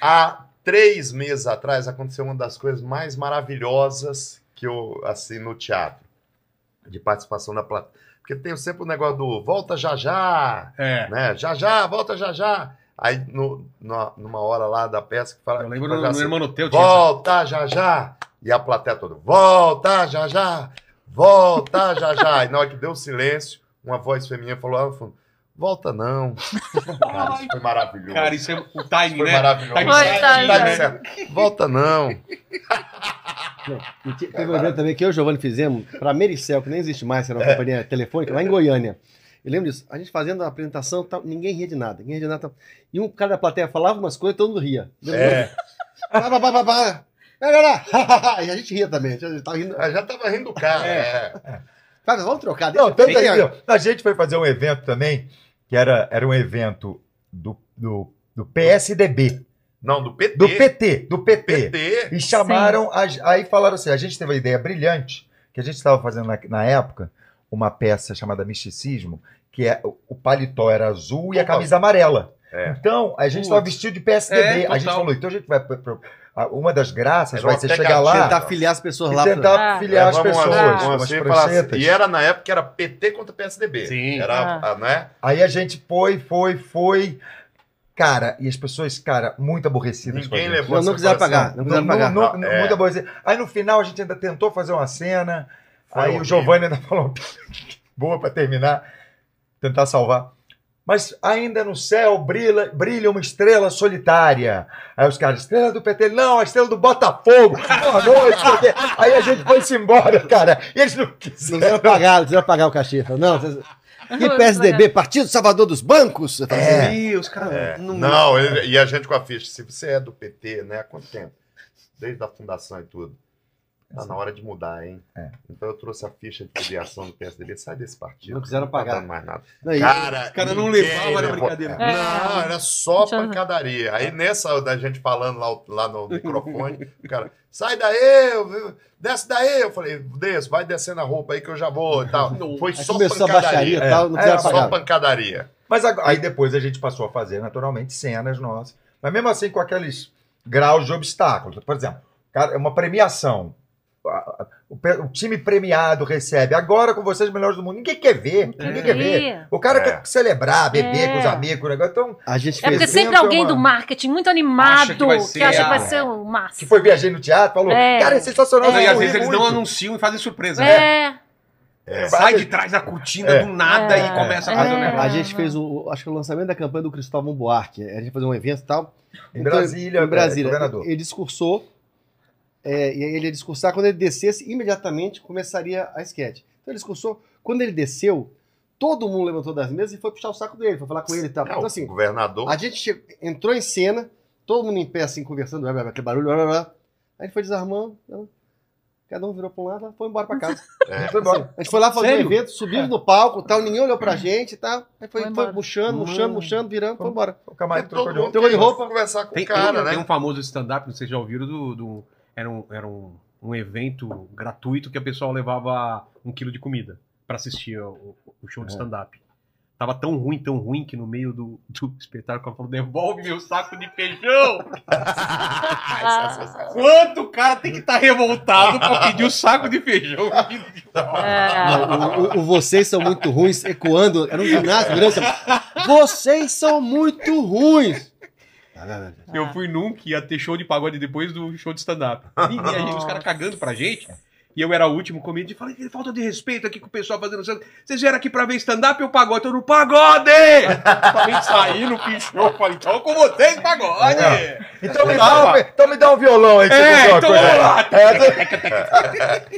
Há três meses atrás aconteceu uma das coisas mais maravilhosas que eu, assim, no teatro. De participação da plateia. Porque tem sempre o negócio do volta já já, É. né? Já já, volta já já. Aí no, no- numa hora lá da peça que fala. Eu que lembro fala no, no Irmão Teu. tinha essa- Volta já já! E a plateia toda, volta já já! Volta já já! E na hora que deu o silêncio, uma voz feminina falou lá no fundo, volta não. Cara, isso foi maravilhoso. Cara, isso é o time, foi né? maravilhoso. Tá de Foi, certo, tá de tá de certo. certo. Volta não. E te- Teve um evento também que eu e o Giovanni fizemos para Mericel, que nem existe mais, que era uma É. companhia telefônica, lá em Goiânia. Eu lembro disso. A gente fazendo a apresentação, tal, ninguém ria de nada. Ninguém ria de nada. tal. E um cara da plateia falava umas coisas, todo mundo ria. um É, Bá, bá, bá, bá, bá. É, galera. E a gente ria também. A gente tava rindo. eu já tava rindo o cara. É. Cara, vamos trocar. deixa Não, eu tanto pegar. aí, ó, a gente foi fazer um evento também, que era, era um evento do, do, do PSDB, Não, do PT. do PT, do PT. PT. E chamaram, a- aí falaram assim, a gente teve uma ideia brilhante, que a gente estava fazendo na, na época, uma peça chamada Misticismo, que é o o paletó era azul e a Opa. camisa amarela. É. Então, a gente estava vestido de PSDB. É, a gente total. falou, então a gente vai... pro- pro- a- uma das graças Era vai uma ser chegar pegadinha, lá Tentar filiar as pessoas e lá. pra- tentar Ah. filiar as Levava uma- pessoas. uma com as assim e falava assim, pranchetas. e era na época que era PT contra PSDB. Sim. Era, a- né? Aí a gente foi, foi, foi. Cara, e as pessoas, cara, muito aborrecidas. com a Ninguém gente. levou Não, não essa quiseram coração. pagar. Não Não, quiseram pagar. não, não, não, É. Muito aborrecidas. Aí no final a gente ainda tentou fazer uma cena. Foi aí horrível. o Giovanni ainda falou boa pra terminar, tentar salvar. Mas ainda no céu brilha, brilha uma estrela solitária. Aí os caras, estrela do PT, não, a estrela do Botafogo. Boa noite, PT. Aí a gente foi-se embora, cara. E eles não Não quiseram. quiseram pagar, não quiseram pagar o cachê. Falou, Não, vocês- que PSDB, Partido Salvador dos Bancos. Eu falei, É. Ih, os caras. É. não- Não, né? ele- e a gente com a ficha. Se você é do PT, né? Há quanto tempo? Desde a fundação e tudo. Tá na hora de mudar, hein? É. Então eu trouxe a ficha de filiação do PSDB. Sai desse partido. Não quiseram pagar. Não tá dando mais nada. não, é e- Cara, Os caras não ninguém levavam na levou. brincadeira. É. Não, era só Deixa eu- pancadaria. É. Aí nessa da gente falando lá, lá no microfone, o cara, sai daí, eu- desce daí. Eu falei, desce, vai descendo a roupa aí que eu já vou e tal. Não. Foi Aí só começou a baixaria tá pancadaria. e tal, não É, quiseram Só pagar. pancadaria. Mas agora- aí depois a gente passou a fazer naturalmente cenas nossas. Mas mesmo assim com aqueles graus de obstáculos. Por exemplo, cara, é uma premiação. A- a- O, pe- o time premiado recebe agora com vocês os melhores do mundo. Ninguém quer ver. Ninguém quer ver. O cara É. quer celebrar, beber É. com os amigos, o negócio. Então, A gente É fez. porque Presente sempre alguém é uma- do marketing muito Acha animado que vai ser que acha que vai a- ser um o máximo. que foi viajando no teatro, falou: É. Cara, é sensacional. Não, vocês e às vão vezes rir eles muito." não anunciam e fazem surpresa, né? É. É. Sai de trás da cortina É. do nada É. e começa a É. fazer o negócio. A gente fez o, acho que o lançamento da campanha do Cristóvão Buarque. A gente fez um evento e tal. Em Brasília, Em Brasília. é, governador. Ele discursou. é, e aí ele ia discursar. Quando ele descesse, imediatamente começaria a sketch. Então ele discursou. Quando ele desceu, todo mundo levantou das mesas e foi puxar o saco dele, foi falar com ele e tal. Não, Então o assim, governador. a gente chegou- entrou em cena, todo mundo em pé assim, conversando, blá, blá, blá, aquele barulho, blá, blá, blá. A gente foi desarmando. blá, blá. Cada um virou pra um lado, foi embora pra casa. É. Foi embora. A gente foi lá fazer Sério? um evento, subimos no palco, tal, ninguém olhou pra gente e tal. Aí Ah. foi, Foi foi embora. murchando, murchando, murchando, virando, foi embora. O camarada trocou de mundo roupa. Trocou de tem roupa. que conversar com Tem, o cara, tem- né? tem um famoso stand-up, não sei se vocês já ouviram, do, do- era, um, era um, um evento gratuito que a pessoa levava um quilo de comida pra assistir o, o show de É. stand-up. Tava tão ruim, tão ruim, que no meio do, do espetáculo ela falou, devolve meu saco de feijão! Ah, é é. Quanto o cara tem que estar revoltado pra pedir o saco de feijão? É. O, o- o vocês são muito ruins, ecoando, era um ginásio grande. assim, Vocês são muito ruins! Eu fui num que ia ter show de pagode depois do show de stand-up. E a gente, os caras cagando pra gente. E eu era o último comediante. e Falei, "Que falta de respeito aqui com o pessoal fazendo stand-up. Vocês vieram aqui pra ver stand-up ou pagode? Eu no pagode! Falei, saí, não fiz show. Falei, então com vocês, pagode! É. Então me, dá um, então me dá um violão aí que você É, consegue uma então coisa. vamos lá. É,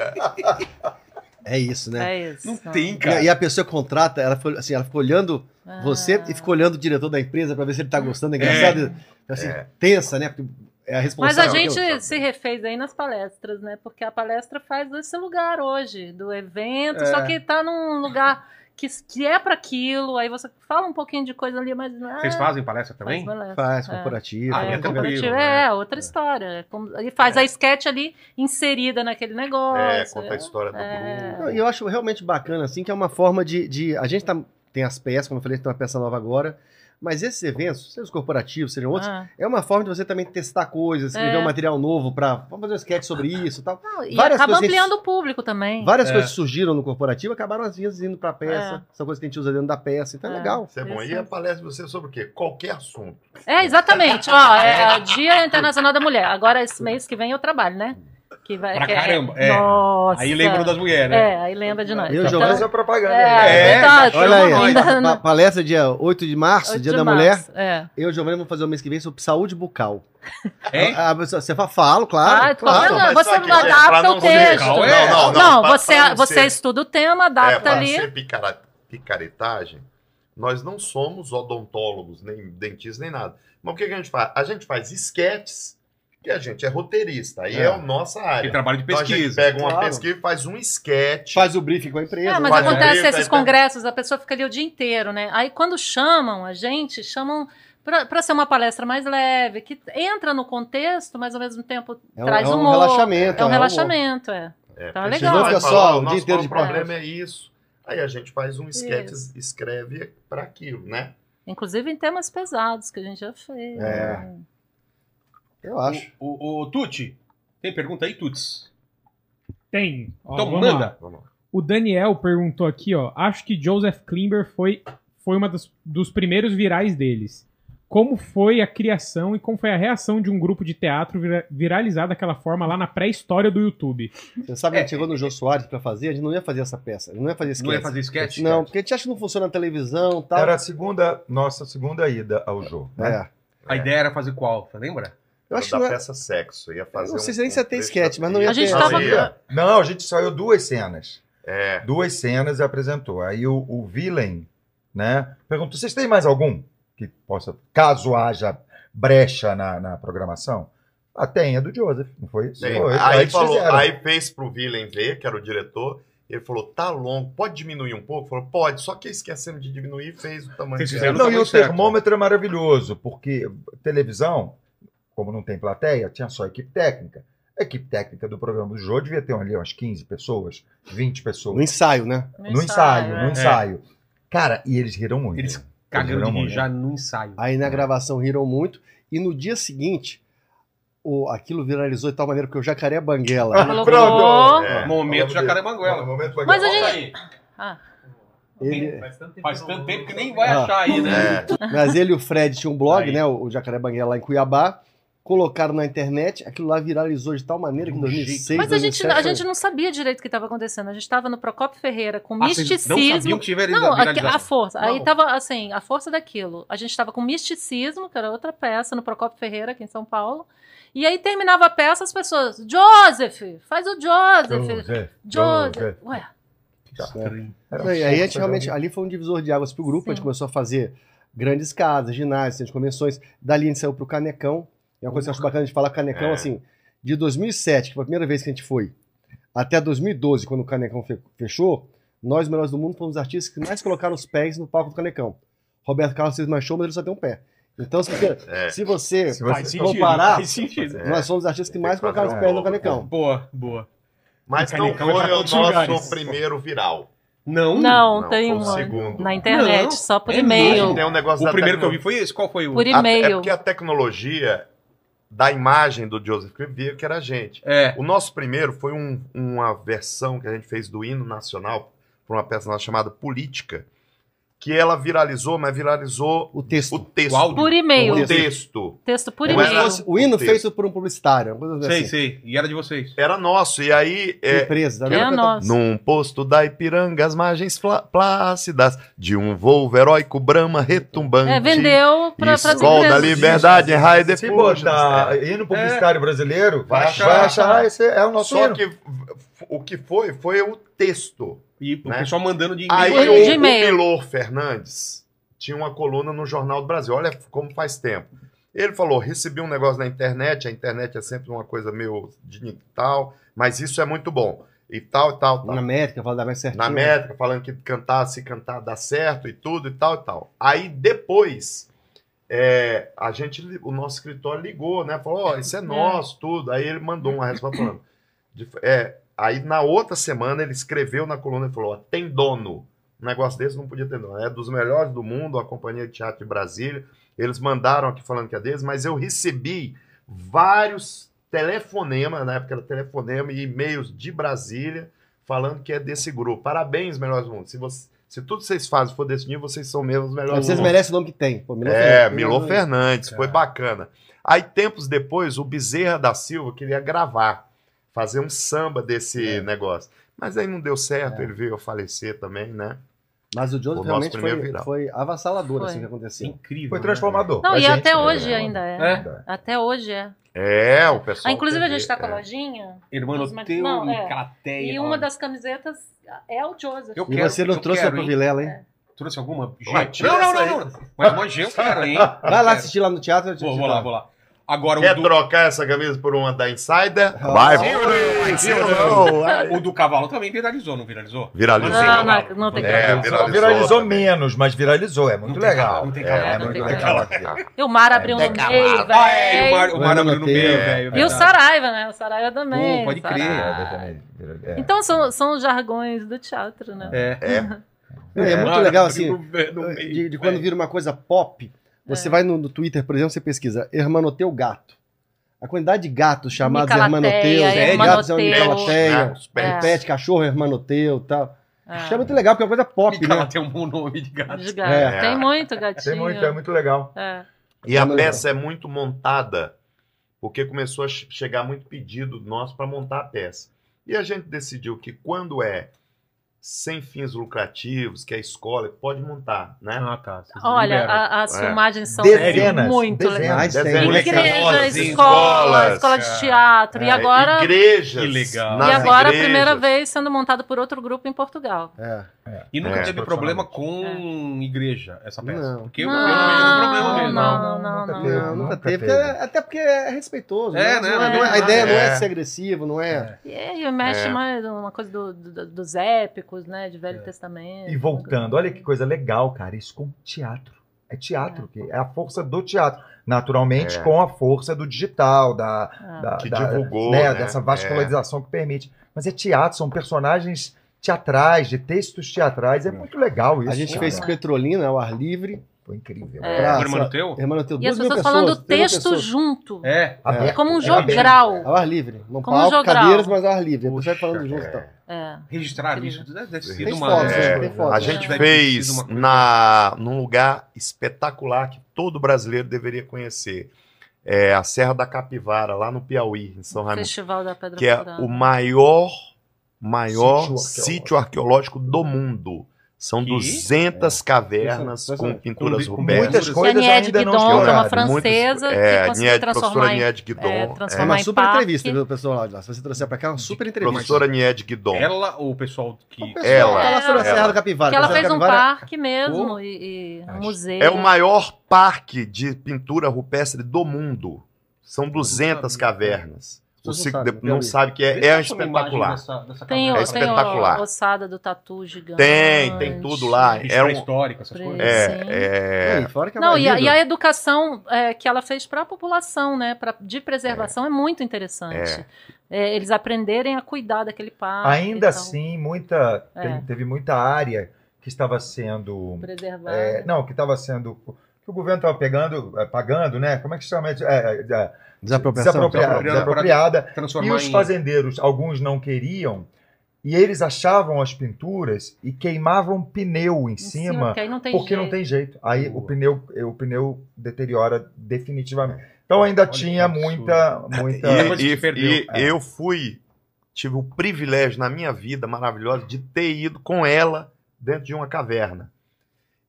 É isso, né? É isso. Não tem, E a- cara. E a pessoa contrata, ela ficou, assim, ela ficou olhando Ah. você e ficou olhando o diretor da empresa pra ver se ele tá gostando. É engraçado. Assim, Tensa, né? Porque é a Mas responsável. a gente que eu- se refez aí nas palestras, né? Porque a palestra faz desse lugar hoje, do evento, É. só que tá num lugar que, que é para aquilo, aí você fala um pouquinho de coisa ali, mas. ah, Vocês fazem palestra faz também? palestra. Faz, né? É. corporativo. Ah, é É, a cooperativa tranquilo, é outra história. é como- Ele faz a sketch ali inserida naquele negócio. É, conta a história do É. grupo. Não, e eu acho realmente bacana, assim, que é uma forma de. de- a gente tá, tem as peças, como eu falei, tem uma peça nova agora. Mas esses eventos, sejam os corporativos, sejam outros, Ah, é uma forma de você também testar coisas, escrever É. um material novo pra. Vamos fazer um sketch sobre isso e tal. não, e Várias acaba coisas- ampliando o público também. Várias É. coisas que surgiram no corporativo acabaram, às vezes, indo pra peça. São coisas que a gente usa dentro da peça, então é, É. legal. Isso é bom. E a palestra de você sobre o quê? Qualquer assunto. É, exatamente. Ó, é o Dia Internacional da Mulher. Agora, esse mês que vem, eu trabalho, né? Que vai, Pra que caramba, é. Nossa. Aí lembram das mulheres, né? É, aí lembra de nós. Eu Então, jogando- Mas é propaganda. É, É, então, tá Olha aí, Chama ainda pa- pa- não- palestra dia 8 de março, 8 dia de da março, mulher. É. Eu e o Giovanni vamos fazer um mês que vem sobre saúde bucal. Hein? A- a pessoa- você fala, falo, Ah, claro. tô falando, mas você sabe que não pra adapta não o ser- texto. Não, é, não, não, pra- pra você, não você ser- estuda o tema, É, adapta para Tá ali. ser picara- picaretagem, nós não somos odontólogos, nem dentistas, nem nada. Mas o que, que a gente faz? A gente faz esquetes, que a gente é roteirista, aí é, É. a nossa Tem área. trabalho de Então a gente pesquisa. pega uma Claro. pesquisa e faz um esquete. Faz o briefing com a empresa. É, mas Faz acontece direito, esses aí tem- congressos, a pessoa fica ali o dia inteiro, né? Aí quando chamam a gente, chamam para ser uma palestra mais leve, que entra no contexto, mas ao mesmo tempo É um, traz é um humor. relaxamento. é um relaxamento, é. É, Tá porque legal. senão vai Fica só falar, o o dia nosso inteiro de problema é isso. Aí a gente faz um esquete, escreve para aquilo, né? Inclusive em temas pesados que a gente já fez. É. né? Eu acho. O, o, o Tuti, tem pergunta aí, Tuts? Tem. Ó, Então vamos lá. manda. Vamos lá. O Daniel perguntou aqui, ó. Acho que Joseph Klimber foi, foi uma das, dos primeiros virais deles. Como foi a criação e como foi a reação de um grupo de teatro vira- viralizado daquela forma lá na pré-história do YouTube? Você sabe, a gente chegou no Jô Soares pra fazer, a gente não ia fazer essa peça. Não ia fazer esquete. É, Não ia fazer sketch? Não, porque a gente acha que não funciona na televisão e tal. Era a segunda, nossa segunda ida ao jogo. né? É. A ideia era fazer qual? Você lembra? Eu acho que da não é- peça sexo. Ia fazer não sei um- se nem se ia ter um trecho esquete, da- mas não ia A gente ter- tava- Fazia. Não, a gente saiu duas cenas. É. Duas cenas e apresentou. Aí o, o Villain, né, perguntou: vocês têm mais algum que possa, caso haja brecha na, na programação? Ah, tem, é do Joseph, não foi isso? Sim, Foi. aí, eles falou, fizeram. aí fez pro Villain ver, que era o diretor, ele falou, tá longo, pode diminuir um pouco? Falou, pode, só que esquecendo de diminuir, fez o tamanho Vocês que fizeram era. Não, e o certo. termômetro é maravilhoso, porque televisão, como não tem plateia, tinha só equipe técnica. A equipe técnica do programa do Jô devia ter ali umas 15 pessoas, 20 No pessoas. ensaio, né? No ensaio, né? no ensaio. Cara, e eles riram muito. Então, Eles Cagando de riram rir muito. já no ensaio. Aí na gravação riram muito. E no dia seguinte, o, aquilo viralizou de tal maneira que o Jacaré Banguela, Colocou. Pronto. É. Momento Jacaré Manguela. Momento Mas a Banguela. Aí, gente- Ah, ele, Faz tanto tempo que nem vai Ah. achar aí, né? É, mas ele e o Fred tinham um blog, Aí. né? O Jacaré Banguela lá em Cuiabá. Colocaram na internet, aquilo lá viralizou de tal maneira que em De um 2006, jeito. mas a gente, 2007, a gente não sabia direito o que estava acontecendo. A gente estava no Procopio Ferreira com Ah, vocês Não misticismo. sabiam que tiveram Não, a, viralização. a força. Aí Não. tava assim, a força daquilo. A gente tava com misticismo, que era outra peça no Procopio Ferreira, aqui em São Paulo. E aí terminava a peça, as pessoas, Joseph, faz o Joseph, Joseph, Joseph. Joseph. Ué, Estranho. É um Era Não, e aí a gente super né? realmente, ali foi um divisor de águas pro grupo, a gente Sim. começou a fazer grandes casas, ginásios, centros de convenções, dali a gente saiu pro Canecão, é uma coisa que eu acho bacana de falar, Canecão, É. assim, de 2007, que foi a primeira vez que a gente foi, até 2012, quando o Canecão fe- fechou, nós, melhores do mundo, fomos os artistas que mais colocaram os pés no palco do Canecão. Roberto Carlos fez mais show, mas ele só tem um pé. Então, se você, é. se você Se você- comparar, Faz sentido. É. nós somos os artistas que Tem mais que fazer colocaram os um pés no rolo, Canecão. Boa, boa. Mas não Canecão foi já tá em o outros nosso lugares. primeiro viral. Um? Não. não, Não, tem foi o uma. segundo. Na internet, Não, só por é e-mail. mesmo. Tem um negócio O da primeiro que eu tecno- vi foi esse. Qual foi o. Por A- É e-mail. porque a tecnologia da imagem do Joseph Cliff via que era a gente. É. O nosso primeiro foi um- uma versão que a gente fez do hino nacional para uma peça nossa chamada Política, que ela viralizou, mas viralizou O texto. o texto. O áudio. Por e-mail. O é um texto. Texto por Não Como se e-mail. fosse o hino O texto. feito por um publicitário. uma coisa assim. Sei, sei. E era de vocês. Era nosso. E aí. é, Empresa. Então, É a nossa. Num posto da Ipiranga, as margens fla- plácidas de um voo heróico brama retumbante. É, vendeu para as Escol da empresas. liberdade em raio de Se Puxa, botar hino publicitário brasileiro, vai Vai achar. achar, vai achar esse é o nosso Só hino. que v- v- o que foi, foi o texto. E o Né? pessoal mandando de Aí e-mail. Foi o, de o e-mail. Milor Fernandes tinha uma coluna no Jornal do Brasil. Olha como faz tempo. Ele falou: recebi um negócio na internet, a internet é sempre uma coisa meio digital, mas isso é muito bom. E tal, e tal, tal. Na métrica, fala da mais certinho. né? na métrica, falando que cantar, se cantar dá certo e tudo e tal e tal. Aí depois, é, a gente, li- o nosso escritório ligou, né? Falou, ó, isso é nosso, tudo. Aí ele mandou uma resposta falando. de- é, aí na outra semana ele escreveu na coluna e falou, ó, tem dono. Um negócio desse não podia ter dono. É dos melhores do mundo, a companhia de teatro de Brasília. Eles mandaram aqui falando que é deles, mas eu recebi vários telefonemas, na época era telefonema e e-mails de Brasília, falando que é desse grupo. Parabéns, melhores do mundo. Se, você, se tudo que vocês fazem for desse nível, vocês são mesmo os melhores É, Vocês do mundo. merecem né? o nome que tem. Pô, Milô É, Fernandes. Milô Fernandes, foi Cara. bacana. Aí, tempos depois, o Bezerra da Silva queria gravar, fazer um samba desse negócio. Mas aí não deu certo, É. ele veio a falecer também, né? Mas o O Jones nosso realmente primeiro foi, viral. foi avassalador, Foi. assim, que aconteceu. Incrível. Foi né? transformador. Não, pra e gente, até né? hoje ainda é. É? Até hoje é. É, o pessoal. Ah, inclusive a teve- gente está com a é. lojinha Irmão Dos- Teu não, e é. Calateia. e uma das camisetas é o Joseph. Eu E quero, você não eu trouxe quero, a hein? Vilela, hein? Trouxe alguma? Ué, Gente. tira Não, não, essa não, não. Mas uma G eu quero, hein? Vai Eu lá quero. assistir lá no teatro. eu te- Vou, te vou lá, falo. vou lá. Agora, É. Quer o do, trocar essa camisa por uma da Insider? Ah. Vai, Sim, vai, sim, vai, não. vai. o do cavalo também viralizou, não viralizou? Viralizou. Não, não, não, não tem É, como. Só viralizou. viralizou também. menos, mas viralizou. É muito Não tem legal. cavalo, não tem É, cavalo, é não muito tem legal. E o É Mar abriu no Decalado. meio, Ah, é, o Mar, o velho. Mar abriu no É. meio, velho. E o verdade. Saraiva, né? O Saraiva também. Pô, pode crer. Saraiva. É, também vira- é. Então são, são os jargões do teatro, né? É. É, é O muito Mar abriu legal, assim, no meio, no meio, de, de quando velho. vira uma coisa pop, você É. vai no, no Twitter, por exemplo, você pesquisa Hermanoteu Gato. A quantidade de gatos chamados Micalateia, Hermanoteus, é, gatos Hermanoteu. Hermanoteia, Gatos, É. pet, cachorro Hermanoteu e tal. É. Isso é muito legal, porque é uma coisa pop, Ela né? tem um bom nome de gato. De gato. É. Ah, Tem muito gatinho. Tem muito, é muito legal. É. E a Não, não. peça é muito montada, porque começou a che- chegar muito pedido nosso para montar a peça. E a gente decidiu que quando é sem fins lucrativos, que é a escola pode montar, né? Ah, tá. Vocês Olha, liberam. a- as É. filmagens são Dezenas. muito legais. dezenas. Mas tem. Dezenas. Igrejas, Molecadores, escolas, assim, escolas, escola de cara. teatro. E É, agora, igrejas. Que legal. e nas agora a igrejas. primeira vez sendo montado por outro grupo em Portugal. É. E nunca É, teve problema com igreja, essa peça. Não. Porque eu- Não, eu não vejo problema não, mesmo. não, não, não. teve, Não, nunca teve, porque é- até porque é respeitoso. É, né? Não Não é a ideia não é nada. ser agressivo, não é. E aí É. mexe mais uma coisa do- do- dos épicos, né? De Velho Testamento. E voltando, olha que coisa legal, cara, isso com teatro. É teatro, que é a força do teatro. Naturalmente, É. com a força do digital, da, É. da- Que da- divulgou, né, né? dessa vascularização que permite. Mas é teatro, são personagens teatrais, de textos teatrais. É muito legal isso. é. A gente cara. fez Petrolina ao ar livre. Foi incrível. É. pra- Agora, mano, teu? Hermanoteu, E as 2 mil pessoas pessoas. falando o 3 mil texto pessoas. junto. É, É. Aberto. como um É aberto. jogral. Ao ar livre. Não Como palco, jogral. cadeiras, mas ao ar livre. Você Puxa, vai falando junto Então, então. e tal. É. Registraram Incrível. isso? Deve ter sido Tem uma... fotos, É, tem fotos. A É. Deve gente ter fez sido uma coisa- na, num lugar espetacular que todo brasileiro deveria conhecer. É a Serra da Capivara, lá no Piauí, em São Raimundo. Festival da Pedra Ah, que é Furada. o maior maior sítio Sítio arqueológico, do mundo. São Que? 200 cavernas Essa- essa- com pinturas com ruberas. Muitas É. Que a coisas Niede ainda não Guidon, que é uma exploradas. francesa, Muitas- que é, conseguiu Nied, transformar professora em Nied Guidon. é, é, É transformar uma em super parque. entrevista, viu, pessoal lá de lá. Se você trouxer pra cá, é uma super entrevista. professora Nied Guidon. Ela ou o pessoal que... Pessoal, ela- fala sobre a ela- Serra do Capivara. Que ela A Serra fez do um Capivara- parque mesmo e, e um Acho. museu. É o maior parque de pintura rupestre do mundo. São 200 sabia. cavernas. O Vocês não ciclo sabem, de- eu não vi. sabe que é, é espetacular. Tem, É o- tem espetacular. o- ossada do tatu gigante. Tem, tem tudo lá. Era Era um- histórico, essas coisas. É. Sim. É, é, Aí, fora que é Não, e a, marido. e a educação é, que ela fez para a população, né, pra, de preservação, é, muito interessante. É, eles aprenderem a cuidar daquele parque. Ainda e tal, assim, muita, então. É. tem- teve muita área que estava sendo Preservar. É, não, que estava sendo. que o governo estava pegando, eh, pagando, né? Como é que se chama? É, é, é, Desapropriação. desapropria- Desapropriada. É. desapropriada. E Transformar os em... fazendeiros, alguns não queriam, E eles achavam as pinturas e queimavam pneu em cima, porque aí não tem porque não jeito. tem jeito. Aí o Boa. pneu, o pneu deteriora definitivamente. Então ainda Olha que tinha absurdo. muita, muita. Outra coisa E, que e- perdeu. e eu fui, tive o privilégio na minha vida maravilhosa de ter ido com ela dentro de uma caverna.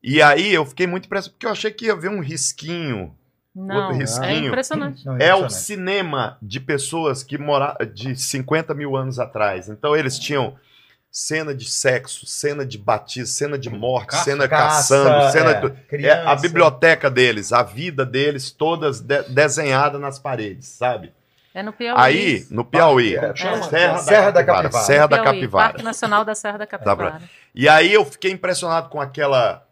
E aí eu fiquei muito impressionado, porque eu achei que ia ver um risquinho. Não, é risquinho. impressionante. Não, É o impressionante. cinema de pessoas que moraram de 50 mil anos atrás. Então eles tinham cena de sexo, cena de batismo, cena de morte, Caça- cena Caça, caçando, cena é, de tudo. É criança. a biblioteca deles, a vida deles, todas de- desenhada nas paredes, sabe? É no Piauí. Aí, no Piauí, É, chama- Serra, Serra da da Capivara. Capivara. Serra da Piauí, Capivara. Parque Nacional da Serra da Capivara. E aí eu fiquei impressionado com aquela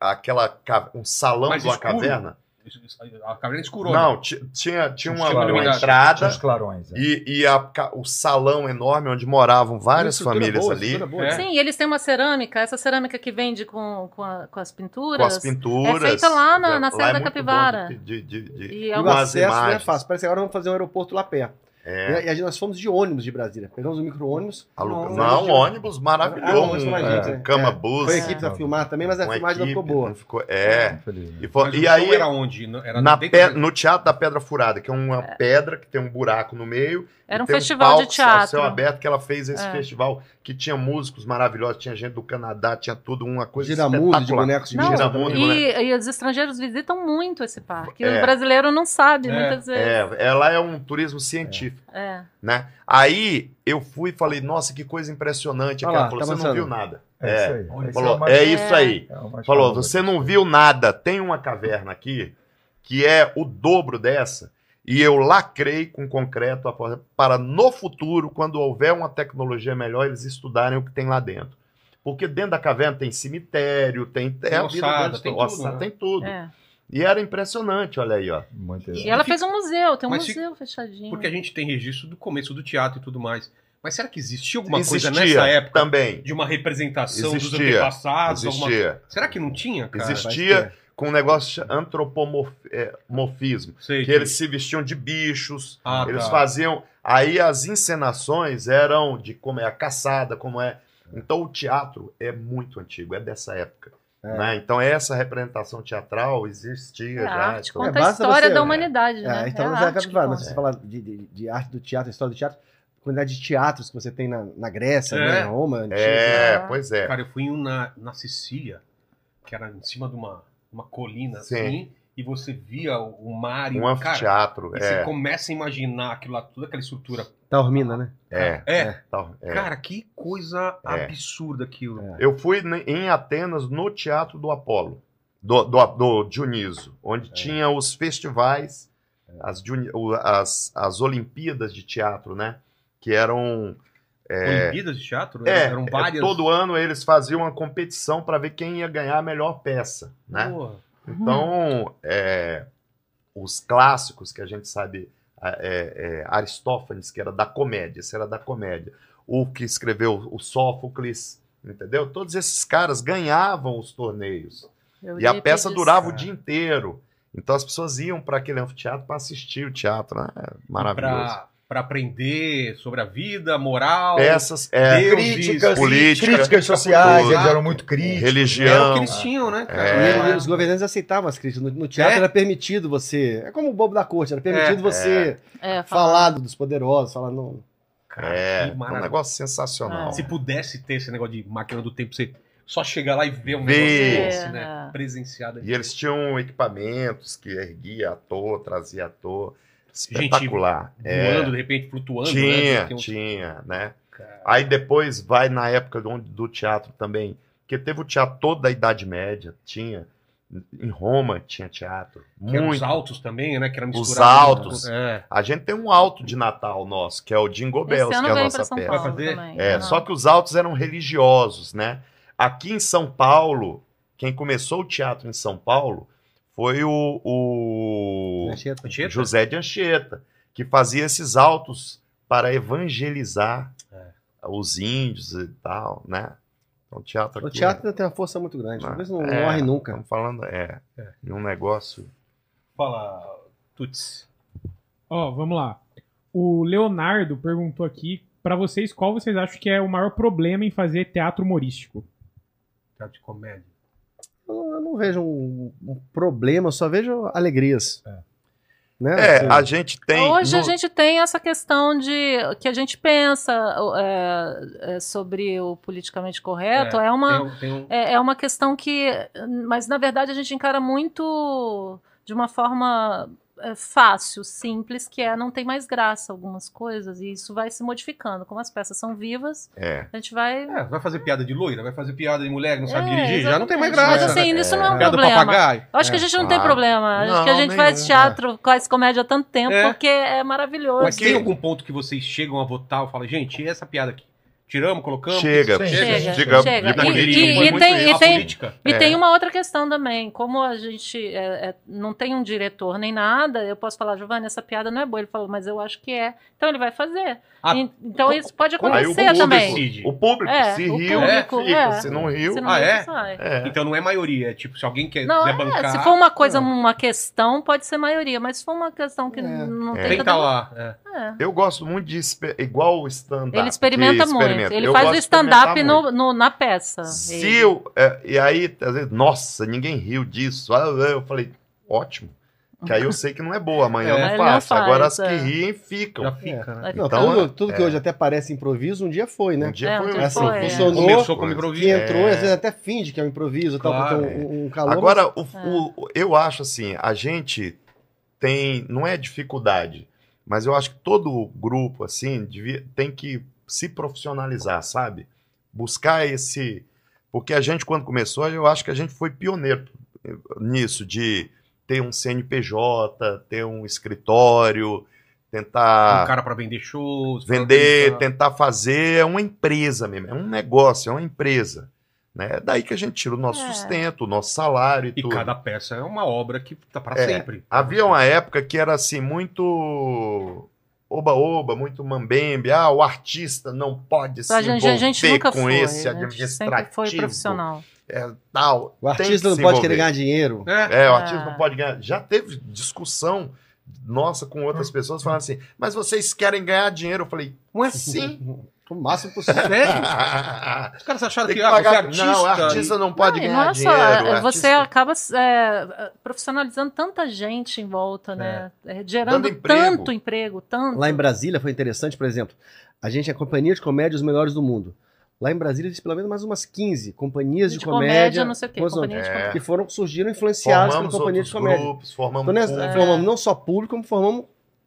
aquela ca- um salão Mas de uma escuro? caverna. Isso- isso- A caverna escurou. né? Não, ti- tinha tinha uma, Tinha uma uma iluminada. Um Tinha entrada os clarões. é. e, e a ca- o salão enorme onde moravam várias Estrutura famílias boa, ali estrutura boa. É. Sim, e eles têm uma cerâmica, essa cerâmica que vende com, com, a- com as pinturas. com as pinturas. É feita lá na- na Lá Serra da muito bom Capivara. De, de, de- de- E E é o uma- Algumas acesso não é imagens. fácil. Parece que agora vamos fazer um aeroporto lá perto. é, Né? E, a- e nós fomos de ônibus de Brasília. Pegamos um micro-ônibus. aluga- Nossa, Não, ônibus gente. Ah, ônibus maravilhoso. com a é, gente, né? Cama É. bus. Foi a equipe a filmar também, mas a com filmagem não equipe, ficou boa. não ficou- é. Infelizmente. E, fo- Mas o e show aí um, era onde? Na- Era na dentro pe- da- no teatro da Pedra Furada, que é uma pedra que tem um buraco no meio. Era e um tem festival de palco Ao céu teatro. aberto que ela fez esse É. festival que tinha músicos maravilhosos, tinha gente do Canadá, tinha tudo uma coisa Giramundo de espetacular. bonecos de Não, bicho. Giramundo, né? E, e os estrangeiros visitam muito esse parque. É. O brasileiro não sabe É. muitas vezes. É, ela é um turismo científico, É. né? Aí eu fui e falei, nossa, que coisa impressionante. Olha Aquela lá, falou, tá você não avançando. viu nada. É É. isso aí. Esse Falou, o mais- é isso aí. é o mais Falou, famoso. você não viu nada, tem uma caverna aqui que é o dobro dessa, e eu lacrei com concreto a porta- para no futuro, quando houver uma tecnologia melhor, eles estudarem o que tem lá dentro. Porque dentro da caverna tem cemitério, tem é terra, ossada, tem tudo, né? tem tudo. é. E era impressionante, olha aí, ó. Muito E ela fez um museu, tem um Mas fica- museu fechadinho. Porque é a gente tem registro do começo do teatro e tudo mais. Mas será que existia alguma Existia coisa nessa época também. de uma representação dos Existia. antepassados? alguma- Existia. Será que não tinha, cara? Existe- Vai Existia ter. Com um negócio de antropomorfismo. Sei é, Que eles se vestiam de bichos, Ah, Eles tá. faziam. Aí as encenações eram de como é a caçada, como é. Então o teatro é muito antigo, é dessa época. É. né? Então essa representação teatral existia É a já. arte então- conta É, a basta história você- da humanidade, né? É, então, É mas a é arte que capivara, mas conta. se você falar de, de- de arte do teatro, história do teatro, quantidade de teatros que você tem na, na Grécia, É. né, em Roma, antiga, É, Ah. pois é. Cara, eu fui em um na, na Sicília, que era em cima de uma, uma colina Sim. assim, e você via o, o mar e Um o cara. anfiteatro. E é, você começa a imaginar aquilo lá, toda aquela estrutura. Taormina, né? é, É, tal, é. cara, que coisa É. absurda aquilo. É. Eu fui ne- em Atenas no Teatro do Apolo, do, do, do Dioniso, É. onde tinha os festivais, as, Dioni- o- as, as Olimpíadas de Teatro, né? Que eram Olimpíadas de teatro? É, eram várias. todo ano eles faziam uma competição para ver quem ia ganhar a melhor peça, né? Porra. Uhum. Então, é, os clássicos que a gente sabe, a- é, é, Aristófanes, que era da comédia, esse era da comédia, o que escreveu o Sófocles, entendeu? Todos esses caras ganhavam os torneios. E a Eurípides. peça durava o É. dia inteiro. Então as pessoas iam para aquele anfiteatro para assistir o teatro, né? É Maravilhoso. Pra, pra aprender sobre a vida, moral. Peças, é, Deus, Críticas, política, críticas sociais, cultura. eles eram muito críticos. Era o que religião, eles tinham, né, É. cara? E, e os governantes aceitavam as críticas. No, no teatro É? era permitido você. É como o bobo da corte, era permitido É. você É, falar dos poderosos, falar. Não, Cara, É, que é um maravilha. Ah, negócio sensacional. É. Se pudesse ter esse negócio de máquina do tempo, você só chegar lá e ver um Ver. negócio É, desse, né? Presenciado. E eles tinham equipamentos que erguia à toa, trazia à toa. Gente Espetacular. É, voando, de repente, flutuando. né? tinha, Tem um- tinha, né? Cara, Aí depois vai na época do, do teatro também, porque teve o teatro toda da Idade Média, tinha. Em Roma tinha teatro. que eram os Muito. altos também, né? Que era Os misturado. altos. É. A gente tem um alto de Natal nosso, que é o Jingle Esse Bells, que ano é a veio pra nossa São peça. Vai Paulo fazer? também. É, Não. só que os altos eram religiosos, né? Aqui em São Paulo, quem começou o teatro em São Paulo foi o- o... Anchieta. Anchieta? José de Anchieta, que fazia esses autos para evangelizar É. os índios e tal, né? Então, o teatro aqui. O teatro tem uma força muito grande. Não, Talvez não é. morre nunca. Estamos falando, é, É. de um negócio. Fala, Tuts. Ó, vamos lá. O Leonardo perguntou aqui Pra vocês, qual vocês acham que é o maior problema em fazer teatro humorístico? Teatro tá de comédia. Eu eu não vejo um, um problema, eu só vejo alegrias. Né? É, Assim, a gente tem. Hoje a no- gente tem essa questão de que a gente pensa é, é, sobre o politicamente correto. É, uma, Tem um- tem um- é, é uma questão que. Mas na verdade a gente encara muito de uma forma é, fácil, simples, que é não tem mais graça algumas coisas. E isso vai se modificando. Como as peças são vivas, É. a gente vai. É, vai fazer piada de loira, vai fazer piada de mulher que não sabe É, dirigir, já não tem mais exatamente. graça. né? Mas assim, isso não é um Piada É, do problema. papagaio. Eu acho que a gente não tem claro. problema. Acho que a Não, gente faz nenhum, teatro, faz comédia há tanto tempo, É. porque é maravilhoso. Mas tem algum ponto que vocês chegam a votar e falam, gente, e essa piada aqui? Tiramos, colocamos? Chega, Sim. Chega, chega, chega. E, de E- política, e- foi e muito tem- isso. e A tem- política. E É. tem uma outra questão também, como a gente é, é, não tem um diretor nem nada, eu posso falar, Giovanni, essa piada não é boa. Ele falou, mas eu acho que é. Então ele vai fazer. Ah, En- então co- isso pode como- Aí o acontecer público, também. Decide. o público É, se o riu, público, fica, é. se não riu. Se não Ah, é? é? Sai. É. Então não é maioria, é tipo, se alguém quer Não, quiser é, bancar, se for uma coisa, uma questão, pode ser maioria, mas se for uma questão que É. n- não É. tem tem que tanta- estar lá. é. é. Eu gosto muito de. exper- Igual o stand-up. Ele experimenta que muito. Ele Eu faz gosto de o experimentar stand-up muito. no, no- na peça. Se Ele- eu, é, e aí, às vezes, nossa, ninguém riu disso. Ah, Eu falei, ótimo. Que aí eu sei que não é boa, amanhã eu É. não Ele não faço. faz, Agora as é. que riem ficam. Já fica, né? Vai não, então, tudo é, tudo que hoje até parece improviso, um dia foi, né? Um dia É, foi um um dia dia assim, foi, é. funcionou, Começou como improviso. que entrou, É. às vezes até finge que é um improviso, Claro, tal, porque tem um, um calor. Agora, o, o- eu acho assim, a gente tem, não é dificuldade, mas eu acho que todo grupo, assim, devia- tem que se profissionalizar, sabe? Buscar esse... Porque a gente, quando começou, eu acho que a gente foi pioneiro nisso, de ter um CNPJ, ter um escritório, tentar Um cara pra vender shows. pra Ah. vender, organizar. tentar fazer é uma empresa mesmo, é um negócio, é uma empresa. Né? É daí que a gente tira o nosso É. sustento, o nosso salário e, E tudo. cada peça é uma obra que tá pra É. sempre. Havia uma época que era assim, muito oba-oba, muito mambembe. Ah, o artista não pode se A gente, envolver a gente nunca com foi. esse a gente administrativo. sempre foi profissional. É, tal. o Tem que artista não se pode envolver. querer ganhar dinheiro. É. É, o Ah. artista não pode ganhar. Já teve discussão nossa com outras pessoas falando assim, mas vocês querem ganhar dinheiro. Eu falei, Ué? sim. O máximo possível. É. Sério? Os caras acharam que, Tem que ah, você é pagar- artista. Não, artista não pode Não, e ganhar não é só, dinheiro. é, você artista- acaba é, profissionalizando tanta gente em volta, né? É, gerando Dando emprego. tanto emprego, tanto. Lá em Brasília foi interessante, por exemplo, a gente é a companhia de comédia os melhores do mundo. Lá em Brasília existe pelo menos mais umas 15 companhias de, comédia, não sei o quê. coisa- Companhia de É. comédia. que foram surgiram influenciadas pela Formamos companhia de outros comédia. grupos, é. formamos Então, nós público. formamos não só público, como formamos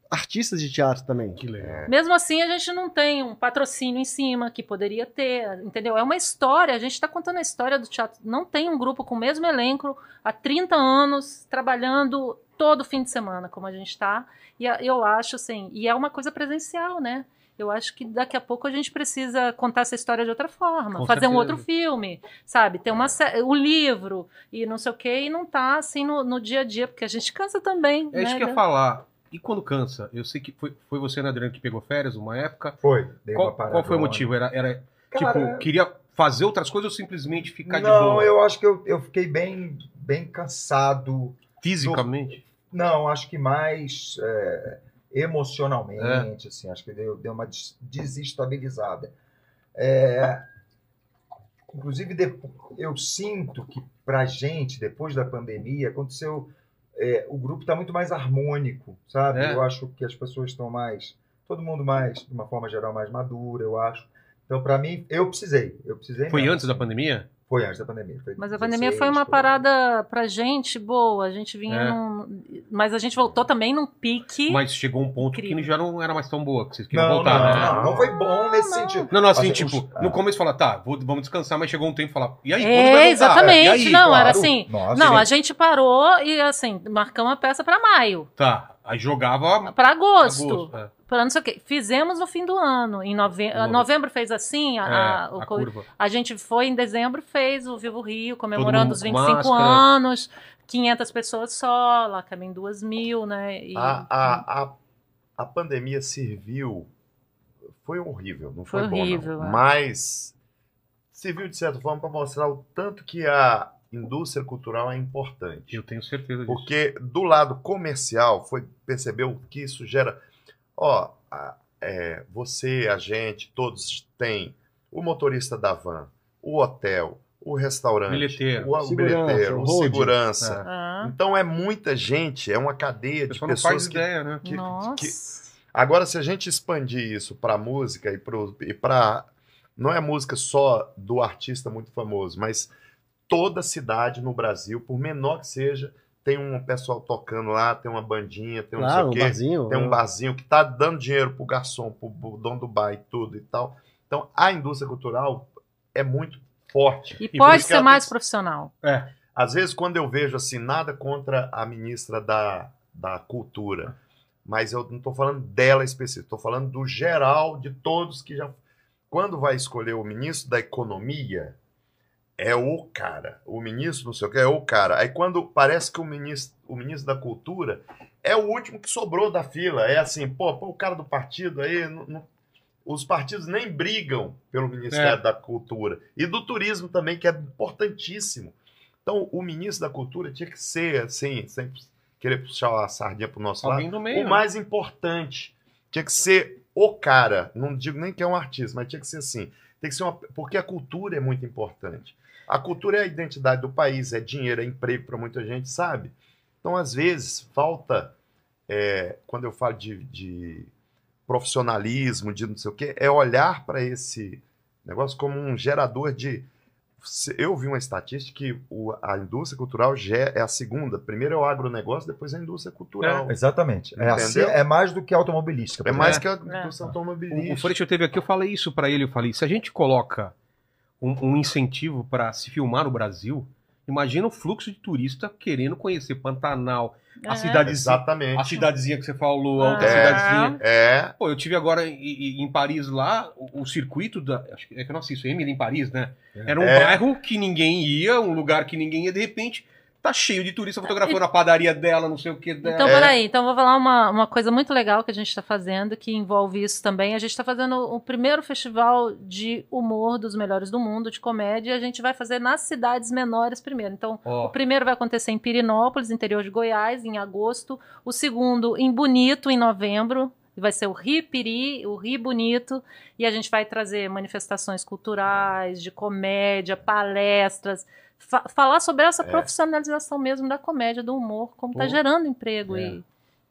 artistas de teatro também. Que legal. Mesmo assim, a gente não tem um patrocínio em cima que poderia ter, entendeu? É uma história, a gente está contando a história do teatro. Não tem um grupo com o mesmo elenco há 30 anos trabalhando todo fim de semana, como a gente está. E a- eu acho assim, e é uma coisa presencial, né? Eu acho que daqui a pouco a gente precisa contar essa história de outra forma, Com fazer um certeza. É. outro filme, sabe? Ter uma sé- o livro e não sei o quê, e não tá assim no, no dia a dia, porque a gente cansa também. É né? isso que eu ia falar. E quando cansa? Eu sei que foi, foi você, né, Adriano, que pegou férias uma época. Foi. Dei uma Qual, parada qual foi o lá. motivo? Era, era Cara, é. tipo, queria fazer outras coisas ou simplesmente ficar de não, boa? eu acho que eu, eu fiquei bem, bem cansado. Fisicamente? Não, acho que mais é, emocionalmente, assim, acho que deu, deu uma des- desestabilizada. É, inclusive, depo- eu sinto que pra gente, depois da pandemia, aconteceu. é, o grupo está muito mais harmônico, sabe? É. Eu acho que as pessoas estão mais. Todo mundo mais, de uma forma geral, mais madura, eu acho. Então, pra mim, eu precisei. Eu precisei Foi mesmo, antes da assim. pandemia? Foi antes da pandemia. foi Mas a pandemia 16, foi uma por aí. parada pra gente boa. A gente vinha É. num. Mas a gente voltou também num pique. Mas chegou um ponto Incrível. que já não era mais tão boa, que vocês queriam Não, voltar, não, né? não, é. não foi bom nesse Ah, Não, não. sentido. Não, não, assim, Mas, tipo, os- no começo fala, tá, vou- vamos descansar, mas chegou um tempo e fala, e aí? quando vai é, voltar? exatamente. E aí? não, era Claro. assim. Nossa, não, gente. a gente parou e assim, marcamos a peça pra maio. Tá, aí jogava Pra agosto. agosto, é. Pra não sei o quê. Fizemos no fim do ano. Em nove... ah, Novembro. novembro fez assim, a, a- É, o a co- curva. A gente foi em dezembro, fez o Vivo Rio, Todo comemorando mundo os com 25 máscara. anos, 500 pessoas só, lá cabem 2 mil, né? E- A, Ah, a, a, a pandemia serviu. Foi horrível, não foi, Foi bom, não. horrível, é. Mas serviu, de certa forma, para mostrar o tanto que a indústria cultural é importante. Eu tenho certeza disso. Porque do lado comercial, foi percebeu que isso gera. Ó, a- é, é, você, a gente, todos têm o motorista da van, o hotel, o é restaurante, Bilheteiro. o, o Segurança, bilheteiro, o o holding. segurança. Ah, Então é muita gente, é uma cadeia O de pessoal não faz pessoas que ideia, né? que- nossa. que- Agora, se a gente expandir isso para música e para. E pra- não é música só do artista muito famoso, mas toda cidade no Brasil, por menor que seja, tem um pessoal tocando lá, tem uma bandinha, tem um não sei Claro, o um quê, barzinho. tem um né? barzinho que tá dando dinheiro pro garçom, pro, pro dono do bar e tudo e tal. Então, a indústria cultural é muito forte. E por pode isso que ser ela mais tem- profissional. às vezes, quando eu vejo assim, nada contra a ministra da, da Cultura, mas eu não estou falando dela específica, estou falando do geral, de todos que já. Quando vai escolher o ministro da Economia, é o cara. O ministro, não sei o que, é o cara. Aí quando parece que o ministro, o ministro da Cultura é o último que sobrou da fila. É assim, pô, pô o cara do partido aí. não- não- Os partidos nem brigam pelo Ministério da Cultura. E do turismo também, que é importantíssimo. Então, o ministro da Cultura tinha que ser, assim, sem querer puxar a sardinha pro nosso lado, Alguém do meio. o né? mais importante tinha que ser o cara. Não digo nem que é um artista, mas tinha que ser assim. Tem que ser uma, porque a cultura é muito importante. A cultura é a identidade do país, é dinheiro, é emprego para muita gente, sabe? Então, às vezes, falta. é, quando eu falo de, de profissionalismo, de não sei o quê, é olhar para esse negócio como um gerador de. se- Eu vi uma estatística que o- a indústria cultural ge- é a segunda. Primeiro é o agronegócio, depois é a indústria cultural. Exatamente. É, assim, Entendeu? é mais do que automobilística. por É mais exemplo. que a É. indústria O, automobilística. o Freixo teve aqui, eu falei isso pra ele, eu falei, se a gente coloca um, um incentivo pra se filmar no Brasil, imagina o fluxo de turista querendo conhecer Pantanal, É. a cidade Exatamente. a cidadezinha que você falou, a Ah. outra cidadezinha. É, Pô, eu tive agora em- em, em Paris lá, o, o circuito da. Acho que é que nossa, isso, Emily em Paris, né? Era um É. bairro que ninguém ia, um lugar que ninguém ia, de repente, tá cheio de turista fotografando a padaria dela, não sei o que dela. Então, É. peraí, então vou falar uma, uma coisa muito legal que a gente está fazendo, que envolve isso também. A gente está fazendo o primeiro festival de humor dos melhores do mundo, de comédia, e a gente vai fazer nas cidades menores primeiro. Então, o Ó, primeiro vai acontecer em Pirinópolis, interior de Goiás, em agosto. O segundo em Bonito, em novembro. Vai ser o Ri Piri, o Ri Bonito. E a gente vai trazer manifestações culturais, de comédia, palestras. fa- falar sobre essa profissionalização mesmo da comédia, do humor, como está É. Pô. gerando emprego É. e,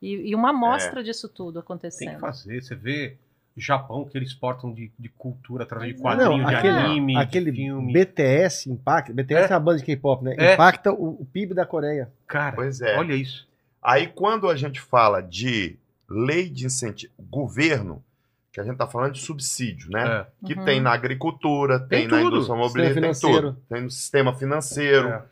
e, e uma amostra disso tudo tem que acontecendo. fazer, você vê. Japão, que eles portam de, de cultura através de Pois é. quadrinhos, Não, de aquele- anime, Aquele de filme. BTS impacta. BTS é, uma banda de K-pop, né? É. Impacta o, o PIB da Coreia. Cara, pois é. olha isso. Aí quando a gente fala de lei de incentivo, governo, que a gente tá falando de subsídio, né? É. Que Uhum. tem na agricultura, tem, Tem na tudo. indústria automobilística, tem Sistema tudo. Tem no sistema financeiro, É.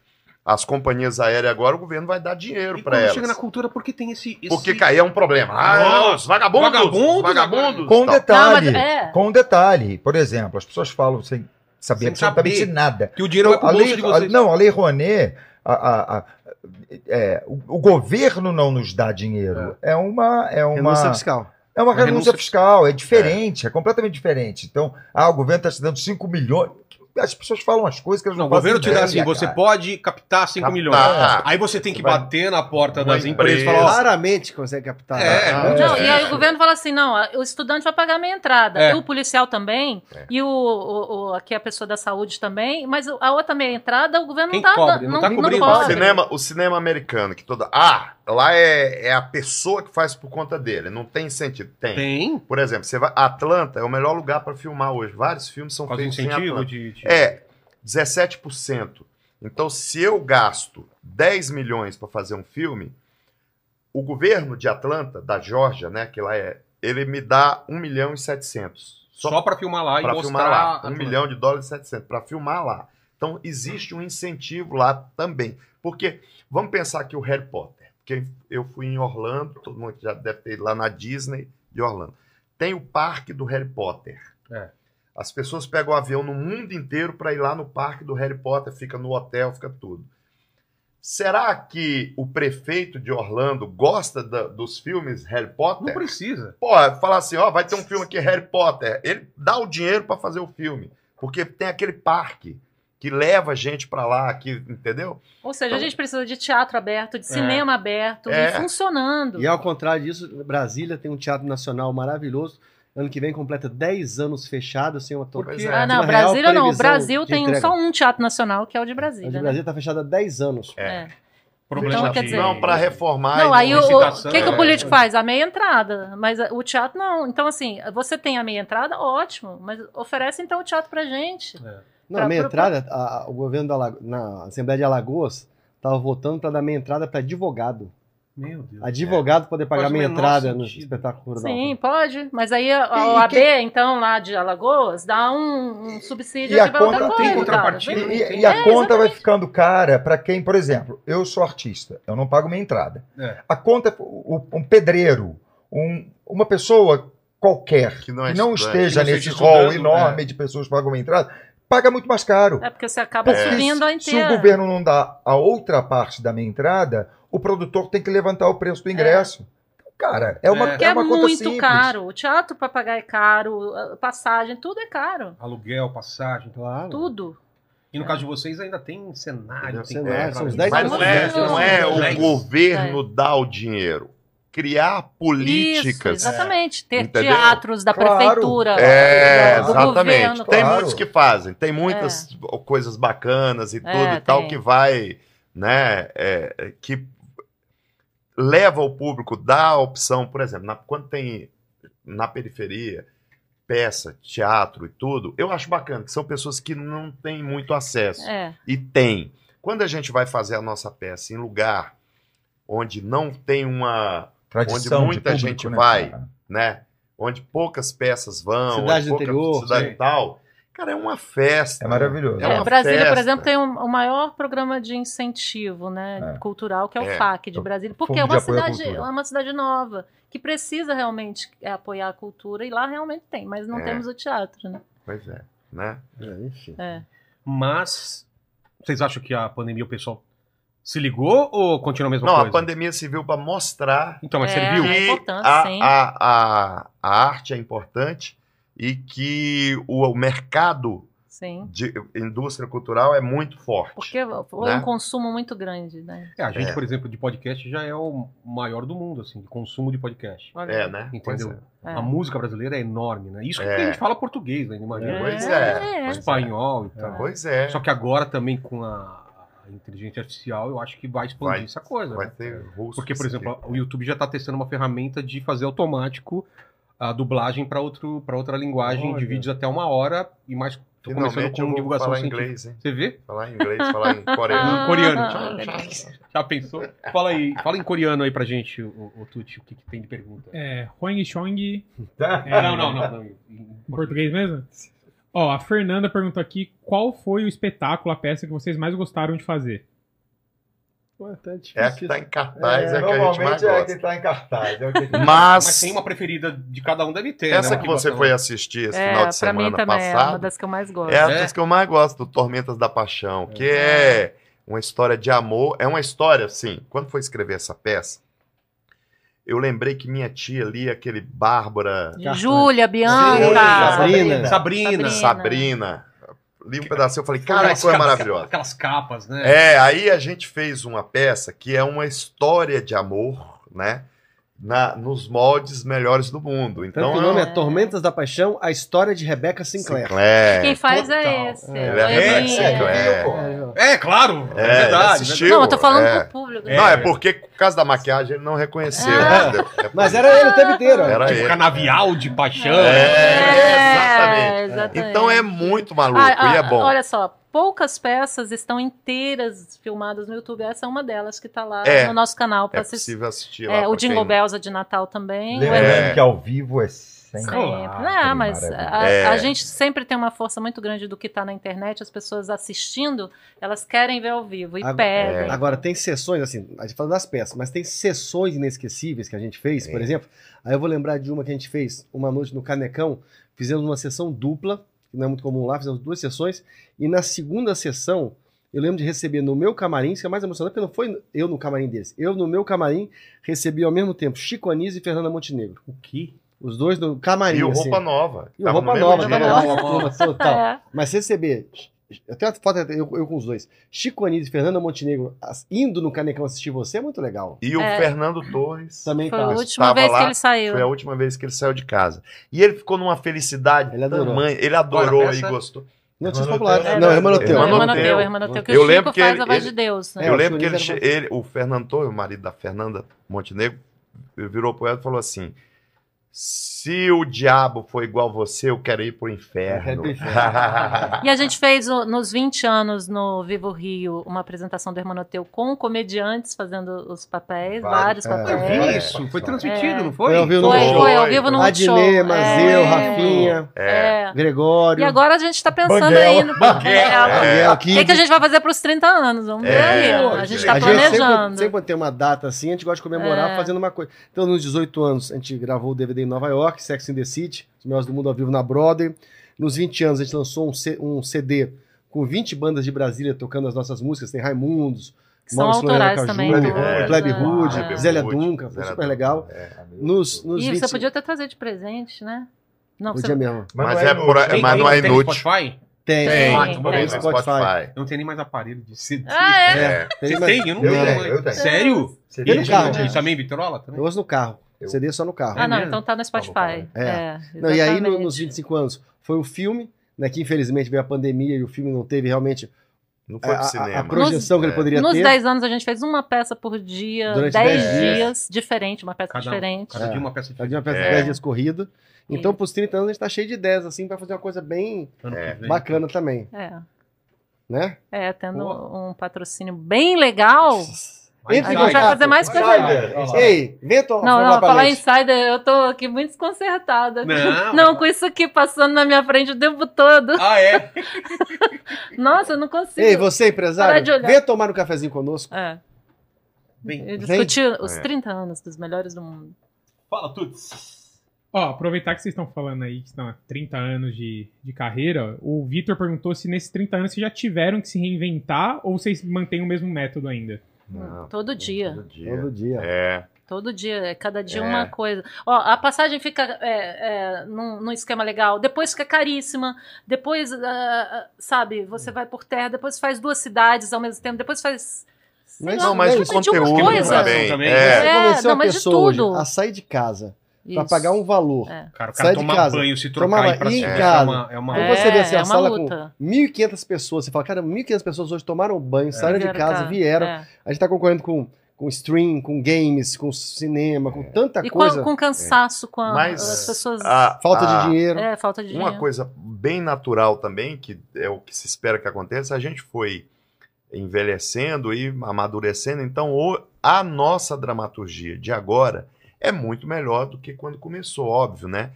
as companhias aéreas agora, o governo vai dar dinheiro E para quando elas. chega na cultura, por que tem esse. esse... Porque cair é um problema. Nossa. Ah, os vagabundos! Vagabundos, vagabundos Com um tal. detalhe. é. Com um detalhe. Por exemplo, as pessoas falam sem saber Sem absolutamente saber. nada. Então, Que o dinheiro vai a pro bolso é lei, de a- vocês. não, a lei Rouanet, a- a- a- é, o, o governo não nos dá dinheiro. É, uma, é uma, Renúncia fiscal. é uma Uma renúncia, renúncia fiscal, é diferente, é. completamente diferente. Então, ah, o governo está te dando 5 milhões. As pessoas falam as coisas que elas Não, não, o governo te fazem dá ideia, assim, você cara. pode captar 5 Captar. milhões. Aí você tem que Você vai- bater na porta Uma das empresas e falar, ó, Raramente consegue captar. É, Ah, muito Não, É. e aí o governo fala assim: não, a- o estudante vai pagar a minha entrada, É. e o policial também, É. e o, o- o- aqui a pessoa da saúde também, mas a outra meia entrada o governo Quem não tá, cobre? dando- Não tá cobrindo. O Pobre. cinema, o cinema americano, que toda. Ah, lá é, é a pessoa que faz por conta dele. Não tem sentido. Tem. tem? Por exemplo, você vai. Atlanta é o melhor lugar para filmar hoje. Vários filmes são Faz um feitos em incentivo Atlanta. de... de- É, 17%. Então, se eu gasto 10 milhões para fazer um filme, o governo de Atlanta, da Georgia, né, que lá é, ele me dá 1 milhão e 700. Só, Só pra filmar lá e para mostrar... filmar lá. Um a- milhão de dólares e 700 para filmar lá. Então, existe um incentivo lá também. Porque, vamos pensar aqui o Harry Potter. Porque eu fui em Orlando, todo mundo que já deve ter ido lá na Disney de Orlando. Tem o parque do Harry Potter. É. As pessoas pegam o avião no mundo inteiro para ir lá no parque do Harry Potter, fica no hotel, fica tudo. Será que o prefeito de Orlando gosta da- dos filmes Harry Potter? Não precisa. Pô, falar assim, ó, vai ter um filme aqui, Harry Potter. Ele dá o dinheiro pra fazer o filme. Porque tem aquele parque que leva a gente pra lá, que, entendeu? Ou seja, a Então- gente precisa de teatro aberto, de cinema aberto, É. e funcionando. E ao contrário disso, Brasília tem um teatro nacional maravilhoso Ano que vem completa 10 anos fechado sem uma Pois torre. é. Ah, não, Uma Brasília real não. O previsão Brasil de tem entrega. só um teatro nacional, que é o de A de Brasília. né? Brasília está fechada há 10 anos. É. É. Problema Então, de- quer dizer- Não, para reformar. Não, e aí o, licitação, o que, é. que o político faz? A meia entrada, mas a- o teatro não. Então, assim, você tem a meia entrada, ótimo, mas oferece então o teatro pra gente. Não, Pra- a meia pra- entrada, a- a- o governo da Alago- na Assembleia de Alagoas estava votando para dar meia entrada para advogado. Meu Deus. Advogado poder pagar É. Faz o meia menor entrada no sentido. espetáculo rural. Sim, pode, mas aí a, a OAB, então, lá de Alagoas, dá um, um subsídio e a de valor conta- da tem coisa, contrapartida? cara. E, e- Sim. e a É, conta vai ficando cara para quem, por exemplo, eu sou artista, eu não pago minha entrada. É. A conta, o- um pedreiro, um- uma pessoa qualquer que Que não, não é estudante, é. esteja que não nesse esteja rol estudando, enorme de pessoas que pagam minha entrada, paga muito mais caro. É porque você acaba Porque subindo a se- se o inteira. governo não dá a outra parte da minha entrada, o produtor tem que levantar o preço do ingresso. Cara, é uma, É. é. Porque é, uma conta muito simples. caro. O teatro para pagar é caro, a passagem, tudo é caro. Aluguel, passagem. tal. Claro. Tudo. E no caso de vocês ainda tem cenário. Tem cenário, são os pra- dez Mas não é, Vamos ver. não é o Dez. governo dar o dinheiro. Criar É. Isso, políticas. exatamente. Ter Entendeu? teatros da Claro. prefeitura. É, do exatamente. governo, É. tem claro. muitos que fazem. Tem muitas coisas bacanas e tudo e tal tem. que vai, né, é, é, que leva o público, dá a opção, por exemplo, na- quando tem na periferia peça, teatro e tudo, eu acho bacana, que são pessoas que não têm muito acesso. É. E tem. Quando a gente vai fazer a nossa peça em lugar onde não tem uma, Tradição Onde muita de público, gente né, vai. cara? né? Onde poucas peças vão, Cidade onde do pouca interior, cidade sim. e tal. Cara, é uma festa. É maravilhoso. É uma É, Brasília, por festa. exemplo, tem um- o maior programa de incentivo né, É. cultural, que é o É. FAC de O Brasília, porque Fundo é de uma, Apoio à cidade, é Cultura. uma cidade nova, que precisa realmente é, apoiar a cultura, e lá realmente tem, mas não É. temos o teatro. Né? Pois é, né? É, enfim. É. Mas vocês acham que a pandemia o pessoal se ligou ou continua a mesma Não, coisa? a pandemia serviu para mostrar Então, mas É. serviu? a que importância, a, sim. a, a, a arte é importante e que o, o mercado Sim. de indústria cultural é muito forte. Porque foi Né? um consumo muito grande, né? É, a gente, É. por exemplo, de podcast já é o maior do mundo, assim, de consumo de podcast. Olha. É, né? Pois Entendeu? é. É. A música brasileira é enorme, né? Isso porque É. a gente fala português, né? Imagina. É. Pois é. É. Espanhol e tal. Pois é. Só que agora também com a a inteligência artificial, eu acho que vai expandir Vai- essa coisa. Vai né? ter russo. Porque, por isso exemplo, aqui. o YouTube já está testando uma ferramenta de fazer automático a dublagem para outra linguagem de Olha. vídeos até uma hora e mais. Tô começando Finalmente eu com vou divulgação falar científica. inglês, hein? Você vê? Falar em inglês, falar em é coreano. Ah. coreano. Já pensou? Fala aí, fala em coreano aí pra gente, o, o Tuti, o que, que tem de pergunta. É, Huang Chong, Tá? É, não, não, não. não. Em em português mesmo? Ó, a Fernanda perguntou aqui qual foi o espetáculo, a peça que vocês mais gostaram de fazer? Ué, tá difícil. É a que tá em cartaz, é, É, a que a gente mais normalmente é a que gosta. está em cartaz. É o que Mas, Mas tem uma preferida de cada um, deve ter. né? essa Uma que você gosta foi mais. assistir esse É, final de pra mim semana também é uma passado, das que eu mais gosto. é a É. das que eu mais gosto, do Tormentas da Paixão, que é uma história de amor. É uma história, assim, quando foi escrever essa peça, eu lembrei que minha tia lia aquele Bárbara, Júlia, Júlia, Bianca. Sabrina. Sabrina. Sabrina. Sabrina, li um pedacinho, eu falei, cara, que coisa ca- maravilhosa. Aquelas capas, né? É, aí a gente fez uma peça que é uma história de amor, né? Na, nos moldes melhores do mundo. Tanto Então, que o nome é é Tormentas da Paixão, a história de Rebeca Sinclair. Sinclair. Quem faz total. é esse. É, Ele é Doilinha. Rex, é, é. É, É, claro. É, É, verdade. assistiu. Não, eu tô falando É. pro público. É. Não, é porque por causa da maquiagem ele não reconheceu. Ah. entendeu? É por Mas isso. era ele o tempo inteiro. ó. Era verdade. Tipo ele. canavial de paixão. né? É, É, exatamente. Então é muito maluco Ah, ah, e é bom. Olha só, poucas peças estão inteiras filmadas no YouTube. Essa é uma delas que tá lá É. no nosso canal pra é assistir. possível assistir lá. É, o pra Jingle quem- Bells é de Natal também. o Lembrando É. que ao vivo é sempre. Sempre. Não, mas a, maravilhoso. É. a gente sempre tem uma força muito grande do que está na internet. As pessoas assistindo, elas querem ver ao vivo e Agora- é. pedem. Agora, tem sessões, assim, a gente fala das peças, mas tem sessões inesquecíveis que a gente fez, por É. exemplo. Aí eu vou lembrar de uma que a gente fez uma noite no Canecão, fizemos uma sessão dupla, que não é muito comum lá, fizemos duas sessões, e na segunda sessão, eu lembro de receber no meu camarim, isso que é mais emocionante, porque não foi eu no camarim deles, eu no meu camarim recebi ao mesmo tempo Chico Anísio e Fernanda Montenegro. O que? Os dois no camarim. E o assim. Roupa Nova. E o Tava no roupa mesmo nova, dia. Então, tava lá, a turma toda, tal. É. Mas receber Até a foto eu, eu com os dois. Chico Anísio e Fernanda Montenegro as- indo no Canecão assistir você é muito legal. E o É. Fernando Torres Também Foi a tá. Eu última estava vez que lá, ele saiu. foi a última vez que ele saiu de casa. E ele ficou numa felicidade Ele adorou. tamanha- Ele Olha a adorou e peça. gostou. Notícias Manoel populares. É, Teu. Não, Hermanoteu. Não, Hermanoteu. Hermanoteu, Hermanoteu, que Eu o lembro Chico que faz ele- a voz ele- de Deus, né? É, eu o lembro que Chico ele, Anísio che- era ele, o Fernando Torres, o marido da Fernanda Montenegro, eh, virou pro ela e falou assim: Se o diabo for igual você, eu quero ir pro Eu quero inferno. pro É inferno. E a gente fez o- nos 20 anos no Vivo Rio uma apresentação do Hermanoteu com comediantes fazendo os papéis, Vários, vários, é. Eu papéis. vi isso, foi transmitido, É. não foi? Eu vi no- Foi, Foi, foi ao vivo num show. Adnê, Mazeu, É. Rafinha, É. Gregório. E agora a gente tá pensando Banguela. ainda. Banguela. É. Gabriel O Kid. que, que a gente vai fazer pros 30 anos? Vamos ver É, aí. pô, A gente gente. tá A gente sempre, planejando. sempre quando tem uma data assim, a gente gosta de comemorar É. fazendo uma coisa. Então, nos 18 anos, a gente gravou o DVD em Nova York, Sex in the City, Os Melhores do Mundo ao Vivo na Broadway. Nos 20 anos, a gente lançou um, C- um CD com 20 bandas de Brasília tocando as nossas músicas. Tem Raimundos, Que são Mauro Floriano autorais Caju, também. Kleber do- Hood, do- Kleber Hood, É. Zélia Hood, Duncan, foi Zélia super legal. É, meu Nos, Deus. nos E 20... você podia até trazer de presente, né? Não, Podia você... mesmo. Mas é por- inútil. Tem- mas não é tem no inútil. Spotify? Tem, Tem. tem, Tem. tem Tem no Spotify. Eu não tenho nem mais aparelho de CD. Ah, é? É. Você Tem, mas- tem? Eu não Eu tenho. mais. tenho, eu tenho. um né? Sério? Você E no vê, carro? gente? E também Vitrola? Eu Também? ouço no carro. Eu- CD só no carro. Ah, não, mesmo? então tá no Spotify. É. É, Não, e aí, no- exatamente. nos 25 anos, foi o filme, né, que infelizmente veio a pandemia e o filme não teve realmente Não a, foi É, a- pro a cinema. projeção que ele É. poderia Nos ter. 10 anos a gente fez uma peça por dia, Durante 10 dez dias, dias. diferente, uma peça um. diferente. Cada É. dia uma peça Já diferente. tinha uma peça de É. 10 dias corrida. Então, Sim. pros 30 anos, a gente tá cheio de 10, assim, pra fazer uma coisa bem Ano que É. vem. bacana também, É. né? É, tendo Boa. um patrocínio bem legal. Vai, Entre A em gente vai contato. fazer mais coisa. Ei, vê tua Não, vamos não, lá pra falar leite. insider, eu tô aqui muito desconcertada. Não. Não, com isso aqui passando na minha frente o tempo todo. Ah, é? Nossa, eu não consigo. Ei, você, Parar de empresário, olhar. vê tomar um cafezinho conosco. É, Bem, eu Vem. discuti os É. 30 anos dos melhores do mundo. fala, Tuts. Ó, aproveitar que vocês estão falando aí que estão há 30 anos de, de carreira, o Vitor perguntou se nesses 30 anos vocês já tiveram que se reinventar ou vocês mantêm o mesmo método ainda. Não, Todo dia. Todo dia. Todo dia. É. Todo dia, é cada dia É. uma coisa. Ó, a passagem fica é, é, num, num esquema legal, depois fica caríssima, depois, ah, ah, sabe, você Hum. vai por terra, depois faz duas cidades ao mesmo tempo, depois faz. sei Mas- lá, Não, mas Não, o depois de uma conteúdo coisa. também. Também. É. Você É, convenceu não, uma mas de pessoa hoje tudo. a sair de casa pra Isso. pagar um valor. É. Cara, o Sai cara de tomar casa. banho, se Toma trocar e ir pra banho. cima. Em É casa. uma. É uma... Então você vê assim, é a uma sala luta. 1.500 pessoas, você fala, cara, 1.500 pessoas hoje tomaram banho, saíram de Vieram casa, cá, vieram. é. A gente tá concorrendo com, com stream, com games, com cinema, com tanta E com, coisa. É. com cansaço, com a- Mas as pessoas. A- Falta a- de dinheiro. É, falta de Uma dinheiro. coisa bem natural também, que é o que se espera que aconteça, a gente foi envelhecendo e amadurecendo, então o- a nossa dramaturgia de agora é muito melhor do que quando começou, óbvio, né?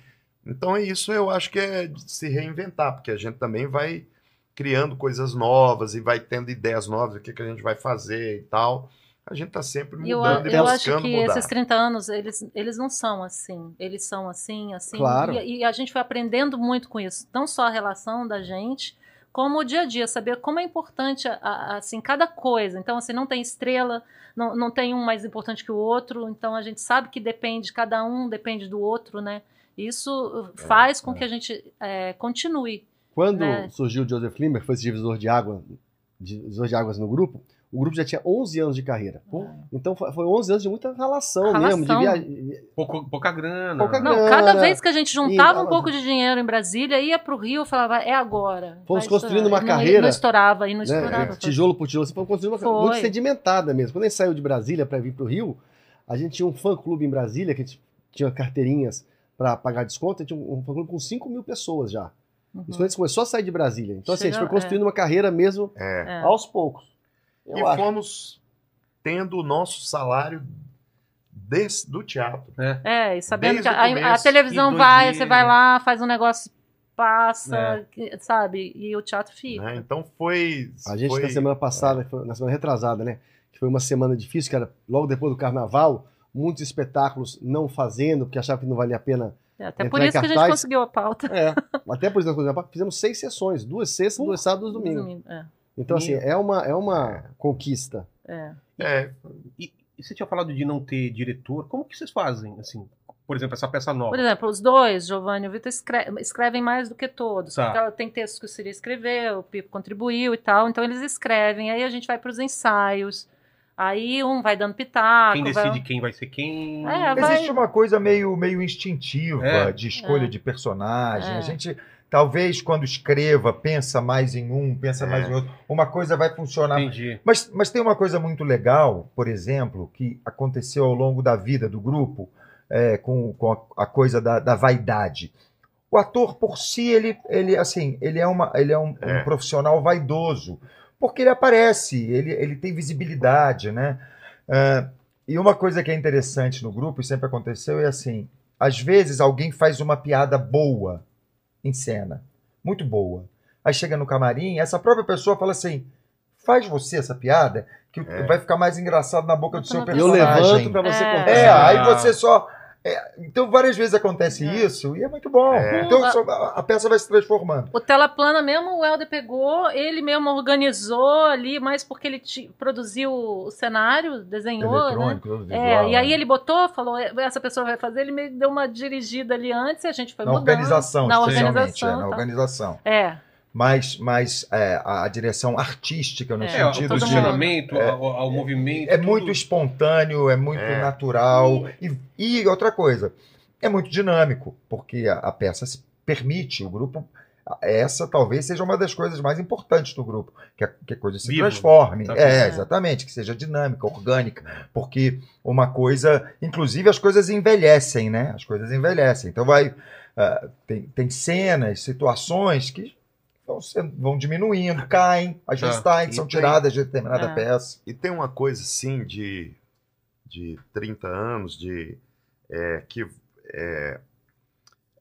Então é isso eu acho que é de se reinventar, porque a gente também vai criando coisas novas e vai tendo ideias novas, o que, que a gente vai fazer e tal. A gente tá sempre E eu, mudando e, eu acho buscando que mudar. esses 30 anos, eles, eles não são assim. Eles são assim, assim. Claro. E, e a gente foi aprendendo muito com isso. Não só a relação da gente, como o dia a dia. Saber como é importante, a- a- assim, cada coisa. Então, assim, não tem estrela, não, não tem um mais importante que o outro. Então, a gente sabe que depende, cada um depende do outro, né? Isso faz com que a gente eh, continue. Quando né? surgiu o Joseph Limber, que foi esse divisor de água, divisor de águas no grupo, o grupo já tinha 11 anos de carreira. Então foi foi 11 anos de muita relação, Relação. mesmo, de né, viagem. Pouco- pouca grana. Pouca Não, Grana. cada vez que a gente juntava E- um pouco de dinheiro em Brasília, ia pro Rio, eu falava, é agora. Fomos Vai construindo uma estourar. E não- carreira, E não estourava, e não Né? estourava. Tijolo por tijolo, assim, foi construindo uma coisa Foi. muito sedimentada mesmo. Quando a gente saiu de Brasília para vir para o Rio, a gente tinha um fã-clube em Brasília, que a gente tinha carteirinhas para pagar desconto, a gente tinha um um fã-clube com 5 mil pessoas já. Uhum. Isso é quando a gente começou a sair de Brasília. Então assim, a gente foi Chegou- construindo uma carreira mesmo É. É. aos poucos. Eu E acho. fomos tendo o nosso salário desse, do teatro. É, e sabendo Desde que o a, a começo, televisão que vai, doideira. você vai lá, faz um negócio, passa, É. que- sabe? E o teatro fica. né? Então foi. A gente tá foi... é. na semana passada, foi- na semana retrasada, né? Que foi uma semana difícil, cara. Logo depois do carnaval, muitos espetáculos não fazendo, porque achavam que não valia a pena. É, Até Entrar por em isso que a gente cartaz. conseguiu a pauta. É. Até por isso, nós, por exemplo, fizemos seis sessões, duas sextas, duas sábados, duas domingos. Resumindo, é, Então, assim, é uma, é uma conquista. é. É, E, e você tinha falado de não ter diretor. Como que vocês fazem? Assim, Por exemplo, essa peça nova. Por exemplo, os dois, Giovanni e o Vitor, escre- escrevem mais do que todos. Tá. Porque ela- tem textos que o Siri escreveu, o Pipo contribuiu e tal. Então eles escrevem, aí a gente vai para os ensaios. Aí um vai dando pitaco. quem vai- decide quem vai ser quem. É, vai- Existe uma coisa meio, meio instintiva É. de escolha É. de personagem. É. A gente, talvez, quando escreva, pensa mais em um, pensa É. mais em outro. Uma coisa vai funcionar. Entendi. Mas, mas tem uma coisa muito legal, por exemplo, que aconteceu ao longo da vida do grupo, é, com, com a, a coisa da, da vaidade. O ator por si, ele, ele assim, ele é, uma, ele é um, um É. profissional vaidoso, porque ele aparece, ele, ele tem visibilidade, né? Ah, e uma coisa que é interessante no grupo, e sempre aconteceu, é assim, às vezes alguém faz uma piada boa em cena, muito boa. Aí chega no camarim, essa própria pessoa fala assim: faz você essa piada, que É. vai ficar mais engraçado na boca do Eu seu tô na Eu personagem. levanto pra você É. contar. É, Ah. aí você só. é, então, várias vezes acontece É. isso e é muito bom. É. Ah. Então, só- a, a peça vai se transformando. O Tela Plana mesmo, o Helder pegou, ele mesmo organizou ali, mas porque ele ti- produziu o cenário, desenhou, né? É, e aí ele botou, falou, "É, essa pessoa vai fazer, ele meio que deu uma dirigida ali antes e a gente foi Na mudando. organização, na especialmente. organização, é, na tá. organização. É, Mas, mas é, a, a direção artística, no É, É, o sentido todo de. mundo- posicionamento, ao, ao movimento. É tá tudo. muito espontâneo, é muito É. natural. E, e outra coisa, é muito dinâmico, porque a, a peça se permite, o grupo. Essa talvez seja uma das coisas mais importantes do grupo, que a, que a coisa se Vivo, transforme. tá é, vendo? exatamente, que seja dinâmica, orgânica, porque uma coisa. Inclusive as coisas envelhecem, né? As coisas envelhecem. Então vai. ah, tem, tem cenas, situações que vão, sendo- vão diminuindo, caem, às vezes Ah, Tá. caem, E são tem- tiradas de determinada É. peça. E tem uma coisa assim de, de 30 anos, de é, que é,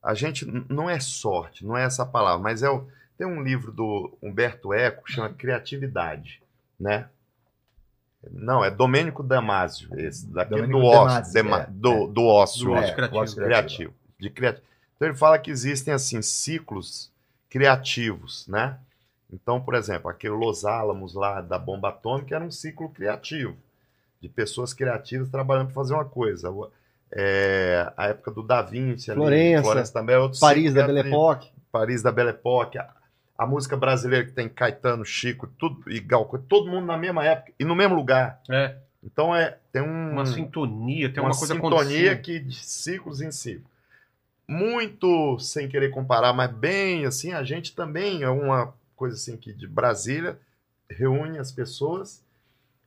a gente n- não é sorte, não é essa palavra, mas é o, tem um livro do Humberto Eco que chama Criatividade, né? Não, é Domênico Damasio, esse daqui Domênico do ócio, Damasio, Dema- é, do, do Do ócio, ócio é, criativo. ócio criativo, de criativo. Então ele fala que existem assim ciclos criativos, né? Então, por exemplo, aquele Los Alamos lá da bomba atômica era um ciclo criativo, de pessoas criativas trabalhando para fazer uma coisa. O- é, a época do Da Vinci, ali, Florença, Florença também é outro Paris ciclo da criativo. Belle Époque. Paris da Belle Époque, a, a música brasileira que tem Caetano, Chico, tudo e Gal, Costa, todo mundo na mesma época e no mesmo lugar. É, Então é tem um, uma sintonia, tem uma, uma, coisa sintonia acontecendo. que de ciclos em ciclos. Muito sem querer comparar, mas bem assim, a gente também é uma coisa assim que de Brasília reúne as pessoas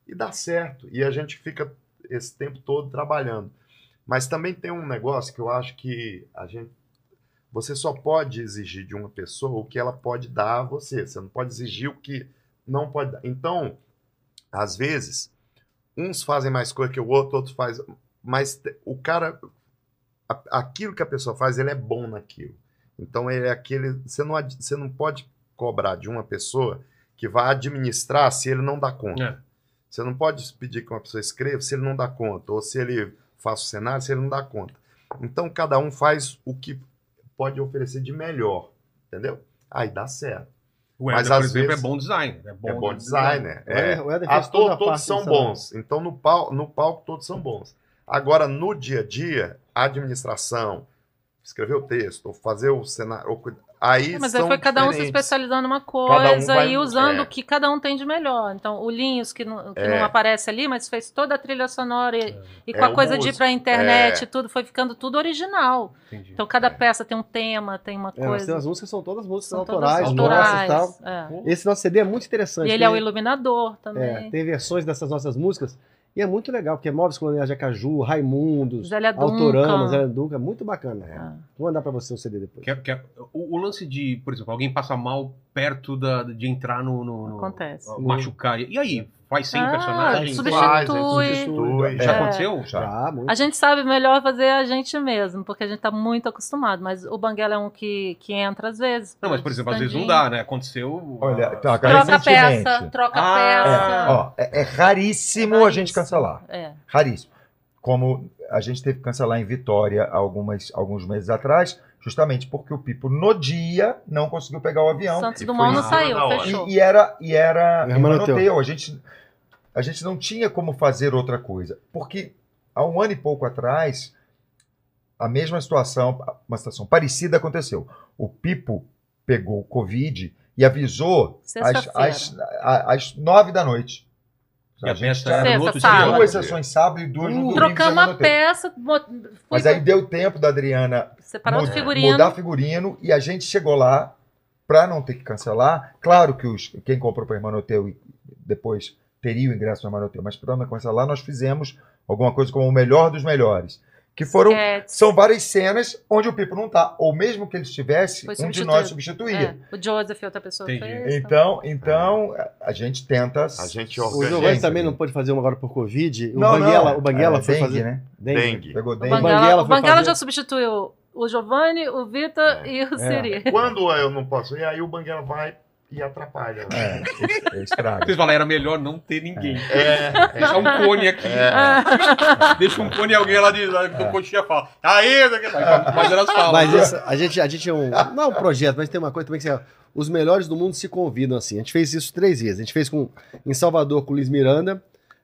e dá certo. E a gente fica esse tempo todo trabalhando. Mas também tem um negócio que eu acho que a gente você só pode exigir de uma pessoa o que ela pode dar a você. Você não pode exigir o que não pode dar. Então, às vezes, uns fazem mais coisa que o outro, outros fazem mas te- o cara a- aquilo que a pessoa faz ele é bom naquilo então ele é aquele você não ad- você não pode cobrar de uma pessoa que vá administrar se ele não dá conta É. você não pode pedir que uma pessoa escreva se ele não dá conta ou se ele faça o cenário se ele não dá conta então cada um faz o que pode oferecer de melhor entendeu aí dá certo O Herder, Mas por às exemplo, vezes- é bom design. É bom, é bom designer O é Éder- o Éder fez toda Ator, a todos parte são do cenário. bons. Então, no, pau, no palco, todos são bons. Agora, no dia a dia, a administração, escrever o texto, ou fazer o cenário. ou cuida- Aí É, mas aí são foi cada um se diferentes. especializando numa Cada um coisa vai- e usando é. o que cada um tem de melhor. Então, o Linhos, que, não, que É. não aparece ali, mas fez toda a trilha sonora e, e com É, a o coisa de ir músico, pra internet e tudo, foi ficando tudo original. Entendi. Então, cada É. peça tem um tema, tem uma É, mas tem coisa. as músicas são todas músicas são todas autorais, nossas e tal. é. Esse nosso CD é muito interessante. E ele tem- é o iluminador É, também. tem versões dessas nossas músicas. E é muito legal, porque Móveis Coloniais de Acaju, Raimundos, Zélia Autorama, Duncan. Ah. É, Zé Duca, muito bacana. é. Vou mandar pra você o CD depois. Que é- que é- o, o lance de, por exemplo, alguém passa mal perto da, de entrar no. no- no- Acontece. no- machucar. E aí? Faz sem Ah, personagem? Faz. substitui. Já um Já- É. aconteceu? Já, Ah, muito. A gente sabe melhor fazer a gente mesmo, porque a gente tá muito acostumado. Mas o Banguela é um que, que entra às vezes. Não, mas, por exemplo, às vezes não dá, né? Aconteceu. Olha, ah, tá, cara, Troca a recentemente. peça, troca a Ah, É, peça. ó, é, é raríssimo a gente Raríssimo. cancelar. É. Raríssimo. Como a gente teve que cancelar em Vitória algumas, alguns meses atrás, justamente porque o Pipo, no dia, não conseguiu pegar o avião. Santos e Dumont foi não em saiu, cima da hora. fechou. E, e era. E era Em Hermanoteu. Hermanoteu. A gente, a gente não tinha como fazer outra coisa. Porque há um ano e pouco atrás, a mesma situação, uma situação parecida aconteceu. O Pipo pegou o Covid e avisou às, Sexta-feira. às, a- às nove da noite. E a é festa tinha é era no outro Sexta-sala. dia. duas sessões sábado e duas no domingo. Hum, Trocamos semana a toda. peça, bot- fui Mas aí deu tempo da Adriana separar os mud- figurinos. mudar figurino e a gente chegou lá para não ter que cancelar. Claro que os, quem comprou para Hermanoteu e depois teria o ingresso no Hermanoteu, mas para não cancelar nós fizemos alguma coisa como o melhor dos melhores. Que foram Esquete. são várias cenas onde o Pipo não tá. Ou mesmo que ele estivesse, Foi um de substituído. nós substituía. É, o Joseph, outra pessoa Entendi. fez. Então, então a- a gente tenta. A gente O O Giovanni organiza. Giovanni também não pôde fazer uma agora por Covid. O Não, Banguela, não. o Banguela né? É, foi dengue, fazer. né? Dengue. Dengue. Pegou O dengue. Banguela, Banguela o foi Banguela fazer- já substituiu o Giovanni, o Vitor É, e o Siri. Quando eu não posso ir, aí o Banguela vai e atrapalha. né? É, es- estraga. Vocês falaram, era melhor não ter ninguém. É, Deixar um cone aqui. Ah. Deixa um cone e alguém lá de lá do coxinha fala. "Tá Aê, daqui a pouco", mas elas falam. Mas isso, a gente, a gente é um. Não é um projeto, mas tem uma coisa também que é, os melhores do mundo se convidam assim. A gente fez isso três vezes. A gente fez com, em Salvador com o Luiz Miranda,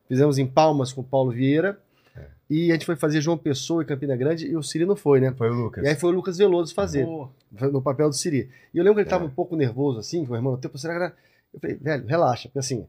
fizemos em Palmas com o Paulo Vieira. É. E a gente foi fazer João Pessoa e Campina Grande e o Siri não foi, né? Foi o E aí Lucas. foi o Lucas Veloso fazer, Pô, no papel do Siri. E eu lembro que É. ele tava um pouco nervoso, assim, com o irmão, tempo, será que era... Eu falei, velho, relaxa, porque assim,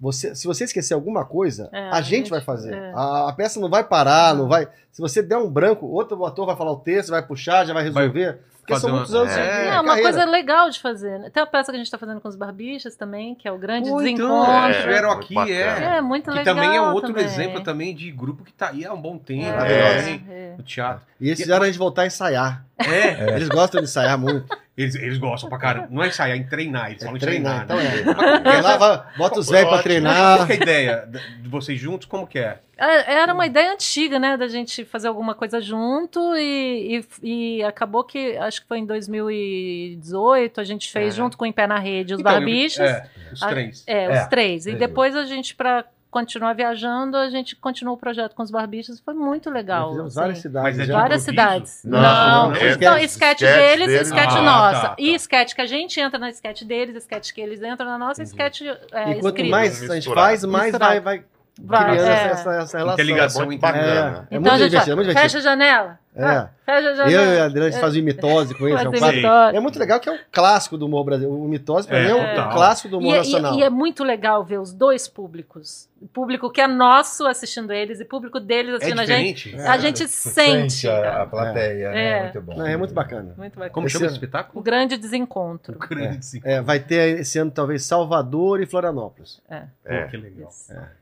você, se você esquecer alguma coisa, É, a a gente gente- vai fazer. é. A, a peça não vai parar, não vai... Se você der um branco, outro ator vai falar o texto, vai puxar, já vai resolver. porque fazer são uma- muitos anos É. de É, Não, uma carreira. coisa legal de fazer. né? Tem a peça que a gente está fazendo com os barbichas também, que é o grande Pô, então, desencontro. eles é. vieram aqui, é. É, muito Que legal. também é um outro também. exemplo também de grupo que tá aí há um bom tempo. É. né? É. No teatro. E eles fizeram a gente voltar a ensaiar. É, Eles gostam de ensaiar muito. eles, eles gostam pra caramba. Não é ensaiar, é em treinar. Eles É falam em treinar, treinar. então né? é. Vai lá, vai- bota os velhos pra Qual Ótimo. treinar. que é a ideia de de vocês juntos? Como que é? É, Era uma ideia antiga, né, da gente fazer alguma coisa junto e, e- e acabou que, acho que foi em 2018, a gente fez É. junto com o Em Pé na Rede, os Então, eu- barbichas. é, os Ah, três. É, É, os três. E entendi. depois a gente, pra continuar viajando, a gente continuou o projeto com os barbichas. Foi muito legal. Fizemos assim. várias Mas cidades. é já. de Várias improviso? cidades. Não, Não, não, não. é Então, sketch- esquete sketch deles, deles. esquete Ah, nossa. tá, tá. E esquete que a gente entra na esquete deles, esquete que eles entram na nossa, esquete é, E quanto escrito. mais a gente faz, mais vai, vai Vai, criando é. essa, essa, essa relação. Interligação muito entre- bacana. É, é Então muito a gente divertido, é muito fala, fecha divertido. a janela. É. Ah, fecha a Eu e a janela. Adriana a gente fazia o mitose com eles. é Fazem um Sim. clássico. vitória. É muito legal que é um clássico do humor brasileiro. O mitose, pra É, mim, é um total. clássico do humor E, nacional. e- e é muito legal ver os dois públicos. O público que é nosso assistindo eles e o público deles É assistindo a gente. diferente? né? A gente sente. Sente a, a cara. plateia, né? É. Muito bom. Não, é muito bacana. Muito bacana. Como chama Esse- esse espetáculo? O grande desencontro. Grande sim. É, vai ter esse ano, talvez, Salvador e Florianópolis. É. é. Pô, que legal.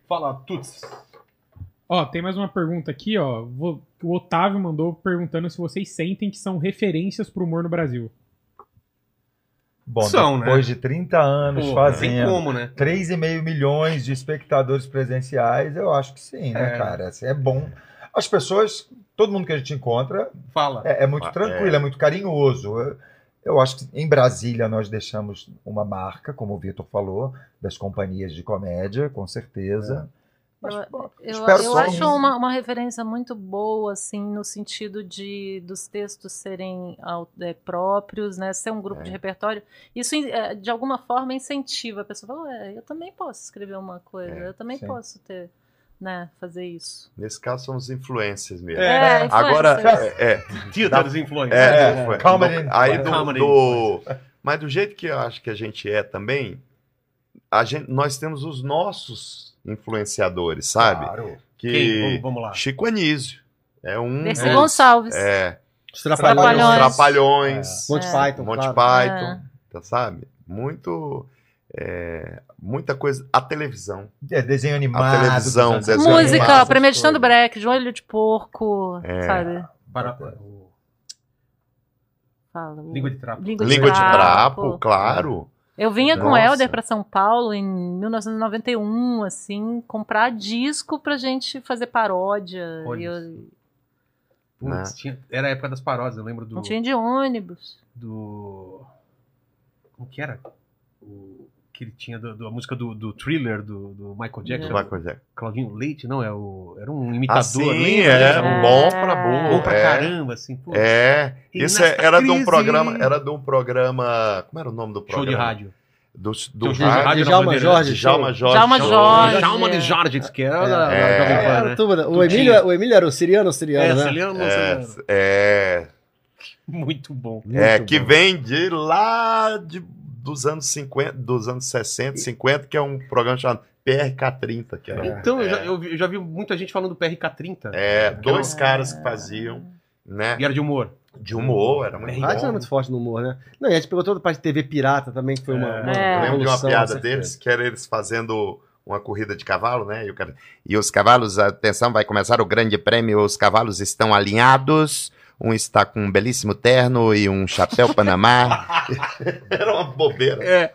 Fala, Tuts. Ó, tem mais uma pergunta aqui, ó. Vou- que O Otávio mandou perguntando se vocês sentem que são referências pro humor no Brasil. Bom, São, né? depois de 30 anos Pô, não tem fazendo como, né? 3,5 milhões de espectadores presenciais, eu acho que sim, né, É. cara? Assim, é bom. As pessoas, todo mundo que a gente encontra, Fala. é, é muito Ah, tranquilo, é. muito carinhoso. Eu, eu acho que em Brasília nós deixamos uma marca, como o Vitor falou, das companhias de comédia, com certeza. Mas, É. Eu- bom, Eu, espero eu só acho um- uma, uma referência muito boa, assim, no sentido de dos textos serem au- é, próprios, né? Ser um grupo de repertório. Isso, in- é, de alguma forma, incentiva. A pessoa fala, "Ué, eu também posso escrever uma coisa, eu também sim. posso ter, né, fazer isso. Nesse caso são os influencers mesmo. É. né? Agora, influencers. é, Dia Dá- das influências. É, É, foi. calma Do- aí. aí do, Calma aí. do- mas do jeito que eu acho que a gente é também, a gente, nós temos os nossos influenciadores, sabe? Claro. Que Quem? Vamos, vamos lá. Chico Anísio é um Dercy dos- Gonçalves. é, Os Trapalhões. Trapalhões, É. É. Monty Python, Monty claro. Python, tá, sabe? Muito é, muita coisa, a televisão, É, desenho animado. televisão, dos anos desenho 80, Música, animado, essas Premeditando coisas. Breck, Joelho de Porco, É. sabe? Para- Fala. o- Língua de trapo. Língua língua de trapo, claro. Eu vinha com o Nossa. Helder pra São Paulo em 1991, assim, comprar disco pra gente fazer paródia. Olha E eu- Putz, tinha- era a época das paródias, eu lembro do. não tinha de ônibus. do. Como que era? O que ele tinha do- do- a música do, do thriller do, do Michael Jackson. Uma coisa. Claudinho Leite, não, é o, era um imitador. Assim, lembra? um é, né? bom pra burro. Bom pra é. caramba, assim. Pô, É, E isso nessa é- era de um crise- programa, era de um programa, como era o nome do Show programa? de rádio. do, do Seu Jorge rádio. Rádio Djalma Bandeira. Jorge. Djalma Jorge. Djalma Jorge. Chalma de Jorge, que era da da É. Jovem Pan, Era né? tudo, o, Tudo Emílio, tinha. o Emílio era o siriano, o siriano, né? Celiano, É, Celiano. é, Muito bom. é, Muito que bom. vem de lá de, dos anos 50, dos anos 60, 50, que é um programa chamado PRK30, que era um- Então, eu, já, é, eu vi- eu já vi muita gente falando do PRK30. é, dois Ah. caras que faziam, né? E era de humor. De humor, era muito É, O rádio era bom. muito forte no humor, né? Não, e a gente pegou toda a parte de TV pirata também, que foi uma. É. uma É. Eu lembro de uma revolução, piada essa deles, que era eles fazendo uma corrida de cavalo, né? E, o cara- e os cavalos, atenção, vai começar o grande prêmio, os cavalos estão alinhados, um está com um belíssimo terno e um chapéu panamá. era uma bobeira. É.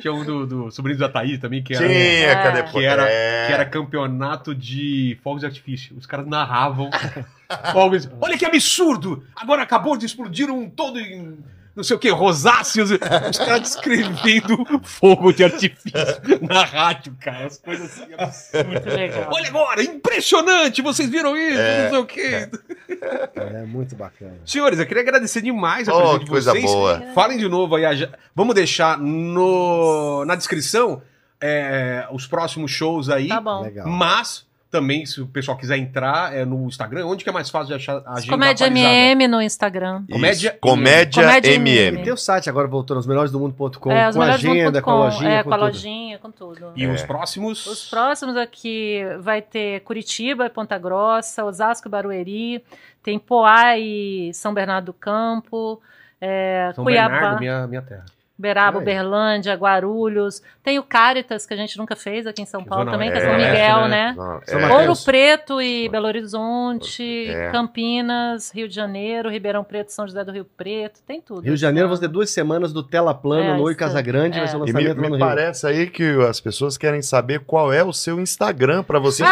Tinha um do, do Sobrinho da Thaís também, que era, Tinha, É. cadê? Que era- é, que era campeonato de fogos de artifício. Os caras narravam fogos. Olha que absurdo! Agora acabou de explodir um todo em não sei o que, rosáceos. Os caras descrevendo fogo de artifício na rádio, cara. As coisas assim absurdas. É. Muito legal. Olha agora, impressionante! Vocês viram isso? Não sei o quê. É. É muito bacana. Senhores, eu queria agradecer demais a Oh, presença que de coisa vocês. boa. É. Falem de novo aí. a ja- Vamos deixar no... na descrição é, os próximos shows aí. Tá bom. Legal. Mas também, se o pessoal quiser entrar é no Instagram, onde que é mais fácil de achar a agenda Comédia atualizada? MM no Instagram. Isso, Comédia- Comédia, Comédia MM. E tem o site agora voltando aos melhoresdomundo.com, É, com a agenda, com a melhoresmundo.com, lojinha, é, com com a tudo. lojinha, com tudo. E É. os próximos... Os próximos aqui vai ter Curitiba, e Ponta Grossa, Osasco, e Barueri, tem Poá e São Bernardo do Campo, é, São Cuiabá, Bernardo, minha, minha terra. Beraba, Aí. Berlândia, Guarulhos, tem o Caritas que a gente nunca fez aqui em São Que Paulo zona também, que é oeste, São né? Miguel, Zona né? São É, Mateus. Ouro Preto e Belo Horizonte, É. Campinas, Rio de Janeiro, Ribeirão Preto, São José do Rio Preto, tem tudo. Rio de Janeiro, você ter duas semanas do Telaplano, É, Noi isso. Casagrande, vai ser E o me, lançamento lá me no Rio. parece aí que as pessoas querem saber qual é o seu Instagram para você Ah,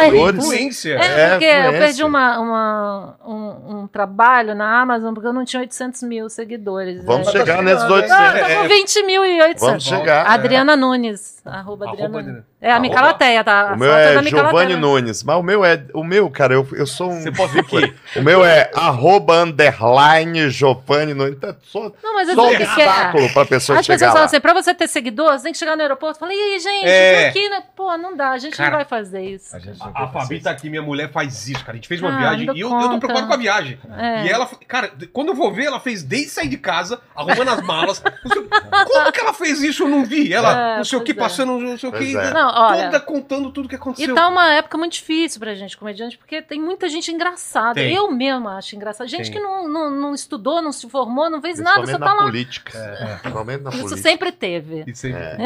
ter seguidores. Influência. É, É, porque eu influencer. perdi uma, uma- um, um trabalho na Amazon porque eu não tinha 800 mil seguidores. Vamos né? chegar nesses Não, Não, eu 800. tô com É, 20 mil e 800. Vamos chegar. né? Adriana Nunes, arroba Adriana Arroba- Nunes. É, a arroba- Micaloteia, tá? A O meu foto da é Micaloteia. Giovanni Nunes, mas o meu é. O meu, cara, eu, eu sou um. Você pode ver que... O meu é arroba underline Giovanni Nunes. Tá só Não, mas eu só um sei o que que é. obstáculo pra pessoa As pessoas chegar falam lá. assim, pra você ter seguidor, você tem que chegar no aeroporto e falar, e aí, gente, É. isso aqui, né? Pô, não dá, a gente Cara, não vai fazer isso. A gente não A, a quer fazer Fabi isso. tá aqui, minha mulher faz isso, cara. A gente fez uma Ah, viagem não dou e eu, eu tô conta. preocupado com a viagem. É. E ela, cara, quando eu vou ver, ela fez desde sair de casa, arrumando as malas. Não sei o- Como que ela fez isso? Eu não vi. Ela, É, não sei o que, pois é. passando, não sei o Pois que. é. Não, olha. Toda contando tudo que E aconteceu. tá uma época muito difícil pra gente, comediante, porque tem muita gente engraçada. Tem. Eu mesma acho engraçada. Gente Tem. que não, não, não estudou, não se formou, não fez nada, Principalmente só na tá lá. política. É, Principalmente na Isso política. sempre teve. Isso aí. É.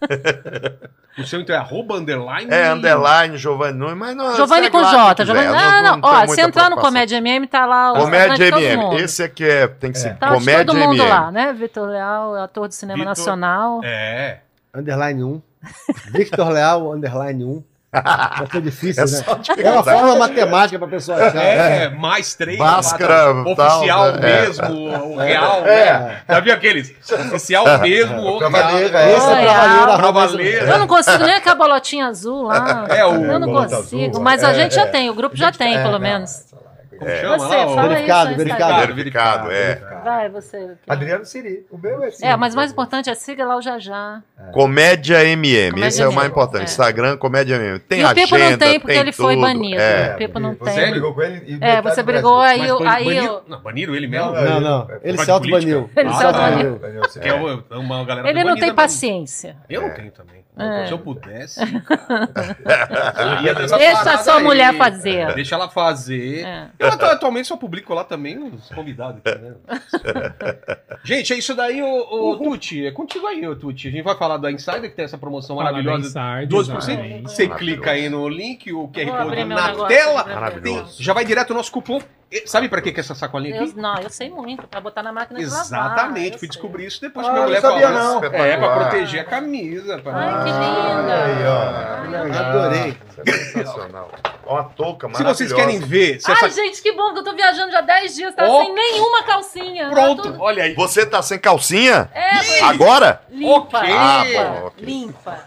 O seu então é arroba underline. É, underline Giovanni Nunes, mas não Giovanni segue com lá J. quem Giovanni... quiser, Ah, não. tenho Ó, se muita entrar no preocupação. Comédia MM, tá lá o Comédia tá de todo mundo. MM. Esse aqui é. Tem que ser. Tá de Comédia todo mundo MM. lá, né? Vitor Leal, ator do cinema Vitor- nacional. É. Underline 1. Victor Leal, underline 1. Já foi difícil, É né? só de É uma verdade. forma matemática pra pessoa achar. É, mais três. Máscara, quatro, tal, oficial né? É. mesmo, o real. É. né? Já viu aqueles? Oficial mesmo, o Pra real. valer, É. Esse é Olha, trabalheiro, pra arroba- valer. Eu não consigo nem aquela bolotinha azul lá. É, o- Eu não Bolota consigo, azul, mas a é, gente é. já tem, o grupo já tem, pelo menos. É. Como chama Você, lá? o- fala Verificado, aí. seu verificado. Instagram. Verificado, é. Vai, você. Adriano Siri. O meu é Siri. É, mas o mais importante é siga lá o Já Já. É. Comédia MM, Comédia esse é o mais MM, importante. é. Instagram, comédia MM. Tem e o agenda, Pipo não tem porque ele foi tudo. banido. É. O Pipo não Você tem. brigou com ele? e É, metade você do brigou, Brasil. aí Mas eu. ban- Aí baniram- eu Não, baniram ele mesmo. Não, Não, não. Vai Ele se de política. auto-baniu. Ele Ele se se Ah, auto-baniu. Daniel Siri. Que é uma, uma galera ele foi não banida tem mesmo. paciência. Eu não tenho também. Então, É. Se eu pudesse. cara, eu ia nessa Deixa a parada sua aí. É, mulher fazer. Deixa ela fazer. É. Eu atu- atualmente só publico lá também os convidados. aqui, né? Gente, é isso daí, ô, ô Tuti. É contigo aí, ô Tuti. A gente vai falar da Insider, que tem essa promoção maravilhosa. 12%. Você clica aí no link, o QR Vou Code é abrir meu na negócio né? tela. aqui pra Maravilhoso. ver. Já vai direto o nosso cupom. E Sabe pra que que é essa sacolinha Eu, aqui? não, eu sei muito, é pra botar na máquina de lavar. Exatamente, eu fui sei. descobrir isso depois Ah, que minha não mulher sabia, falou. não. É, pra Espetacular. proteger a camisa. Pra... Ai, que linda. Aí, ó. Ai, Eu eu- Adorei. Isso é sensacional. Uma touca Se vocês querem maravilhosa. ver, se Ai, essa... gente, que bom que eu tô viajando já 10 dias, tá Ó. sem nenhuma calcinha. tá pronto, tudo- olha aí. Você tá sem calcinha? É, foi- Agora? limpa. Ok. Ah, limpa, bom, ok. limpa.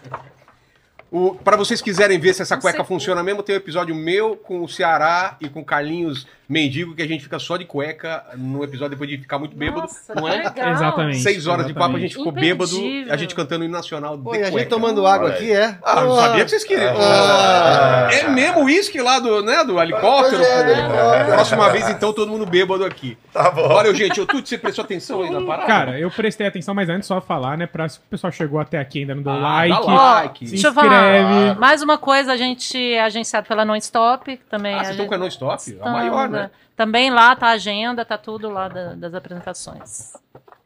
O, pra vocês quiserem ver se essa Não cueca sei. funciona mesmo, tem um episódio meu com o Ceará e com o Carlinhos mendigo que a gente fica só de cueca no episódio depois de ficar muito bêbado. Nossa, não que é? legal. Exatamente. Seis horas de papo, a Exatamente. gente ficou bêbado, Imperdível. a gente cantando o hino nacional de Pô, e a gente cueca. tomando água Olha aí. aqui, é? Ah, eu não sabia que vocês queriam. Ah. é mesmo o uísque lá do, né, do helicóptero? Pois é, pô. né? Próxima vez, então, todo mundo bêbado aqui. Tá bom. Olha, gente, eu tudo, você prestou atenção aí na parada? Cara, eu prestei atenção, mas antes só falar, né? Pra se o pessoal chegou até aqui e ainda não deu Ah, dá like. like. Se Deixa eu inscreve. falar. Mais uma coisa, a gente é agenciado pela Nonstop também. Ah, a vocês estão gente- com a Non Stop? A Estamos, maior, né? né? Também lá tá a agenda, tá tudo lá da- das apresentações.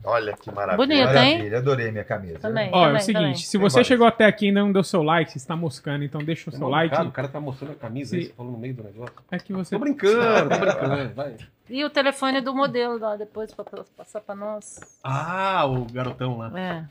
Olha que maravilha. Bonito, hein? Maravilha, adorei minha camisa. Também. Ó, é o também, seguinte, também. se Tem você vários. chegou até aqui e ainda não deu seu like, você está moscando, então deixa o seu like. Cara, o cara tá mostrando a camisa aí, Sim. você falou no meio do negócio. É que você. Tô brincando, tô brincando. vai. E o telefone do modelo lá depois pra pra- passar pra nós. Ah, o garotão lá. É.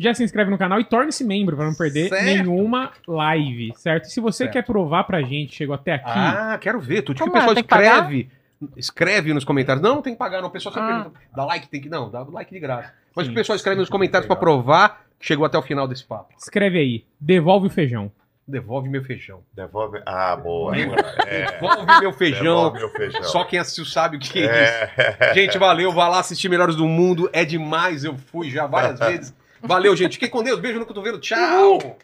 Já se inscreve no canal e torne-se membro pra não perder Certo. nenhuma live, certo? E se você Certo. quer provar pra gente, chegou até aqui. Ah, quero ver. Tudo que o Como é? pessoal Tem que pagar? escreve. Escreve nos comentários. Não, não tem que pagar, não. O pessoal sempre Ah. pergunta. Dá like, tem que. Não, dá like de graça. Mas Sim. o pessoal escreve nos comentários pra provar que chegou até o final desse papo. Escreve aí, devolve o feijão. Devolve meu feijão. Devolve. Ah, boa. Meu- É. Devolve meu feijão. Devolve meu feijão. Só quem assistiu sabe o que é isso. É. Gente, valeu. Vá lá assistir Melhores do Mundo. É demais. Eu fui já várias vezes. Valeu, gente. Fiquem com Deus. Beijo no cotovelo. Tchau.